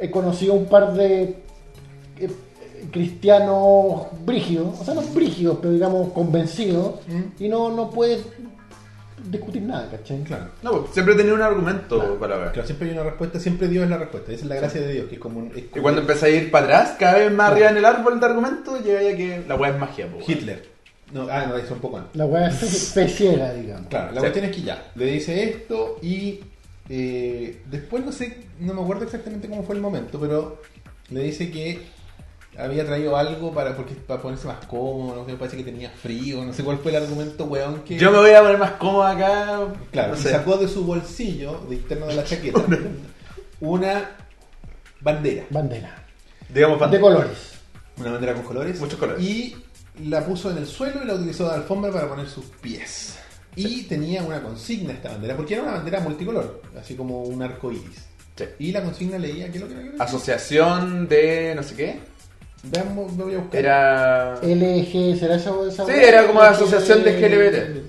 he conocido un par de eh, cristianos brígidos, o sea, no brígidos, pero digamos convencidos, Mm. y no, no puedes discutir nada, ¿cachai? Claro. No, pues, siempre tenía un argumento para ver. Claro, siempre hay una respuesta, siempre Dios es la respuesta. Esa es la gracia de Dios, que es como un. es Y como cuando empecé a ir para atrás, cada vez más arriba en el árbol de argumento, llegué a que la weá es magia, pues, po, weón. Hitler. No, ah, no, eso un poco antes. La weá es fe ciega, digamos. Claro, la Sí. cuestión es que ya, le dice esto y eh, después no sé, no me acuerdo exactamente cómo fue el momento, pero le dice que había traído algo para, porque, para ponerse más cómodo, no sé, parece que tenía frío, no sé cuál fue el argumento, weón, que... Yo me voy a poner más cómodo acá. Claro, no y sé. sacó de su bolsillo, de interno de la chaqueta, una bandera. Bandera. Digamos, De fantástico. colores. Una bandera con colores. Muchos colores. Y la puso en el suelo y la utilizó de alfombra para poner sus pies. Y tenía una consigna esta bandera, porque era una bandera multicolor, así como un arco iris. Sí. Y la consigna leía, ¿qué es lo que era? ¿Qué era? Asociación de no sé qué. Veamos, lo voy a buscar. Era. LG, ¿será esa, esa Sí, weá? era como la asociación de LGBT.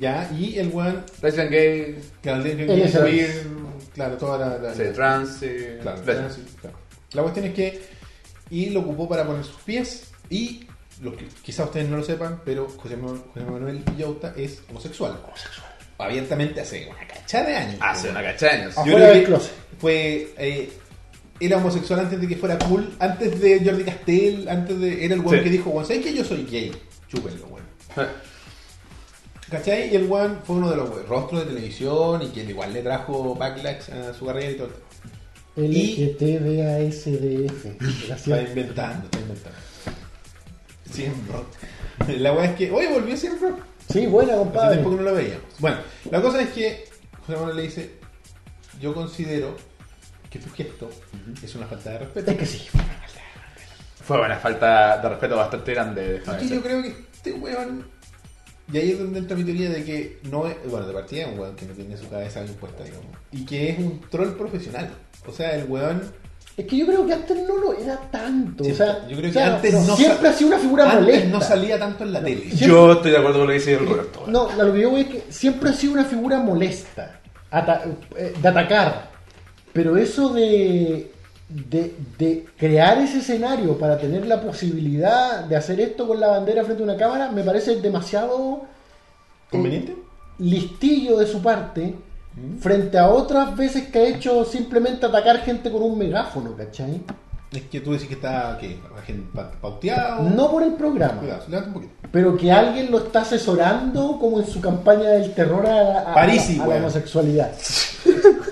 Ya, y el weón, Lesbian gay, claro, el Él es queer, claro, toda la. la- no sé, la- trans. eh, claro, lesbian. sí, claro. La cuestión es que. Y lo ocupó para poner sus pies. Y los que quizás ustedes no lo sepan, pero José, Manuel- José Manuel Villauta es homosexual. Homosexual. Abiertamente hace una cachada de años. Hace una cacha de años. Ah. Afuera creo del que- closet. fue eh, era homosexual antes de que fuera cool, antes de Jordi Castell, antes de era el weón Sí. que dijo, "Weón, ¿sabes que yo soy gay?" Chúpenlo, weón. Ah. ¿Cachai? Y el weón fue uno de los weón, rostros de televisión y quien igual le trajo backlash a su carrera y todo. LGTBASDF. Está Gracias. inventando, está inventando. Cien rock. La weá es que, oye, volvió Cien rock. Sí, buena, Hace compadre. tiempo que no lo veíamos. Bueno, la cosa es que José Manuel le dice, yo considero que tu gesto es una falta de respeto. Es que sí. Fue una falta de respeto bastante grande. déjame Y decir. yo creo que este weón. Y ahí es donde entra mi teoría de que no es. Bueno, de partida es un weón que no tiene su cabeza bien puesta, digamos. Y que es un troll profesional. O sea, el weón. Es que yo creo que antes no lo era tanto. Sí, o sea, yo creo que o sea, antes no siempre sal- ha sido una figura antes molesta. no salía tanto en la tele. Sí. Yo estoy de acuerdo con lo que dice el Roberto. weón. No, lo que yo veo es que siempre ha sido una figura molesta ata- eh, de atacar. Pero eso de, de, de crear ese escenario para tener la posibilidad de hacer esto con la bandera frente a una cámara me parece demasiado ¿Conveniente? listillo de su parte Mm. frente a otras veces que ha hecho simplemente atacar gente con un megáfono, ¿cachai? Es que tú decís que está. ¿Qué? Agen- pa- Pauteado. No por el programa. Cuidado, levanta un poquito. Pero que alguien lo está asesorando como en su campaña del terror a, la- a- Parisi, a la weón. homosexualidad.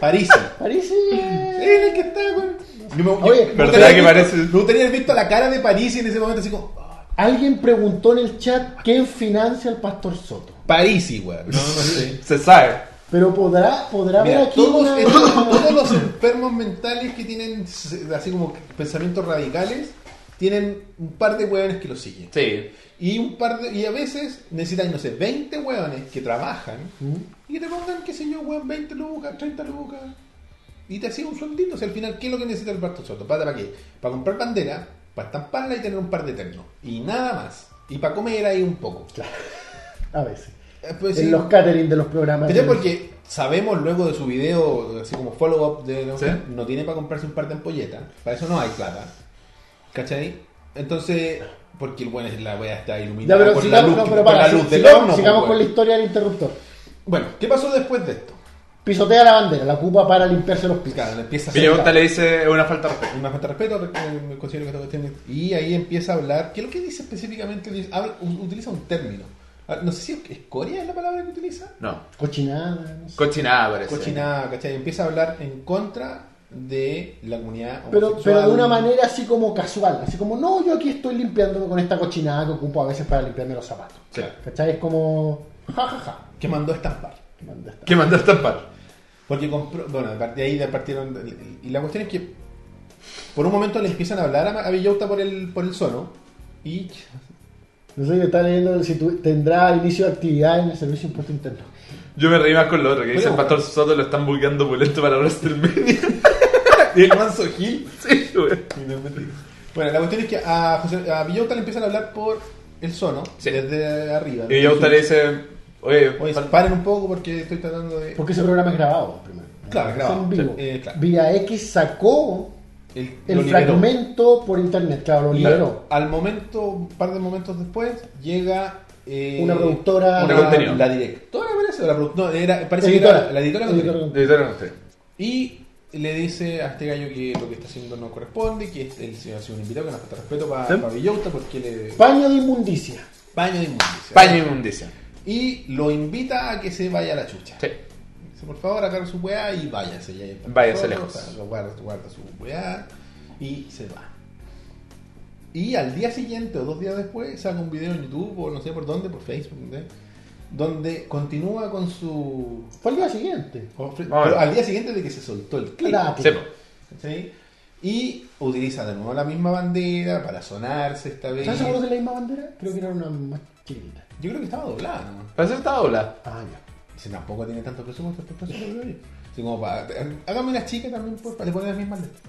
París. Parisi. Él es el que está, weón. Yo me- Oye, yo- me ¿verdad gustaría que haber parece? visto- Me gustaría haber visto la cara de París en ese momento, así como. "Ah, Alguien preguntó en el chat quién financia al pastor Soto. París, weón. No, no sé. Se sabe. Pero podrá, podrá Mira, haber aquí todos, una- estos- todos los enfermos mentales que tienen s- así como pensamientos radicales tienen un par de hueones que lo siguen. Sí. Y un par de, y a veces necesitan, no sé, 20 hueones que trabajan Mm. y que te pongan, qué sé yo, hueón, 20 lucas, 30 lucas. Y te hacía un sueldito. O sea, al final, ¿qué es lo que necesita el Barto Soto? ¿Para, ¿Para qué? Para comprar bandera, para estamparla y tener un par de ternos. Y nada más. Y para comer ahí un poco. A veces. Eh, pues, sí. En los catering de los programas. Pero porque sabemos luego de su video, así como follow-up, de no, no tiene para comprarse un par de ampolletas. Para eso no hay plata. ¿Cachai? Entonces, porque el bueno, la wea está Ya, iluminada pero por sigamos, la luz, no, pero por para, la luz si- del sigamos- horno, sigamos pues, con la weón. historia del interruptor. Bueno, ¿qué pasó después de esto? Pisotea la bandera, la ocupa para limpiarse los pies. Claro, le empieza a hacer- Villamonta le dice "Es una falta de respeto. Y más falta de respeto, porque me considero que esta cuestión es- Y ahí empieza a hablar. ¿Qué es lo que dice específicamente? Dice- habla- u- utiliza un término. Ah, No sé si es- escoria es la palabra que utiliza. No. Cochinada, no sé. Cochinada parece. Cochinada, ¿cachai? Empieza a hablar en contra de la comunidad Pero, pero de una homosexual. manera así como casual, así como, no, yo aquí estoy limpiándome con esta cochinada que ocupo a veces para limpiarme los zapatos. Claro. ¿Cachai? Es como, ja, ja, ja. Que mandó a estampar. que manda esta- ¿Qué mandó a estampar? Porque compró, bueno, de par- de ahí de partieron. Y la cuestión es que por un momento le empiezan a hablar a, a Villauta por el, por el sono. Y No sé, está leyendo si tu- tendrá inicio de actividad en el servicio de impuesto interno. Yo me reí más con lo otro, que dice Pero- el pastor Soto lo están bulgueando bulento para WrestleMania. y el manso Gil. sí, güey. Bueno, la cuestión es que a, José, a Villauta le empiezan a hablar por el sono. Sí. Desde arriba. Y Villauta le dice, oye, Oye, paren un poco porque estoy tratando de. Porque ese programa es grabado primero. Claro, Es grabado, en vivo. sí, eh, claro. Vía X sacó El, el lo liberó. fragmento por internet, claro, lo Y liberó. Al momento, un par de momentos después, llega. eh, Una productora- una- De contenido. La directora, parece. o La, produ- no, era, parece que Editora. era la editora. de Editora contenido. editor, no sé. Y le dice a este gallo que lo que está haciendo no corresponde, que es- él se hace un invitado que nos falta respeto para ¿Sí? Villota porque le. Paño de inmundicia. baño de inmundicia. paño inmundicia. Y lo invita a que se vaya a la chucha. Sí. Dice, por favor, agarre su weá y váyase. Ya, Váyase Todo, lejos. o sea, lo guarda, guarda su weá y se va. Y al día siguiente o dos días después saca un video en YouTube o no sé por dónde, por Facebook, ¿no? donde continúa con su. Fue el día siguiente. Pero al día siguiente de que se soltó el clip. Claro. Sí, po. ¿sí? Y utiliza de nuevo la misma bandera para sonarse esta vez. ¿Estás seguro Yo de la misma bandera? Creo que era una más chiquitita. creo que estaba doblada, ¿no? Parece que está doblada. Ah, ya. Si tampoco tiene tanto presupuesto, este presupuesto creo yo. Así como para. Hágame una chica también, pues, para le poner las mismas letras.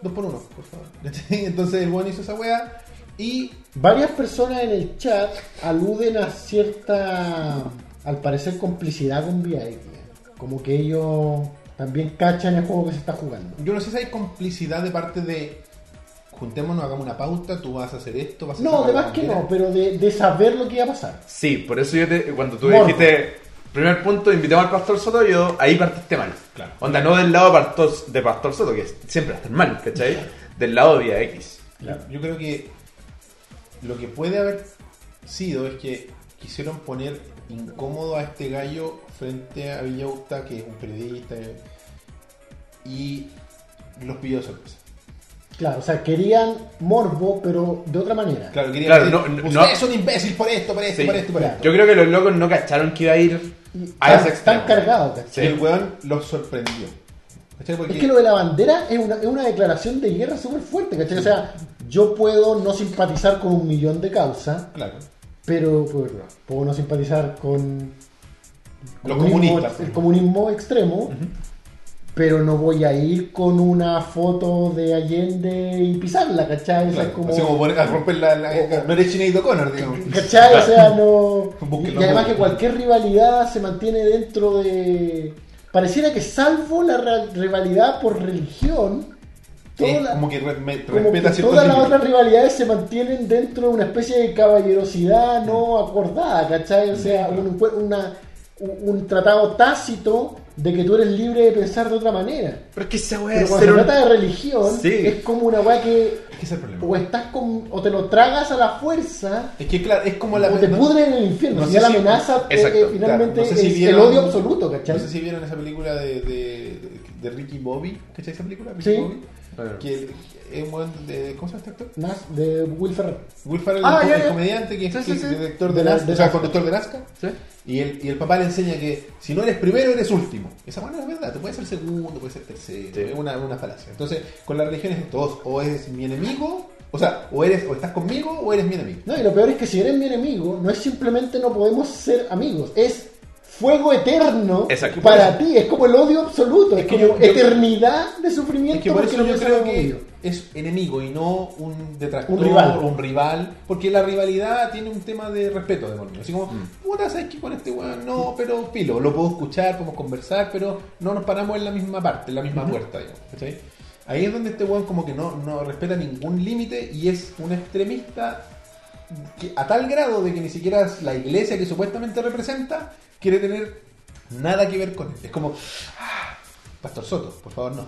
Dos por uno, por favor. ¿Cachai? Entonces el bueno hizo esa weá y. Varias personas en el chat aluden a cierta, al parecer, complicidad con Vía X. ¿eh? Como que ellos también cachan el juego que se está jugando. Yo no sé si hay complicidad de parte de. Juntémonos, hagamos una pauta, tú vas a hacer esto, vas a No, hacer de más que no, pero de, de saber lo que iba a pasar. Sí, por eso yo te, cuando tú Morbo. dijiste, primer punto, invitamos al pastor Soto, yo ahí partiste mal. Claro. Onda, no del lado de pastor, de pastor Soto, que siempre va a estar mal, ¿cachai? Del lado de Vía X. Yo- Yo creo que lo que puede haber sido es que quisieron poner incómodo a este gallo frente a Villauta, que es un periodista, eh, y los pilló de sorpresa. Claro, o sea, querían morbo, pero de otra manera. Claro, quería Claro, decir, no- no- ustedes no- son imbéciles por esto, por esto, Sí. por esto, por Claro. esto. Yo creo que los locos no cacharon que iba a ir Y a tan, ese extremo. tan cargado, ¿cachai? Y El weón los sorprendió. ¿Cachai? Porque- Es que lo de la bandera es una, es una declaración de guerra súper fuerte, ¿cachai? O sea, yo puedo no simpatizar con un millón de causas, Claro. pero pues, no, puedo no simpatizar con Los comunismo- comunistas. el comunismo extremo, pero no voy a ir con una foto de Allende y pisarla, ¿cachai? O sea, Claro. es como- Así como poner- a romper la... la- no eres Sinead O'Connor, digamos. ¿Cachai? O sea, no. Búsquenlo. Y además que cualquier rivalidad se mantiene dentro de. Pareciera que salvo la ra- rivalidad por religión, toda Es la- como que re- me- como que respeta ciertos todas las límites. otras rivalidades se mantienen dentro de una especie de caballerosidad no acordada, ¿cachai? O sea, un, una- un- un tratado tácito de que tú eres libre de pensar de otra manera. Pero es que esa weá Pero es cuando se ser un... trata de religión, Sí. es como una weá que Es que ese es el problema. o estás con, o te lo tragas a la fuerza Es que claro, es como la... o te no- pudre en el infierno. no si sé ya la si- amenaza eh, exacto, eh, finalmente claro, no sé si es vieron- el odio absoluto, ¿cachai? No sé si vieron esa película de, de, de Ricky Bobby. ¿Cachai esa película? Ricky Sí. Bobby. Claro. Que el- es un weón de. ¿Cómo se llama este actor? Nas- de Will Ferrell. Will Ferrell, Ah, el, ya, el ya. comediante que es Sí, que sí, es sí. director de, De la- Nazca, de o sea, Nazca. conductor de Nazca. Y el, y el papá le enseña que si no eres primero, eres último. Esa buena es verdad, tú puedes ser segundo, puedes ser tercero, Sí. es una, una falacia. Entonces, con la religión es todos, o es mi enemigo O sea, o eres o estás conmigo o eres mi enemigo. No, y lo peor es que si eres mi enemigo, no es simplemente no podemos ser amigos, es fuego eterno Exacto. para ti, es como el odio absoluto, es, que yo- como yo- eternidad de sufrimiento. Es que por porque eso yo no creo pensamos en que ello. es enemigo y no un detractor Un rival. o un rival. Porque la rivalidad tiene un tema de respeto de por medio. Así como, Mm. puta, ¿sabes qué con este weón? No, pero pilo, lo puedo escuchar, podemos conversar, pero no nos paramos en la misma parte, en la misma puerta, digamos. ¿cachai? Ahí es donde este weón como que no, no respeta ningún límite y es un extremista que- a tal grado de que ni siquiera la iglesia que supuestamente representa quiere tener nada que ver con él. Es como, "Ah, Pastor Soto, por favor, no.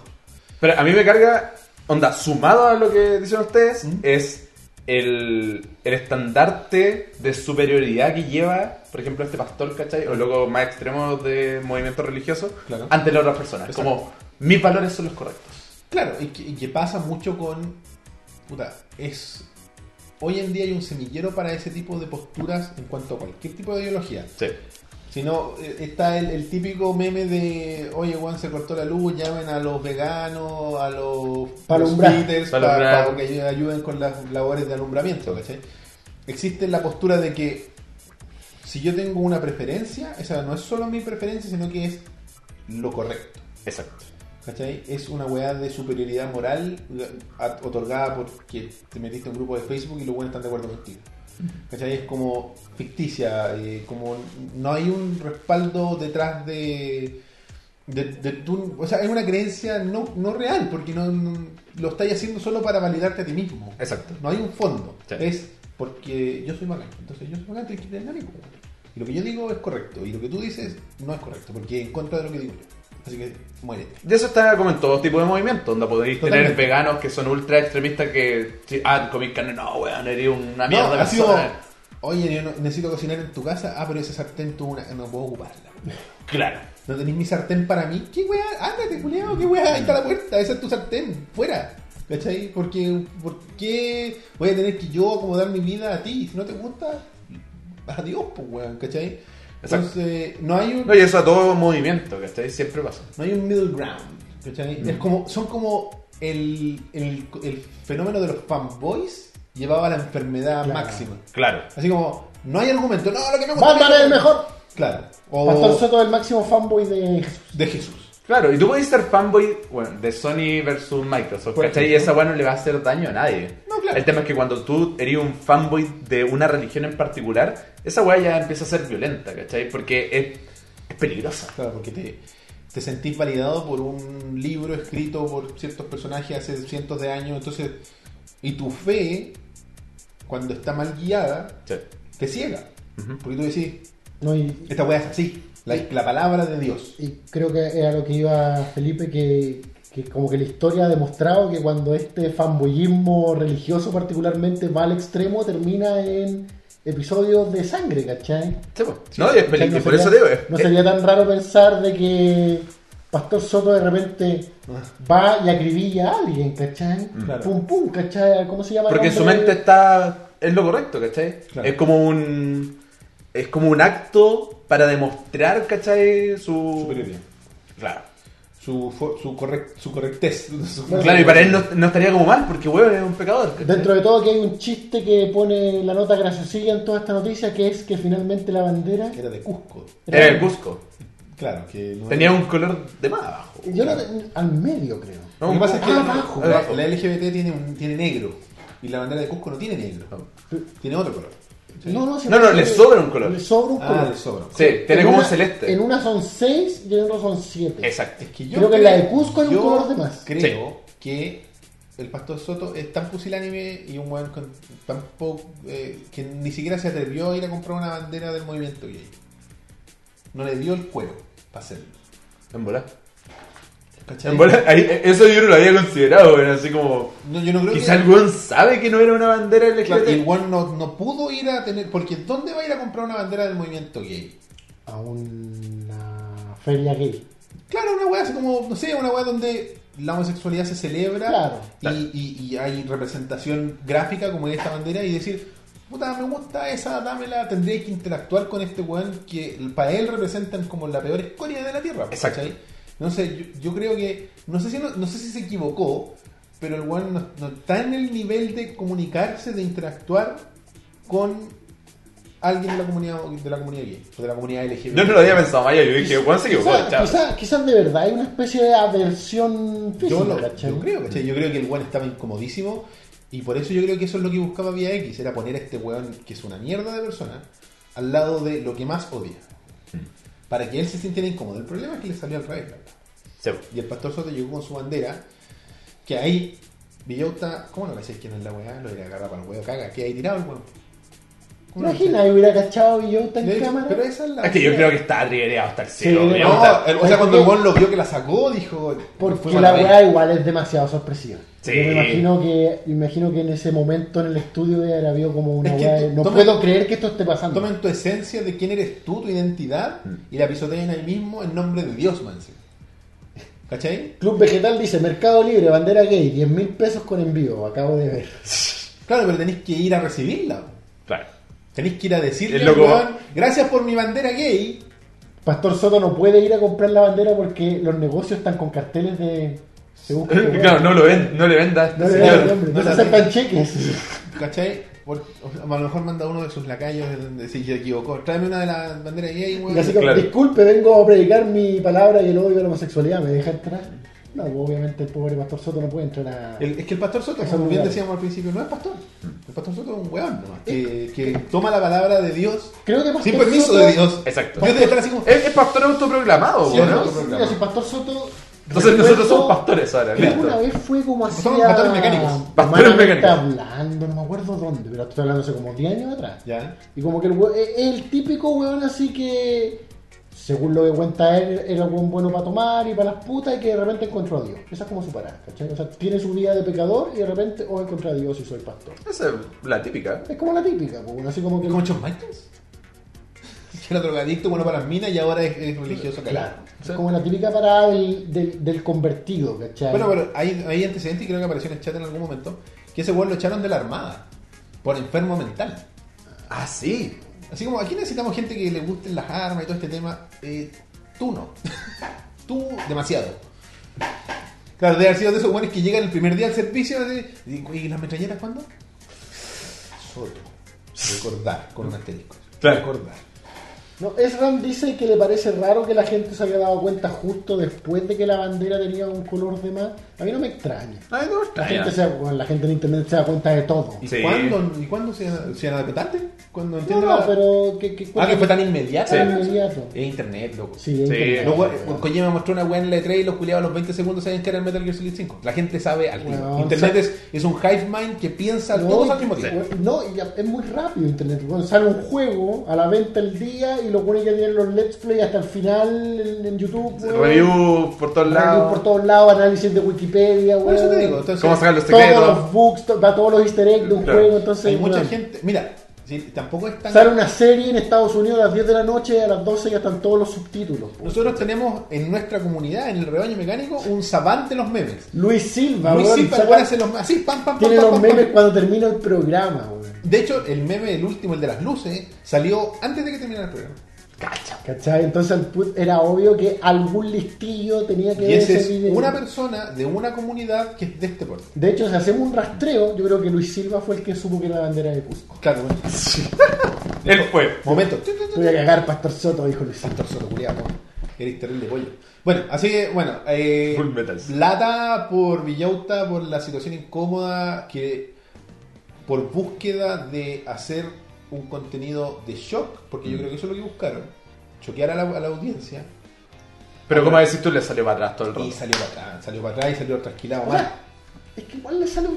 Pero a mí me carga, onda, sumado a lo que dicen ustedes, es el, el estandarte de superioridad que lleva, por ejemplo, este pastor, ¿cachai? O loco más extremo de movimiento religioso Claro. ante las otras personas. Exacto. Como, mis valores son los correctos. Claro, y que, y que pasa mucho con. Puta, es. Hoy en día hay un semillero para ese tipo de posturas en cuanto a cualquier tipo de ideología. Sí. Si no, eh, está el, el típico meme de, oye, Juan, se cortó la luz, llamen a los veganos, a los Para alumbrar. crossfitters, Para pa- alumbrar. para que ayuden con las labores de alumbramiento, ¿cachai? Existe la postura de que si yo tengo una preferencia, esa no es solo mi preferencia, sino que es lo correcto. Exacto. ¿Cachai? Es una weá de superioridad moral a- otorgada porque te metiste a un grupo de Facebook y los buenos están de acuerdo contigo. ¿Cachai? Es como ficticia, eh, como no hay un respaldo detrás de... de- de tu- o sea, es una creencia no, no real, porque no, no- lo estáis haciendo solo para validarte a ti mismo. Exacto. No hay un fondo. Sí. Es porque yo soy bacán. Entonces yo soy bacán, tienes que tener amigo. Y lo que yo digo es correcto. Y lo que tú dices no es correcto. Porque en contra de lo que digo yo. Así que muérete. Y eso está como en todo tipo de movimiento, donde podéis tener Totalmente. veganos que son ultra extremistas que, sí, ah, comí carne, Ah, no, weón, eres una No, mierda. ha sido, persona. Oye, yo no- necesito cocinar en tu casa. Ah, pero ese sartén tuvo una. No puedo ocuparla. Claro. No tenés mi sartén para mí. ¿Qué weá? Ándate, culiao. ¿Qué weá? Ahí está la puerta. Esa es tu sartén. Fuera. ¿Cachai? Porque, ¿Por qué voy a tener que yo acomodar mi vida a ti? Si no te gusta, adiós, pues weón. ¿Cachai? Exacto. Entonces, no hay un. No, y eso a todo movimiento, ¿cachai? Siempre pasa. No hay un middle ground. ¿cachai? Es como, son como el, el- el fenómeno de los fanboys llevaba a la enfermedad Claro. máxima. Claro. Así como, no hay argumento. No, lo que me gusta. Batman es el mejor. Claro. Pastor O Soto es el máximo fanboy de de Jesús. Claro, y tú puedes ser fanboy bueno, de Sony versus Microsoft, Por ¿cachai? Y ejemplo. esa weá no le va a hacer daño a nadie. No, claro. El tema es que cuando tú eres un fanboy de una religión en particular, esa weá ya empieza a ser violenta, ¿cachai? Porque es, es peligrosa. Claro, porque te, te sentís validado por un libro escrito por ciertos personajes hace cientos de años. Entonces, y tu fe, cuando está mal guiada, Sí. te ciega. Porque tú decís, No, y, esta weá es así. La, la palabra de Dios. y creo que era lo que iba Felipe, que, que como que la historia ha demostrado que cuando este fanboyismo religioso particularmente va al extremo, termina en episodios de sangre, ¿cachai? Sí, po. no, y es O sea, peligroso. no por sería- eso digo, es- No es- sería tan raro pensar de que Pastor Soto de repente va y acribilla a alguien, ¿cachai? Claro. Pum, pum, ¿cachai? ¿Cómo se llama? el Mm. porque en su hombre? mente está. Es lo correcto, ¿cachai? Claro. Es como un. Es como un acto para demostrar, ¿cachai? Su. Superioridad. Claro. Su, fo- su, correct, su correctez. Su- Claro, y para él no, no estaría como mal, porque weón es un pecador. ¿cachai? Dentro de todo que hay un chiste que pone la nota graciosilla en toda esta noticia, que es que finalmente la bandera... Era de Cusco. Era el Cusco. Claro, que no Tenía un color de más abajo. Eh, Yo no te- al medio creo. Lo que pasa es que Ah, la- abajo, la, abajo. la LGBT tiene, un, tiene negro y la bandera de Cusco no tiene negro, Ah. tiene otro color. No, no, si No, no, le sobra un color. Le sobra un Ah, color. de sobra. Sí, tiene En como un una- celeste. En una son 6 y en otra son 7. Exacto. Es que Creo que la de Cusco hay un color de más. Creo que el pastor Soto es tan pusilánime y un weón con- tan po- eh, que ni siquiera se atrevió a ir a comprar una bandera del movimiento gay. No le dio el cuero para hacerlo. En bola. ¿Cachai? En bola. ahí- eh, eso yo no lo había considerado, era así como. No, yo no creo Quizá que... el weón sabe que no era una bandera del Claro, LGBT. y el weón no, no pudo ir a tener... Porque ¿dónde va a ir a comprar una bandera del movimiento gay? A una feria gay. Claro, una weá así como, no sé, una weá donde la homosexualidad se celebra Claro. y, y- y hay representación gráfica como en esta bandera y decir, puta, me gusta esa, dámela, tendría que interactuar con este weón que para él representan como la peor escoria de la tierra. Exacto. ¿cachai? Entonces, yo, yo creo que, no sé si, no, no sé si se equivocó, pero el weón no, no está en el nivel de comunicarse, de interactuar con alguien de la comunidad de la comunidad gay, o de la comunidad LGBT. Yo no lo había pensado, Maya. Yo dije, Juan se equivocó, Quizás chao. quizá, quizás de verdad hay una especie de aversión física, Yo, lo, ¿cachai? yo creo, ¿cachai? Yo creo que el weón estaba incomodísimo y por eso yo creo que eso es lo que buscaba Vía X, era poner a este weón, que es una mierda de persona, al lado de lo que más odia. Mm. Para que él se sintiera incómodo. El problema es que le salió al revés, la verdad. Sí. Y el pastor Soto llegó con su bandera, que ahí Villota, ¿cómo no le decís quién es la weá? Lo irá a agarrar para el huevo, caga, que ahí tirado el weón. ¿Cómo no le Imagina, hubiera cachado y yo está decís? Le en digo, cámara. Pero esa es la. Es que yo creo que está triggereado hasta el cielo. Sí, obvio. No, Está- el- o sea, cuando el weón lo vio que la sacó, dijo. fue Porque para la mí. weá igual es demasiado sorpresiva. Sí. Yo me imagino que, me imagino que en ese momento en el estudio de la vio como una Es que weá. to- de, No tomen- puedo creer que esto esté pasando. Tomen tu esencia de quién eres tú, tu identidad, y la pisotean ahí mismo en nombre de Dios, man. sí. ¿Cachai? Club Vegetal dice: Mercado Libre, bandera gay, 10 mil pesos con envío. Acabo de ver. Claro, pero tenéis que ir a recibirla. po. Claro. Tenéis que ir a decirle, El loco- weón, gracias por mi bandera gay. Pastor Soto no puede ir a comprar la bandera porque los negocios están con carteles de. Se busca que- Claro, no, lo ven, no le vendas a este No le señor. dan nombre, no no se la aceptan cheques. ¿Cachai? Por- o- a lo mejor manda uno de sus lacayos de donde si se equivocó. Tráeme una de las banderas gay, Y Pues, así weón. como, Claro. disculpe, vengo a predicar mi palabra y el odio a la homosexualidad, ¿me deja entrar? No, pues, obviamente el pobre Pastor Soto no puede entrar a... El- es que el pastor Soto, Esos como bien lugares. decíamos al principio, no es pastor. Mm. El pastor Soto es un weón nomás, que, que toma la palabra de Dios Creo que Eh, Pastor sin permiso Soto- Eh. de Dios. Exacto. Dios debe estar así como. Es, es pastor autoproclamado, Sí, weón, es ¿no? otro programa. Mira, si Pastor Soto... Entonces nosotros recuerdo somos pastores ahora, que Una listo. vez fue como así Somos a- pastores mecánicos. Pastores humanamente mecánicos. hablando, no me acuerdo dónde, pero estoy hablando hace como 10 años atrás. Ya. Y como que el, hue- es es el típico weón así que, según lo que cuenta él, era un buen bueno para tomar y para las putas y que de repente encontró a Dios. Esa es como su parada, ¿cachai? O sea, tiene su vida de pecador y de repente, oh, encontré a Dios y soy pastor. Esa es la típica. Es como la típica, pues, bueno, así como que... ¿Como John Michaels? Que era drogadicto, bueno para las minas y ahora es, es religioso. Claro, cagado. es como la típica parada del, del, del convertido, ¿cachai? Bueno, pero hay, hay antecedentes y creo que apareció en el chat en algún momento que ese weón lo echaron de la armada por enfermo mental. Ah, sí. Así como aquí necesitamos gente que le gusten las armas y todo este tema. eh, tú no. tú demasiado. Claro, de haber sido de esos buenos que llegan el primer día al servicio así, y, "Oye, ¿y las metralleras cuándo? Soto. Recordar, con un asterisco. Claro. Recordar. No, Esran dice que le parece raro que la gente se haya dado cuenta justo después de que la bandera tenía un color de más. A mí no me extraña. Ay, no, está La, ya. gente, se, bueno, la gente en internet se da cuenta de todo. Ah, ¿Y Sí. cuándo, ¿y cuándo se, se van a petarte? ¿Cuándo No, entiende no, la- pero que, que Ah, que fue tan inmediato. tan inmediato. Es internet, loco. Sí, es Sí, internet. Los we- pues, Kojima mostró una weá en la E3 y los culiados a los 20 segundos saben que era el Metal Gear Solid 5. La gente sabe al tiro. Weón, Internet sí. es, es un hive mind que piensa No, todos y- al mismo tiempo. no, y ya- es muy rápido internet. Bueno, sale un juego a la venta el día y lo pone que tienen los let's play hasta el final en, en YouTube. weón. Review por todos Review lados. por todos lados, análisis de Wikipedia, Por eso te weón. digo, entonces, ¿Cómo sacar los todos secretos? los books, to- da todos los easter eggs de un Claro, juego, entonces hay mucha weón. gente. Mira, sí, tampoco es tan. sale una serie en Estados Unidos a las 10 de la noche, a las 12 ya están todos los subtítulos. po. Nosotros tenemos en nuestra comunidad, en el rebaño mecánico, un sabán de los memes. Luis Silva, Muy weón, simple, saca- weón, hace los memes. Así, pam, pam, pam, tiene pam, los pam, memes pam. cuando termina el programa, weón. De hecho, el meme, el último, el de las luces, salió antes de que terminara el programa. Cacha. ¿Cachai? Entonces al put- era obvio que algún listillo tenía que Y esa ese es video. una persona de una comunidad que es de este pueblo. De hecho, si hacemos un rastreo, yo creo que Luis Silva fue el que supo que era la bandera de Cusco. Claro, bueno. Él fue. Momento. Voy a cagar, Pastor Soto, dijo Luis Silva. Pastor Soto, culiao, weón. Eres terrible pollo. Bueno, así que, bueno, eh, Full metal. plata por Villauta, por la situación incómoda, que por búsqueda de hacer un contenido de shock, porque Mm. yo creo que eso es lo que buscaron, choquear a la, a la audiencia, Pero como decís tú, le salió para atrás todo el y rato. salió para atrás, salió para atrás y salió trasquilado O mal. sea, es que igual le salió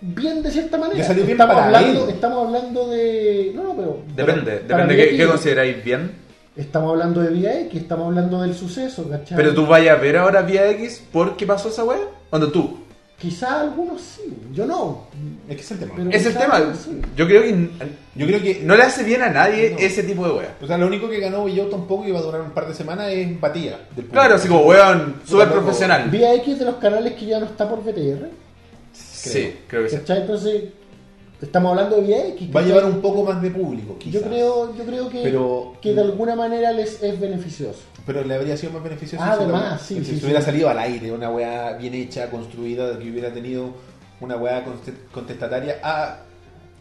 bien de cierta manera. Le salió bien estamos, para hablando, él. estamos hablando de. No, no, pero. Depende, para- para depende mí qué, aquí qué consideráis bien. Estamos hablando de Vía X, estamos hablando del suceso, ¿cachai? Pero tú vayas a ver ahora Vía X por qué pasó esa weá. Cuando tú. Quizá algunos sí, yo no. Es que es el tema. Pero- Es el Claro, tema. sí. Yo creo que n- Yo creo que, no le hace bien a nadie No. ese tipo de weá. o sea, lo único que ganó Villauta un poco y va a durar un par de semanas es batida del público. Claro, así como weón, súper loco. profesional. Vía X de los canales que ya no está por BTR, Sí, creo que sí. ¿cachai? Entonces, Estamos hablando de VIA X. Va a ¿cachai? llevar un poco más de público, quizás. Yo creo, yo creo que, Pero- que de alguna manera les es beneficioso. Pero le habría sido más beneficioso Ah, si, lo- además, sí, si sí, sí. hubiera salido al aire, una weá bien hecha, construida, que hubiera tenido una weá conte- contestataria a,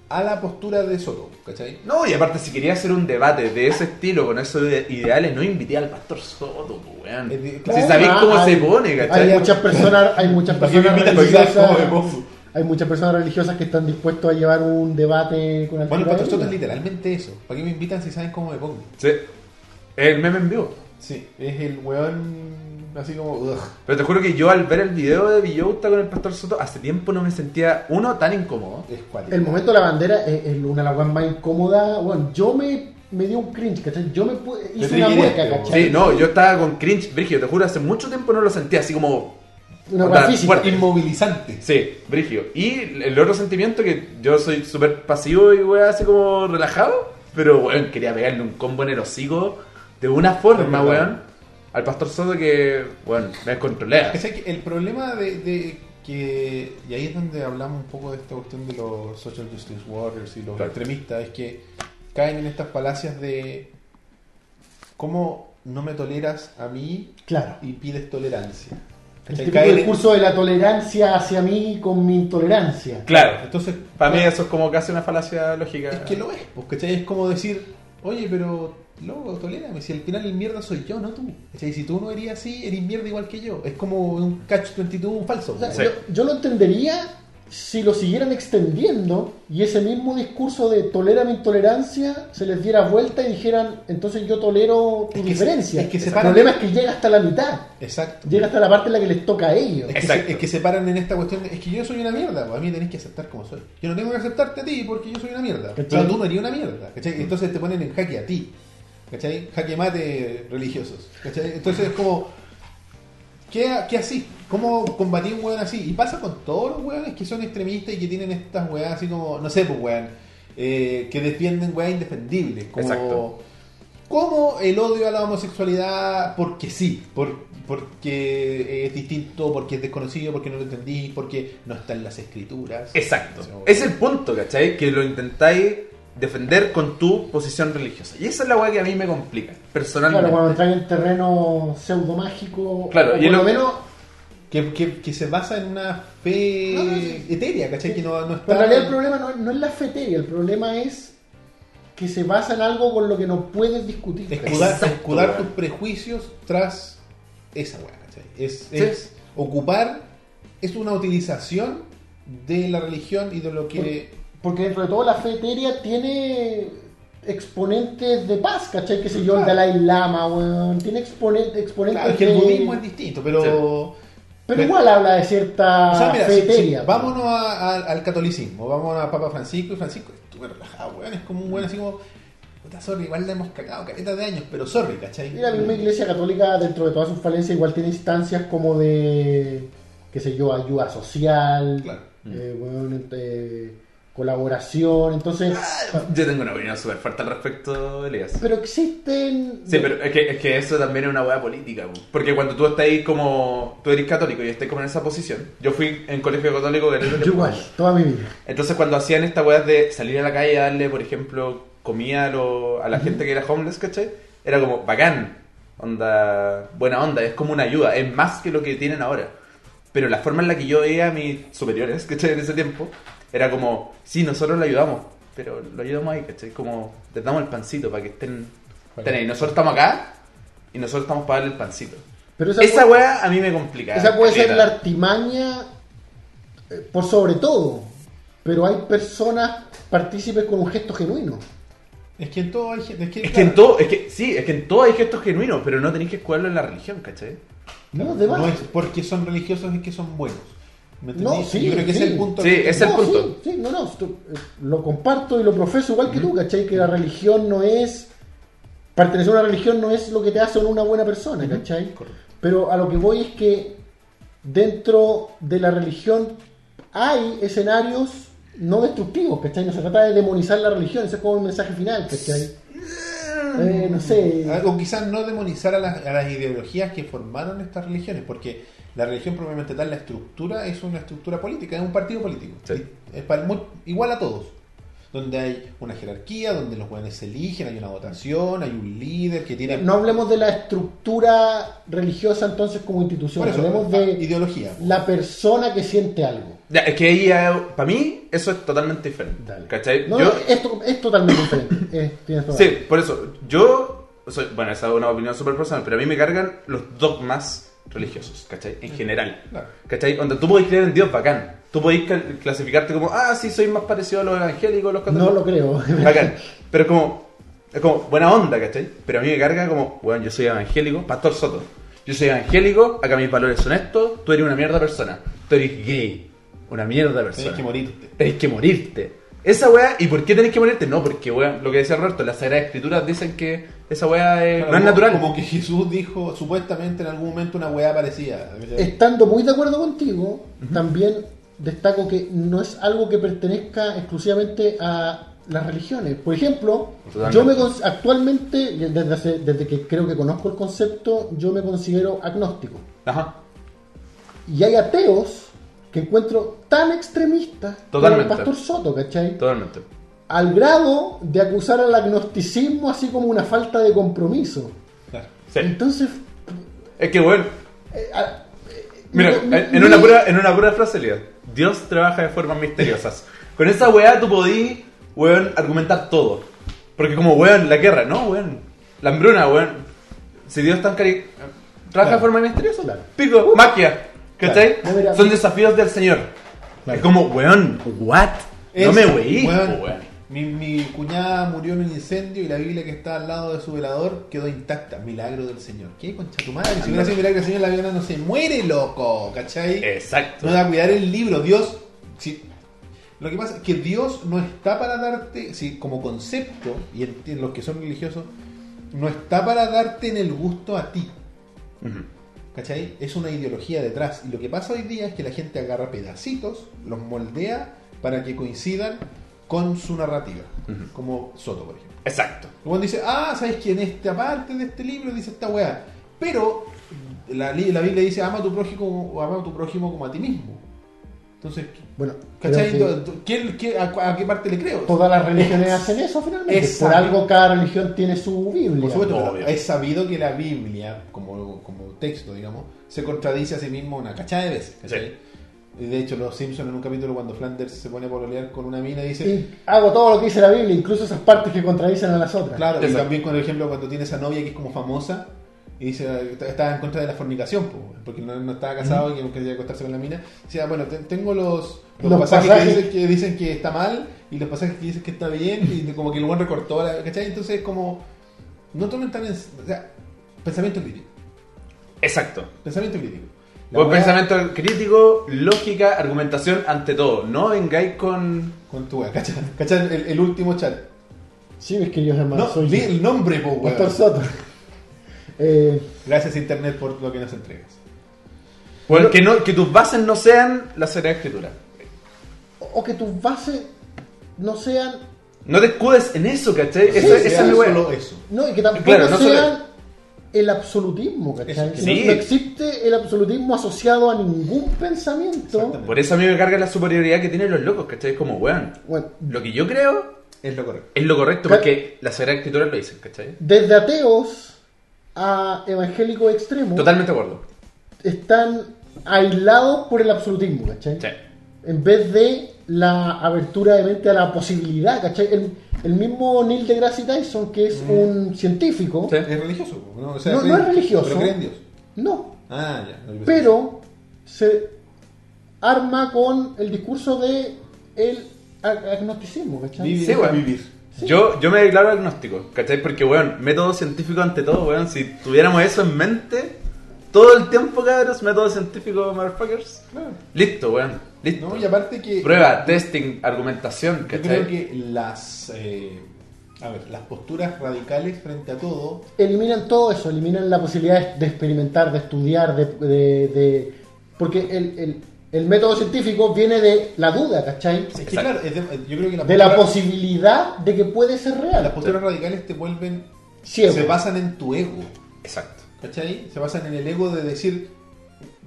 a la postura de Soto, ¿cachai? No, y aparte, si quería hacer un debate de ese estilo, con esos ide- ideales, no invité al pastor Soto, po, weón. Eh, de- si claro. sabéis Ah, cómo hay- se pone, Hay ¿cachai? muchas personas, hay muchas ¿Para qué me personas invitan? Porque religiosas. sabes cómo me pongo. Hay muchas personas religiosas que están dispuestas a llevar un debate con Bueno, el altura pastor Soto es ética. literalmente eso. ¿Para qué me invitan si saben cómo me pongo? Sí. El meme en vivo. Sí, es el weón así como... ugh. Pero te juro que yo al ver el video de Villota con el pastor Soto, hace tiempo no me sentía, uno, tan incómodo. es cuático. El momento de la bandera es, es una de las weas más incómodas. Bueno, yo me, me dio un cringe, ¿cachai? Yo me pu- hice te una dijiste, mueca, weón. ¿cachai? Sí, no, yo estaba con cringe, Brigio, te juro, hace mucho tiempo no lo sentía así como... Una onda, wea física. fuerte. Inmovilizante. Sí, Brigio. Y el otro sentimiento que yo soy súper pasivo y weón, así como relajado, pero weón, quería pegarle un combo en el hocico de una forma, Es verdad. weón, al pastor Soto que, weón, me descontrolé. O sea, que el problema de, de que. Y ahí es donde hablamos un poco de esta cuestión de los social justice warriors y los Claro. extremistas, es que caen en estas falacias de. ¿Cómo no me toleras a mí Claro. y pides tolerancia? El ¿Cachai? típico Caen en- discurso de la tolerancia hacia mí con mi intolerancia. Claro. Entonces, Para mí eso es como casi una falacia lógica. es que lo es, pues, ¿cachai? Es como decir, oye, pero loco, tolérame, si al final el mierda soy yo, no tú. ¿Cachai? Si tú no eres así, eres mierda igual que yo. Es como un catch 22 falso. O sea, Sí. yo, yo lo entendería si lo siguieran extendiendo y ese mismo discurso de tolera mi intolerancia se les diera vuelta y dijeran, entonces yo tolero tu Es que se- diferencia. es que se el paran- problema es que llega hasta la mitad, Exacto. llega hasta la parte en la que les toca a ellos. Es que, Exacto. se, es que se paran en esta cuestión de, es que yo soy una mierda, pues, a mí me tenés que aceptar como soy. Yo no tengo que aceptarte a ti porque yo soy una mierda. ¿Cachai? Pero tú no eres una mierda, Mm. ¿cachai? Entonces te ponen en jaque a ti, ¿cachai? Jaque mate religiosos, ¿cachai? Entonces es como, ¿qué, qué así? ¿Cómo combatir un weón así? Y pasa con todos los weones que son extremistas y que tienen estas weas así como, no sé, pues weón, eh, que defienden weas indefendibles, como... Exacto. Como el odio a la homosexualidad porque sí, por- porque es distinto, porque es desconocido, porque no lo entendí, porque no está en las escrituras. Exacto. Sí, Es el punto, ¿cachai? Que lo intentáis defender con tu posición religiosa. Y esa es la weá que a mí me complica, personalmente. Claro, cuando entran en terreno pseudo mágico, Claro, y por lo lo- menos Que, que- que se basa en una fe No, no, sí. etérea, ¿cachai? Que no, no está. Pero en realidad el problema no, no es la fetería, el problema es que se basa en algo con lo que no puedes discutir. Escudar, Exacto, escudar weón. tus prejuicios tras esa weá, ¿cachai? Es, Sí. es ocupar, es una utilización de la religión y de lo que. Porque dentro de todo la fe etérea tiene exponentes de paz, ¿cachai? Que se yo, el Claro. Dalai Lama, weón. Tiene expone- exponentes Claro, es que el de- budismo es distinto, pero. Pero igual habla de cierta O sea, mira, fe si- si- etérea. vámonos a- a- al catolicismo, vamos a Papa Francisco, y Francisco es súper relajado, weón, es como un weón así como, puta, sorry, igual le hemos cagado caleta de años, pero sorry, ¿cachai? Y la misma iglesia católica, dentro de todas sus falencias, igual tiene instancias como de, qué sé yo, ayuda social, Claro. eh, weón, eh, colaboración, entonces... Yo tengo una opinión súper fuerte al respecto, Elías. Pero existen... Sí, pero es que, es que eso también es una hueá política, bu. porque cuando tú estás ahí como, tú eres católico y estás como en esa posición, yo fui en colegio católico que Yo igual, toda mi vida. entonces cuando hacían esta hueá de salir a la calle a darle, por ejemplo, comida a, lo- a la gente que era homeless, ¿cachai? Era como, bacán, onda, buena onda, es como una ayuda, es más que lo que tienen ahora. Pero la forma en la que yo veía a mis superiores, ¿cachai? En ese tiempo, era como, sí, nosotros lo ayudamos, pero lo ayudamos ahí, ¿cachai? Como, les damos el pancito para que estén, estén ahí. Nosotros estamos acá y nosotros estamos para darle el pancito. Pero esa, Esa puede, hueá a mí me complica. esa puede ser caleta. la artimaña eh, por sobre todo. Pero hay personas partícipes con un gesto genuino. Es que en todo hay gente. Es que, Es que claro, en todo, es que, sí, es que en todo hay gestos genuinos, pero no tenéis que escudarlo en la religión, ¿cachai? No, de más. no es porque son religiosos, es que son buenos. ¿Me No, entendí? sí, Yo creo que ese es sí. el punto. Sí, que- es el No, punto. Sí, sí, no, no. tú, eh, lo comparto y lo profeso igual que tú, ¿cachai? Que la religión no es. Pertenecer a una religión no es lo que te hace una buena persona, ¿cachai? Pero a lo que voy es que dentro de la religión hay escenarios no destructivos, ¿cachai? No se trata de demonizar la religión, ese es como un mensaje final, ¿cachai? Eh, no no sé. O quizás no demonizar a las, a las ideologías que formaron estas religiones, porque la religión propiamente tal, la estructura es una estructura política, es un partido político. Sí. Es para- muy- igual a todos. Donde hay una jerarquía, donde los jóvenes se eligen, hay una votación, hay un líder que tiene... No hablemos de la estructura religiosa entonces como Por institución, eso, hablemos ah, de ideología. la persona que siente algo. Ya, es que ahí, para mí, eso es totalmente diferente. ¿Cachai? No, Yo- no, esto es totalmente diferente. Eh, tienes toda Sí, por eso. Yo. soy- bueno, esa es una opinión súper personal, pero a mí me cargan los dogmas religiosos, ¿cachai? En general. Claro. ¿Cachai? Onda, tú podés creer en Dios bacán. Tú podés cl- clasificarte como, ah, sí, soy más parecido a los evangélicos, los razón. No católicos. lo creo. Bacán. Pero es como, es como, buena onda, ¿cachai? Pero a mí me carga como, bueno, yo soy evangélico, Pastor Soto. Yo soy evangélico, acá mis valores son estos, tú eres una mierda persona. Tú eres gay, una mierda persona. Tienes que morirte. Tenés que morirte. Esa weá, ¿y por qué tenés que morirte? No, porque weá, lo que decía Roberto, las Sagradas Escrituras dicen que esa weá es- Claro, no es como- natural. Como que Jesús dijo supuestamente en algún momento una weá parecida. Estando muy de acuerdo contigo, también destaco que no es algo que pertenezca exclusivamente a las religiones. Por ejemplo, Totalmente. yo me cons- actualmente, desde, hace- desde que creo que conozco el concepto, yo me considero agnóstico. Ajá. Y hay ateos que encuentro tan extremistas como el Totalmente. pastor Soto, ¿cachai? Totalmente. Al grado de acusar al agnosticismo así como una falta de compromiso. Claro. Sí. Entonces, Es que bueno. eh, Ah, a- eh, Mira, no- en, en no- una pura, en una pura frase, Lía, Dios trabaja de formas misteriosas. Con esa weá tú podí, weón, argumentar todo. Porque como, weón, la guerra, no, weón. La hambruna, weón. Si Dios tan cari... Trabaja de forma misteriosa. Claro. Uh. Pico, magia. ¿Cachai? Claro. No, mira, Son mi- desafíos del Señor. Es como, weón, what? no Es- me weí, po, weón, weón. Mi, mi cuñada murió en un incendio y la Biblia que está al lado de su velador quedó intacta. Milagro del Señor. ¿Qué concha tu madre? Si hubiera sido milagro del Señor, la Biblia no se muere, loco. ¿Cachai? Exacto. No va a cuidar el libro. Dios. si- lo que pasa es que Dios no está para darte, si, como concepto, y enti- los que son religiosos, no está para darte en el gusto a ti. Ujú. ¿Cachai? Es una ideología detrás. Y lo que pasa hoy día es que la gente agarra pedacitos, los moldea para que coincidan con su narrativa. Ujú. Como Soto, por ejemplo. Exacto. Luego dice, ah, ¿sabes que en esta parte de este libro dice esta weá? Pero la, li- la Biblia dice, ama a tu prójimo, ama a tu prójimo como a ti mismo. Entonces, Bueno, ¿cachai? creo que- Entonces, ¿qué- qué- a, cu- a qué parte le creo? Todas las religiones hacen eso finalmente. Exacto. Por algo cada religión tiene su Biblia. Por supuesto, pero Obvio. es sabido que la Biblia, como, como texto, digamos, se contradice a sí mismo una cachada de veces. ¿cachai? Y De hecho, los Simpsons en un capítulo cuando Flanders se pone a pololear con una mina dice... Y hago todo lo que dice la Biblia, incluso esas partes que contradicen a las otras. Claro, y Exacto. también con el ejemplo cuando tiene esa novia que es como famosa y dice "Está- estaba en contra de la fornicación, po, weón, porque no, no estaba casado y que quería acostarse con la mina. Decía, bueno, te- tengo los, los, Los pasajes, pasajes. Que, dicen, que dicen que está mal y los pasajes que dicen que está bien y como que el buen recortó, la, ¿cachai? Entonces como, no tomen tan en... O sea, pensamiento crítico, Exacto. pensamiento crítico. La Buen weá pensamiento crítico, lógica, argumentación ante todo. No vengáis con. Con tu weá, ¿cachai? ¿Cachai? El, el último chat. Sí, mis queridos hermanos, No, soy di el nombre, po, weón. Pastor Soto. Eh, Gracias Internet por lo que nos entregas. Bueno, que, no, que tus bases no sean la Sagrada Escritura. o que tus bases no sean. No te escudes en eso, ¿cachai? Que Esa, esa sea es mi wea. solo eso. No, y que tampoco Claro, no solo- sean el absolutismo, ¿cachai? Eso, No- sí. No, existe el absolutismo asociado a ningún pensamiento. Exactamente. Por eso a mí me carga la superioridad que tienen los locos, ¿cachai? Es como, weón, Bueno, lo que yo creo Es lo correcto. es lo correcto Ca- porque la Sagrada Escritura lo dice, ¿cachai? desde ateos a evangélicos extremos Totalmente de acuerdo. están aislados por el absolutismo, ¿cachai? Sí. en vez de la abertura de mente a la posibilidad, ¿cachai? El, el mismo Neil deGrasse Tyson, que es un científico, Mm. Sí. Es religioso, po, ¿no? O sea, No, cree- no es religioso. Pero cree en Dios. no, Ah, ya. no, yo pensé- pero se arma con el discurso de el ag- agnosticismo, ¿cachai? Vivir Sí, es weón. vivir. Yo, yo me declaro agnóstico, ¿cachai? Porque, weón, método científico ante todo, weón. Si tuviéramos eso en mente, todo el tiempo, cabros, método científico, motherfuckers. Claro. Listo, weón. Listo. ¿No? Y aparte que. Prueba, testing, argumentación, Yo ¿cachai? creo que las. eh, a ver, las posturas radicales frente a todo. Eliminan todo eso, eliminan la posibilidad de- de experimentar, de estudiar, de... de- de- porque el, el- el método científico viene de la duda, ¿cachai? Es que, Exacto. claro, es de- yo creo que las De la posturas- posibilidad de que puede ser real. las posturas radicales te vuelven ciego. se basan en tu ego. Exacto. ¿Cachai? Se basan en el ego de decir,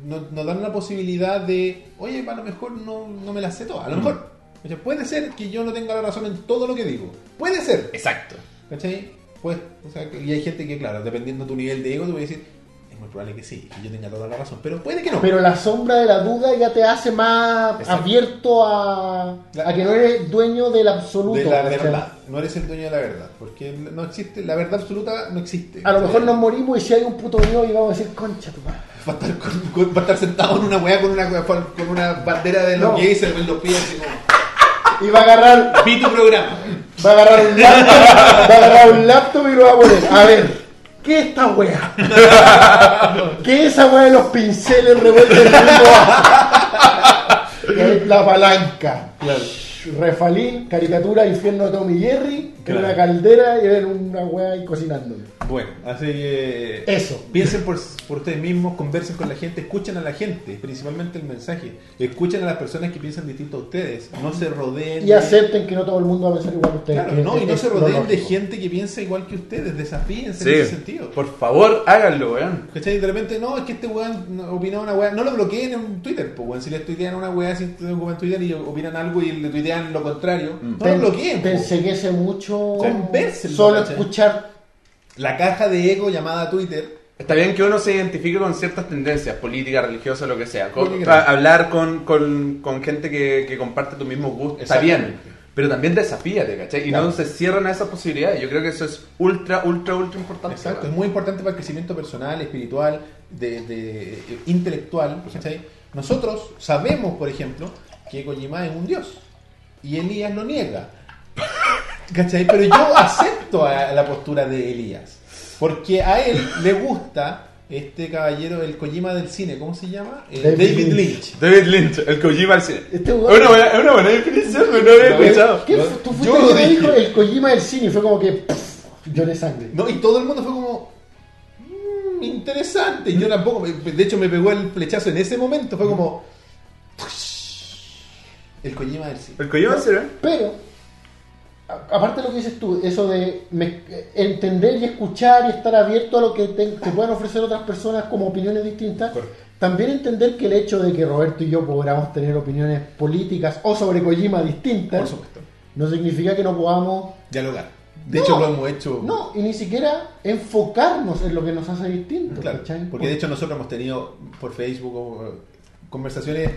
no- nos dan la posibilidad de, oye, a lo mejor no, no me la sé Mm. toda, a lo mejor. ¿Cachai? Puede ser que yo no tenga la razón en todo lo que digo. Puede ser. Exacto. ¿Cachai? Pues, o sea, y hay gente que, claro, dependiendo de tu nivel de ego, te voy a decir, es muy probable que sí, que yo tenga toda la razón, pero puede que no. Pero la sombra de la duda ya te hace más Exacto. abierto a, La- a que no eres dueño del absoluto. de la ¿cachai? verdad. No eres el dueño de la verdad. Porque no existe, la verdad absoluta no existe. A lo mejor nos morimos y si hay un puto Dios y vamos a decir, concha tu madre. Va a estar, con- con- va a estar sentado en una weá con una, con una bandera de los No. gays en los pies. así como, Y va a agarrar, Vi tu programa. va a agarrar un laptop, va a agarrar un laptop y lo va a poner. A ver, ¿qué es esta wea? ¿Qué es esa wea de los pinceles revueltos en el mundo? La- La palanca. Refalín, caricatura, infierno de Tommy Jerry, en Claro. una caldera y en una wea ahí cocinándole. Bueno, así que. Eso. Piensen por, por ustedes mismos, conversen con la gente, escuchen a la gente, principalmente el mensaje. Escuchen a las personas que piensan distinto a ustedes. No se rodeen. Y de- acepten que no todo el mundo va a pensar igual que ustedes. Claro, que no, es- y no es se lo rodeen de lógico. gente que piensa igual que ustedes. Desafíense en Sí. ese sentido. Por favor, háganlo, weón. ¿Cachai? De repente, no, es que este weón opinaba una weá. No lo bloqueen en Twitter, pues weón. Si les tuitean una weá, si en Twitter y opinan algo y le tuitean lo contrario, no lo Pen- bloqueen. po. Pensequece mucho. Convérsenlo, Solo ¿cachai? escuchar. La caja de ego llamada Twitter. Está bien que uno se identifique con ciertas tendencias, política, religiosa, lo que sea. Con- Política. para hablar con, con- con gente que, que comparte tus mismos gustos. Está bien. Pero también desafíate, ¿cachai? Y no se cierran a esas posibilidades. Yo creo que eso es ultra, ultra, ultra importante. Exacto, es weón. muy importante para el crecimiento personal, espiritual, de, de- eh, intelectual. ¿cachai? Nosotros sabemos, por ejemplo, que Kojima es un dios y Elías lo niega. ¿Cachai? Pero yo acepto a la postura de Elías porque a él le gusta este caballero, el Kojima del cine, ¿cómo se llama? Eh, David David, Lynch. Lynch. David Lynch, el Kojima al cine. Este es, weón- una buena, es una buena definición, pero no había Lo ves, escuchado. ¿Qué Yo- fu- tú yo fuiste el que lo me dije. dijo el Kojima del cine y fue como que. pff, lloré sangre. No, y todo el mundo fue como. "Mm, interesante. Y yo tampoco. me- De hecho, me pegó el flechazo en ese momento. Fue como. El Kojima del cine. El Kojima al ¿eh? cine. Pero, a- aparte de lo que dices tú, eso de me- entender y escuchar y estar abierto a lo que te, te puedan ofrecer otras personas como opiniones distintas, también entender que el hecho de que Roberto y yo podamos tener opiniones políticas o sobre Kojima Por distintas, supuesto. no significa que no podamos Dialogar. De No. hecho, lo hemos hecho. No, y ni siquiera enfocarnos en lo que nos hace distintos. Claro, ¿cachai? porque de hecho nosotros hemos tenido por Facebook o, eh, conversaciones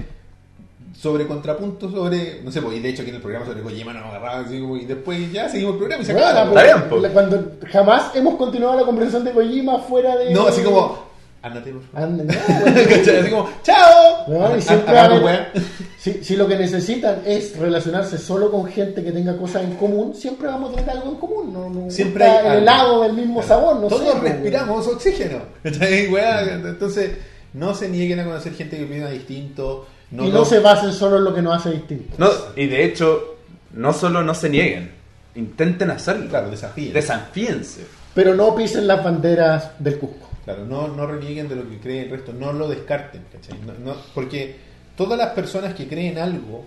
sobre contrapuntos, sobre, no sé, pues, y de hecho aquí en el programa sobre Kojima nos agarraban así como, y después ya seguimos el programa y se Bueno, acaba. pues, porque está bien, po. la- cuando jamás hemos continuado la conversación de Kojima fuera de. No, así como, eh. andate por favor. Ande- no, bueno. ¿Cachai? Así como, chao. Weón, y Ah, siempre agarra va a tu haber- weá. si, si lo que necesitan es relacionarse solo con gente que tenga cosas en común, siempre vamos a tener algo en común. No, no Siempre está hay el algo. helado del mismo sabor. No sé, Todos po, respiramos oxígeno. ¿cachai, weá? Entonces, no se nieguen a conocer gente que opina distinto. weón. y no se basen solo en lo que nos hace distintos. No, y de hecho, no solo no se nieguen, intenten hacerlo. Claro, desafíen. Desafíense. Pero no pisen las banderas del Cusco. Claro, no, no renieguen de lo que cree el resto, no lo descarten, ¿cachai? No- no- porque todas las personas que creen algo,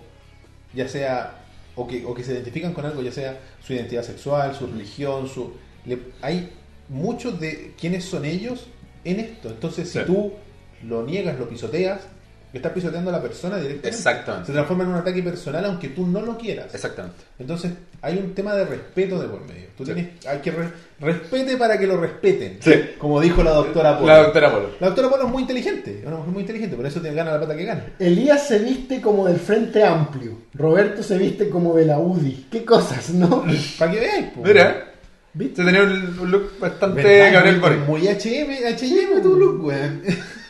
ya sea, o que, o que se identifican con algo, ya sea su identidad sexual, su religión, su le- hay muchos de quienes son ellos en esto. Entonces, si Sí. tú lo niegas, lo pisoteas, estás pisoteando a la persona directamente. Exactamente. Se transforma en un ataque personal aunque tú no lo quieras. Exactamente. Entonces, hay un tema de respeto de por medio. Tú tienes, hay que re- respete para que lo respeten. Sí. Como dijo la doctora Polo. La doctora Polo. La doctora Polo es muy inteligente, es una mujer muy inteligente, por eso te gana la plata que gana. Elías se viste como del Frente Amplio. Roberto se viste como de la UDI. ¿Qué cosas, no? Para que veáis, po. Mira, ¿eh? ¿Viste? se tenía un, un look bastante ¿Verdad? Gabriel Muy- Boric. Muy HM, HM tu look, weón.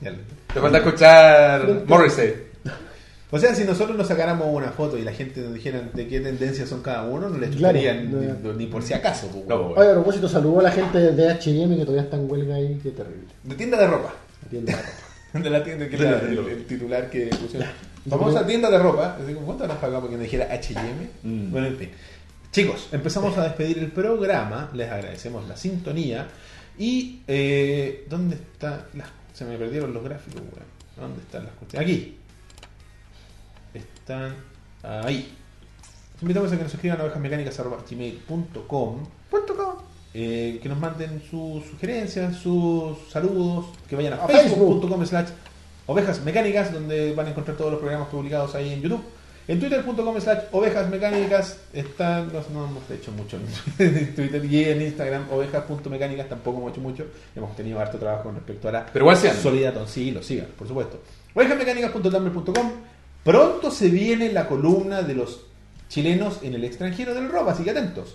Ya lo- Te falta escuchar Morrissey. o sea, si nosotros nos sacáramos una foto y la gente nos dijera de qué tendencias son cada uno, no le Claro, chuparían no, ni- ni, por si acaso, po, No, weón. po, Oye, a propósito, saludó a la gente de H&M que todavía está en huelga ahí. Qué terrible. De tienda de ropa. La tienda de ropa. De la tienda que De la era el, tienda. Ah. el titular que pusieron. Famosa tienda de ropa. Así como, ¿Cuánto nos pagado porque nos dijera HM? Mm. Bueno, en fin. Chicos, empezamos a despedir el programa. Les agradecemos la sintonía. Y, eh, ¿dónde está? las- se me perdieron los gráficos, weón. ¿Dónde están las cuestiones? Aquí. Están ahí. Los invitamos a que nos escriban a ovejasmecánicas.com eh, que nos manden sus sugerencias, sus saludos, que vayan a, A Facebook. facebook.com slash ovejas mecánicas, donde van a encontrar todos los programas publicados ahí en YouTube. En twitter.com slash ovejas mecánicas están, no, no hemos hecho mucho en Twitter y en Instagram ovejas.mecánicas tampoco hemos hecho mucho. Hemos tenido harto trabajo con respecto a la Pero igual sean. Solidaton, sí, lo sigan, por supuesto. Ovejamecanicas.tumblr.com Pronto se viene la columna de los chilenos en el extranjero del rock, así que atentos.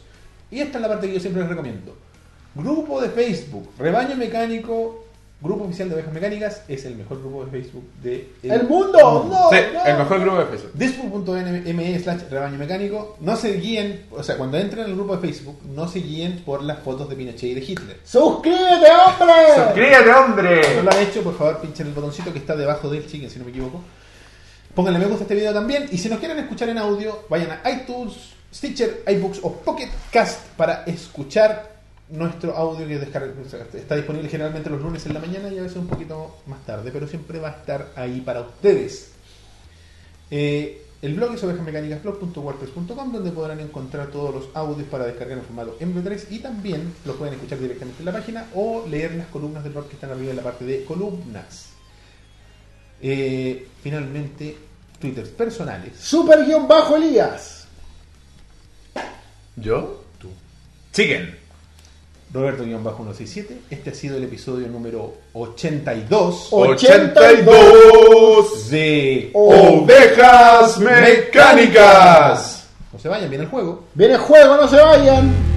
Y esta es la parte que yo siempre les recomiendo. Grupo de Facebook, Rebaño Mecánico, Grupo Oficial de Ovejas Mecánicas, es el mejor grupo de Facebook de ¡El mundo! ¡No! Sí, no. el mejor grupo de Facebook. Dispo.me E slash rebaño mecánico. No se guíen, o sea, cuando entren al grupo de Facebook, no se guíen por las fotos de Pinochet y de Hitler. ¡Suscríbete, hombre! ¡Suscríbete, hombre! Si no lo han hecho, por favor, pinchen el botoncito que está debajo del chicken, si no me equivoco. Pónganle me gusta a este video también. Y si nos quieren escuchar en audio, vayan a iTunes, Stitcher, iBooks o Pocket Cast para escuchar nuestro audio que descarga- está disponible generalmente los lunes en la mañana y a veces un poquito más tarde, pero siempre va a estar ahí para ustedes. Eh, el blog es ovejasmecánicasblog.wordpress.com donde podrán encontrar todos los audios para descargar en formato MP3 y también los pueden escuchar directamente en la página o leer las columnas del blog que están arriba en la parte de columnas. Eh, finalmente, twitters personales. Super guión bajo Elías. ¿Yo? Tú. Chicken. Roberto-167, este ha sido el episodio número 82 de Ovejas mecánicas. No se vayan, viene el juego. Viene el juego, no se vayan.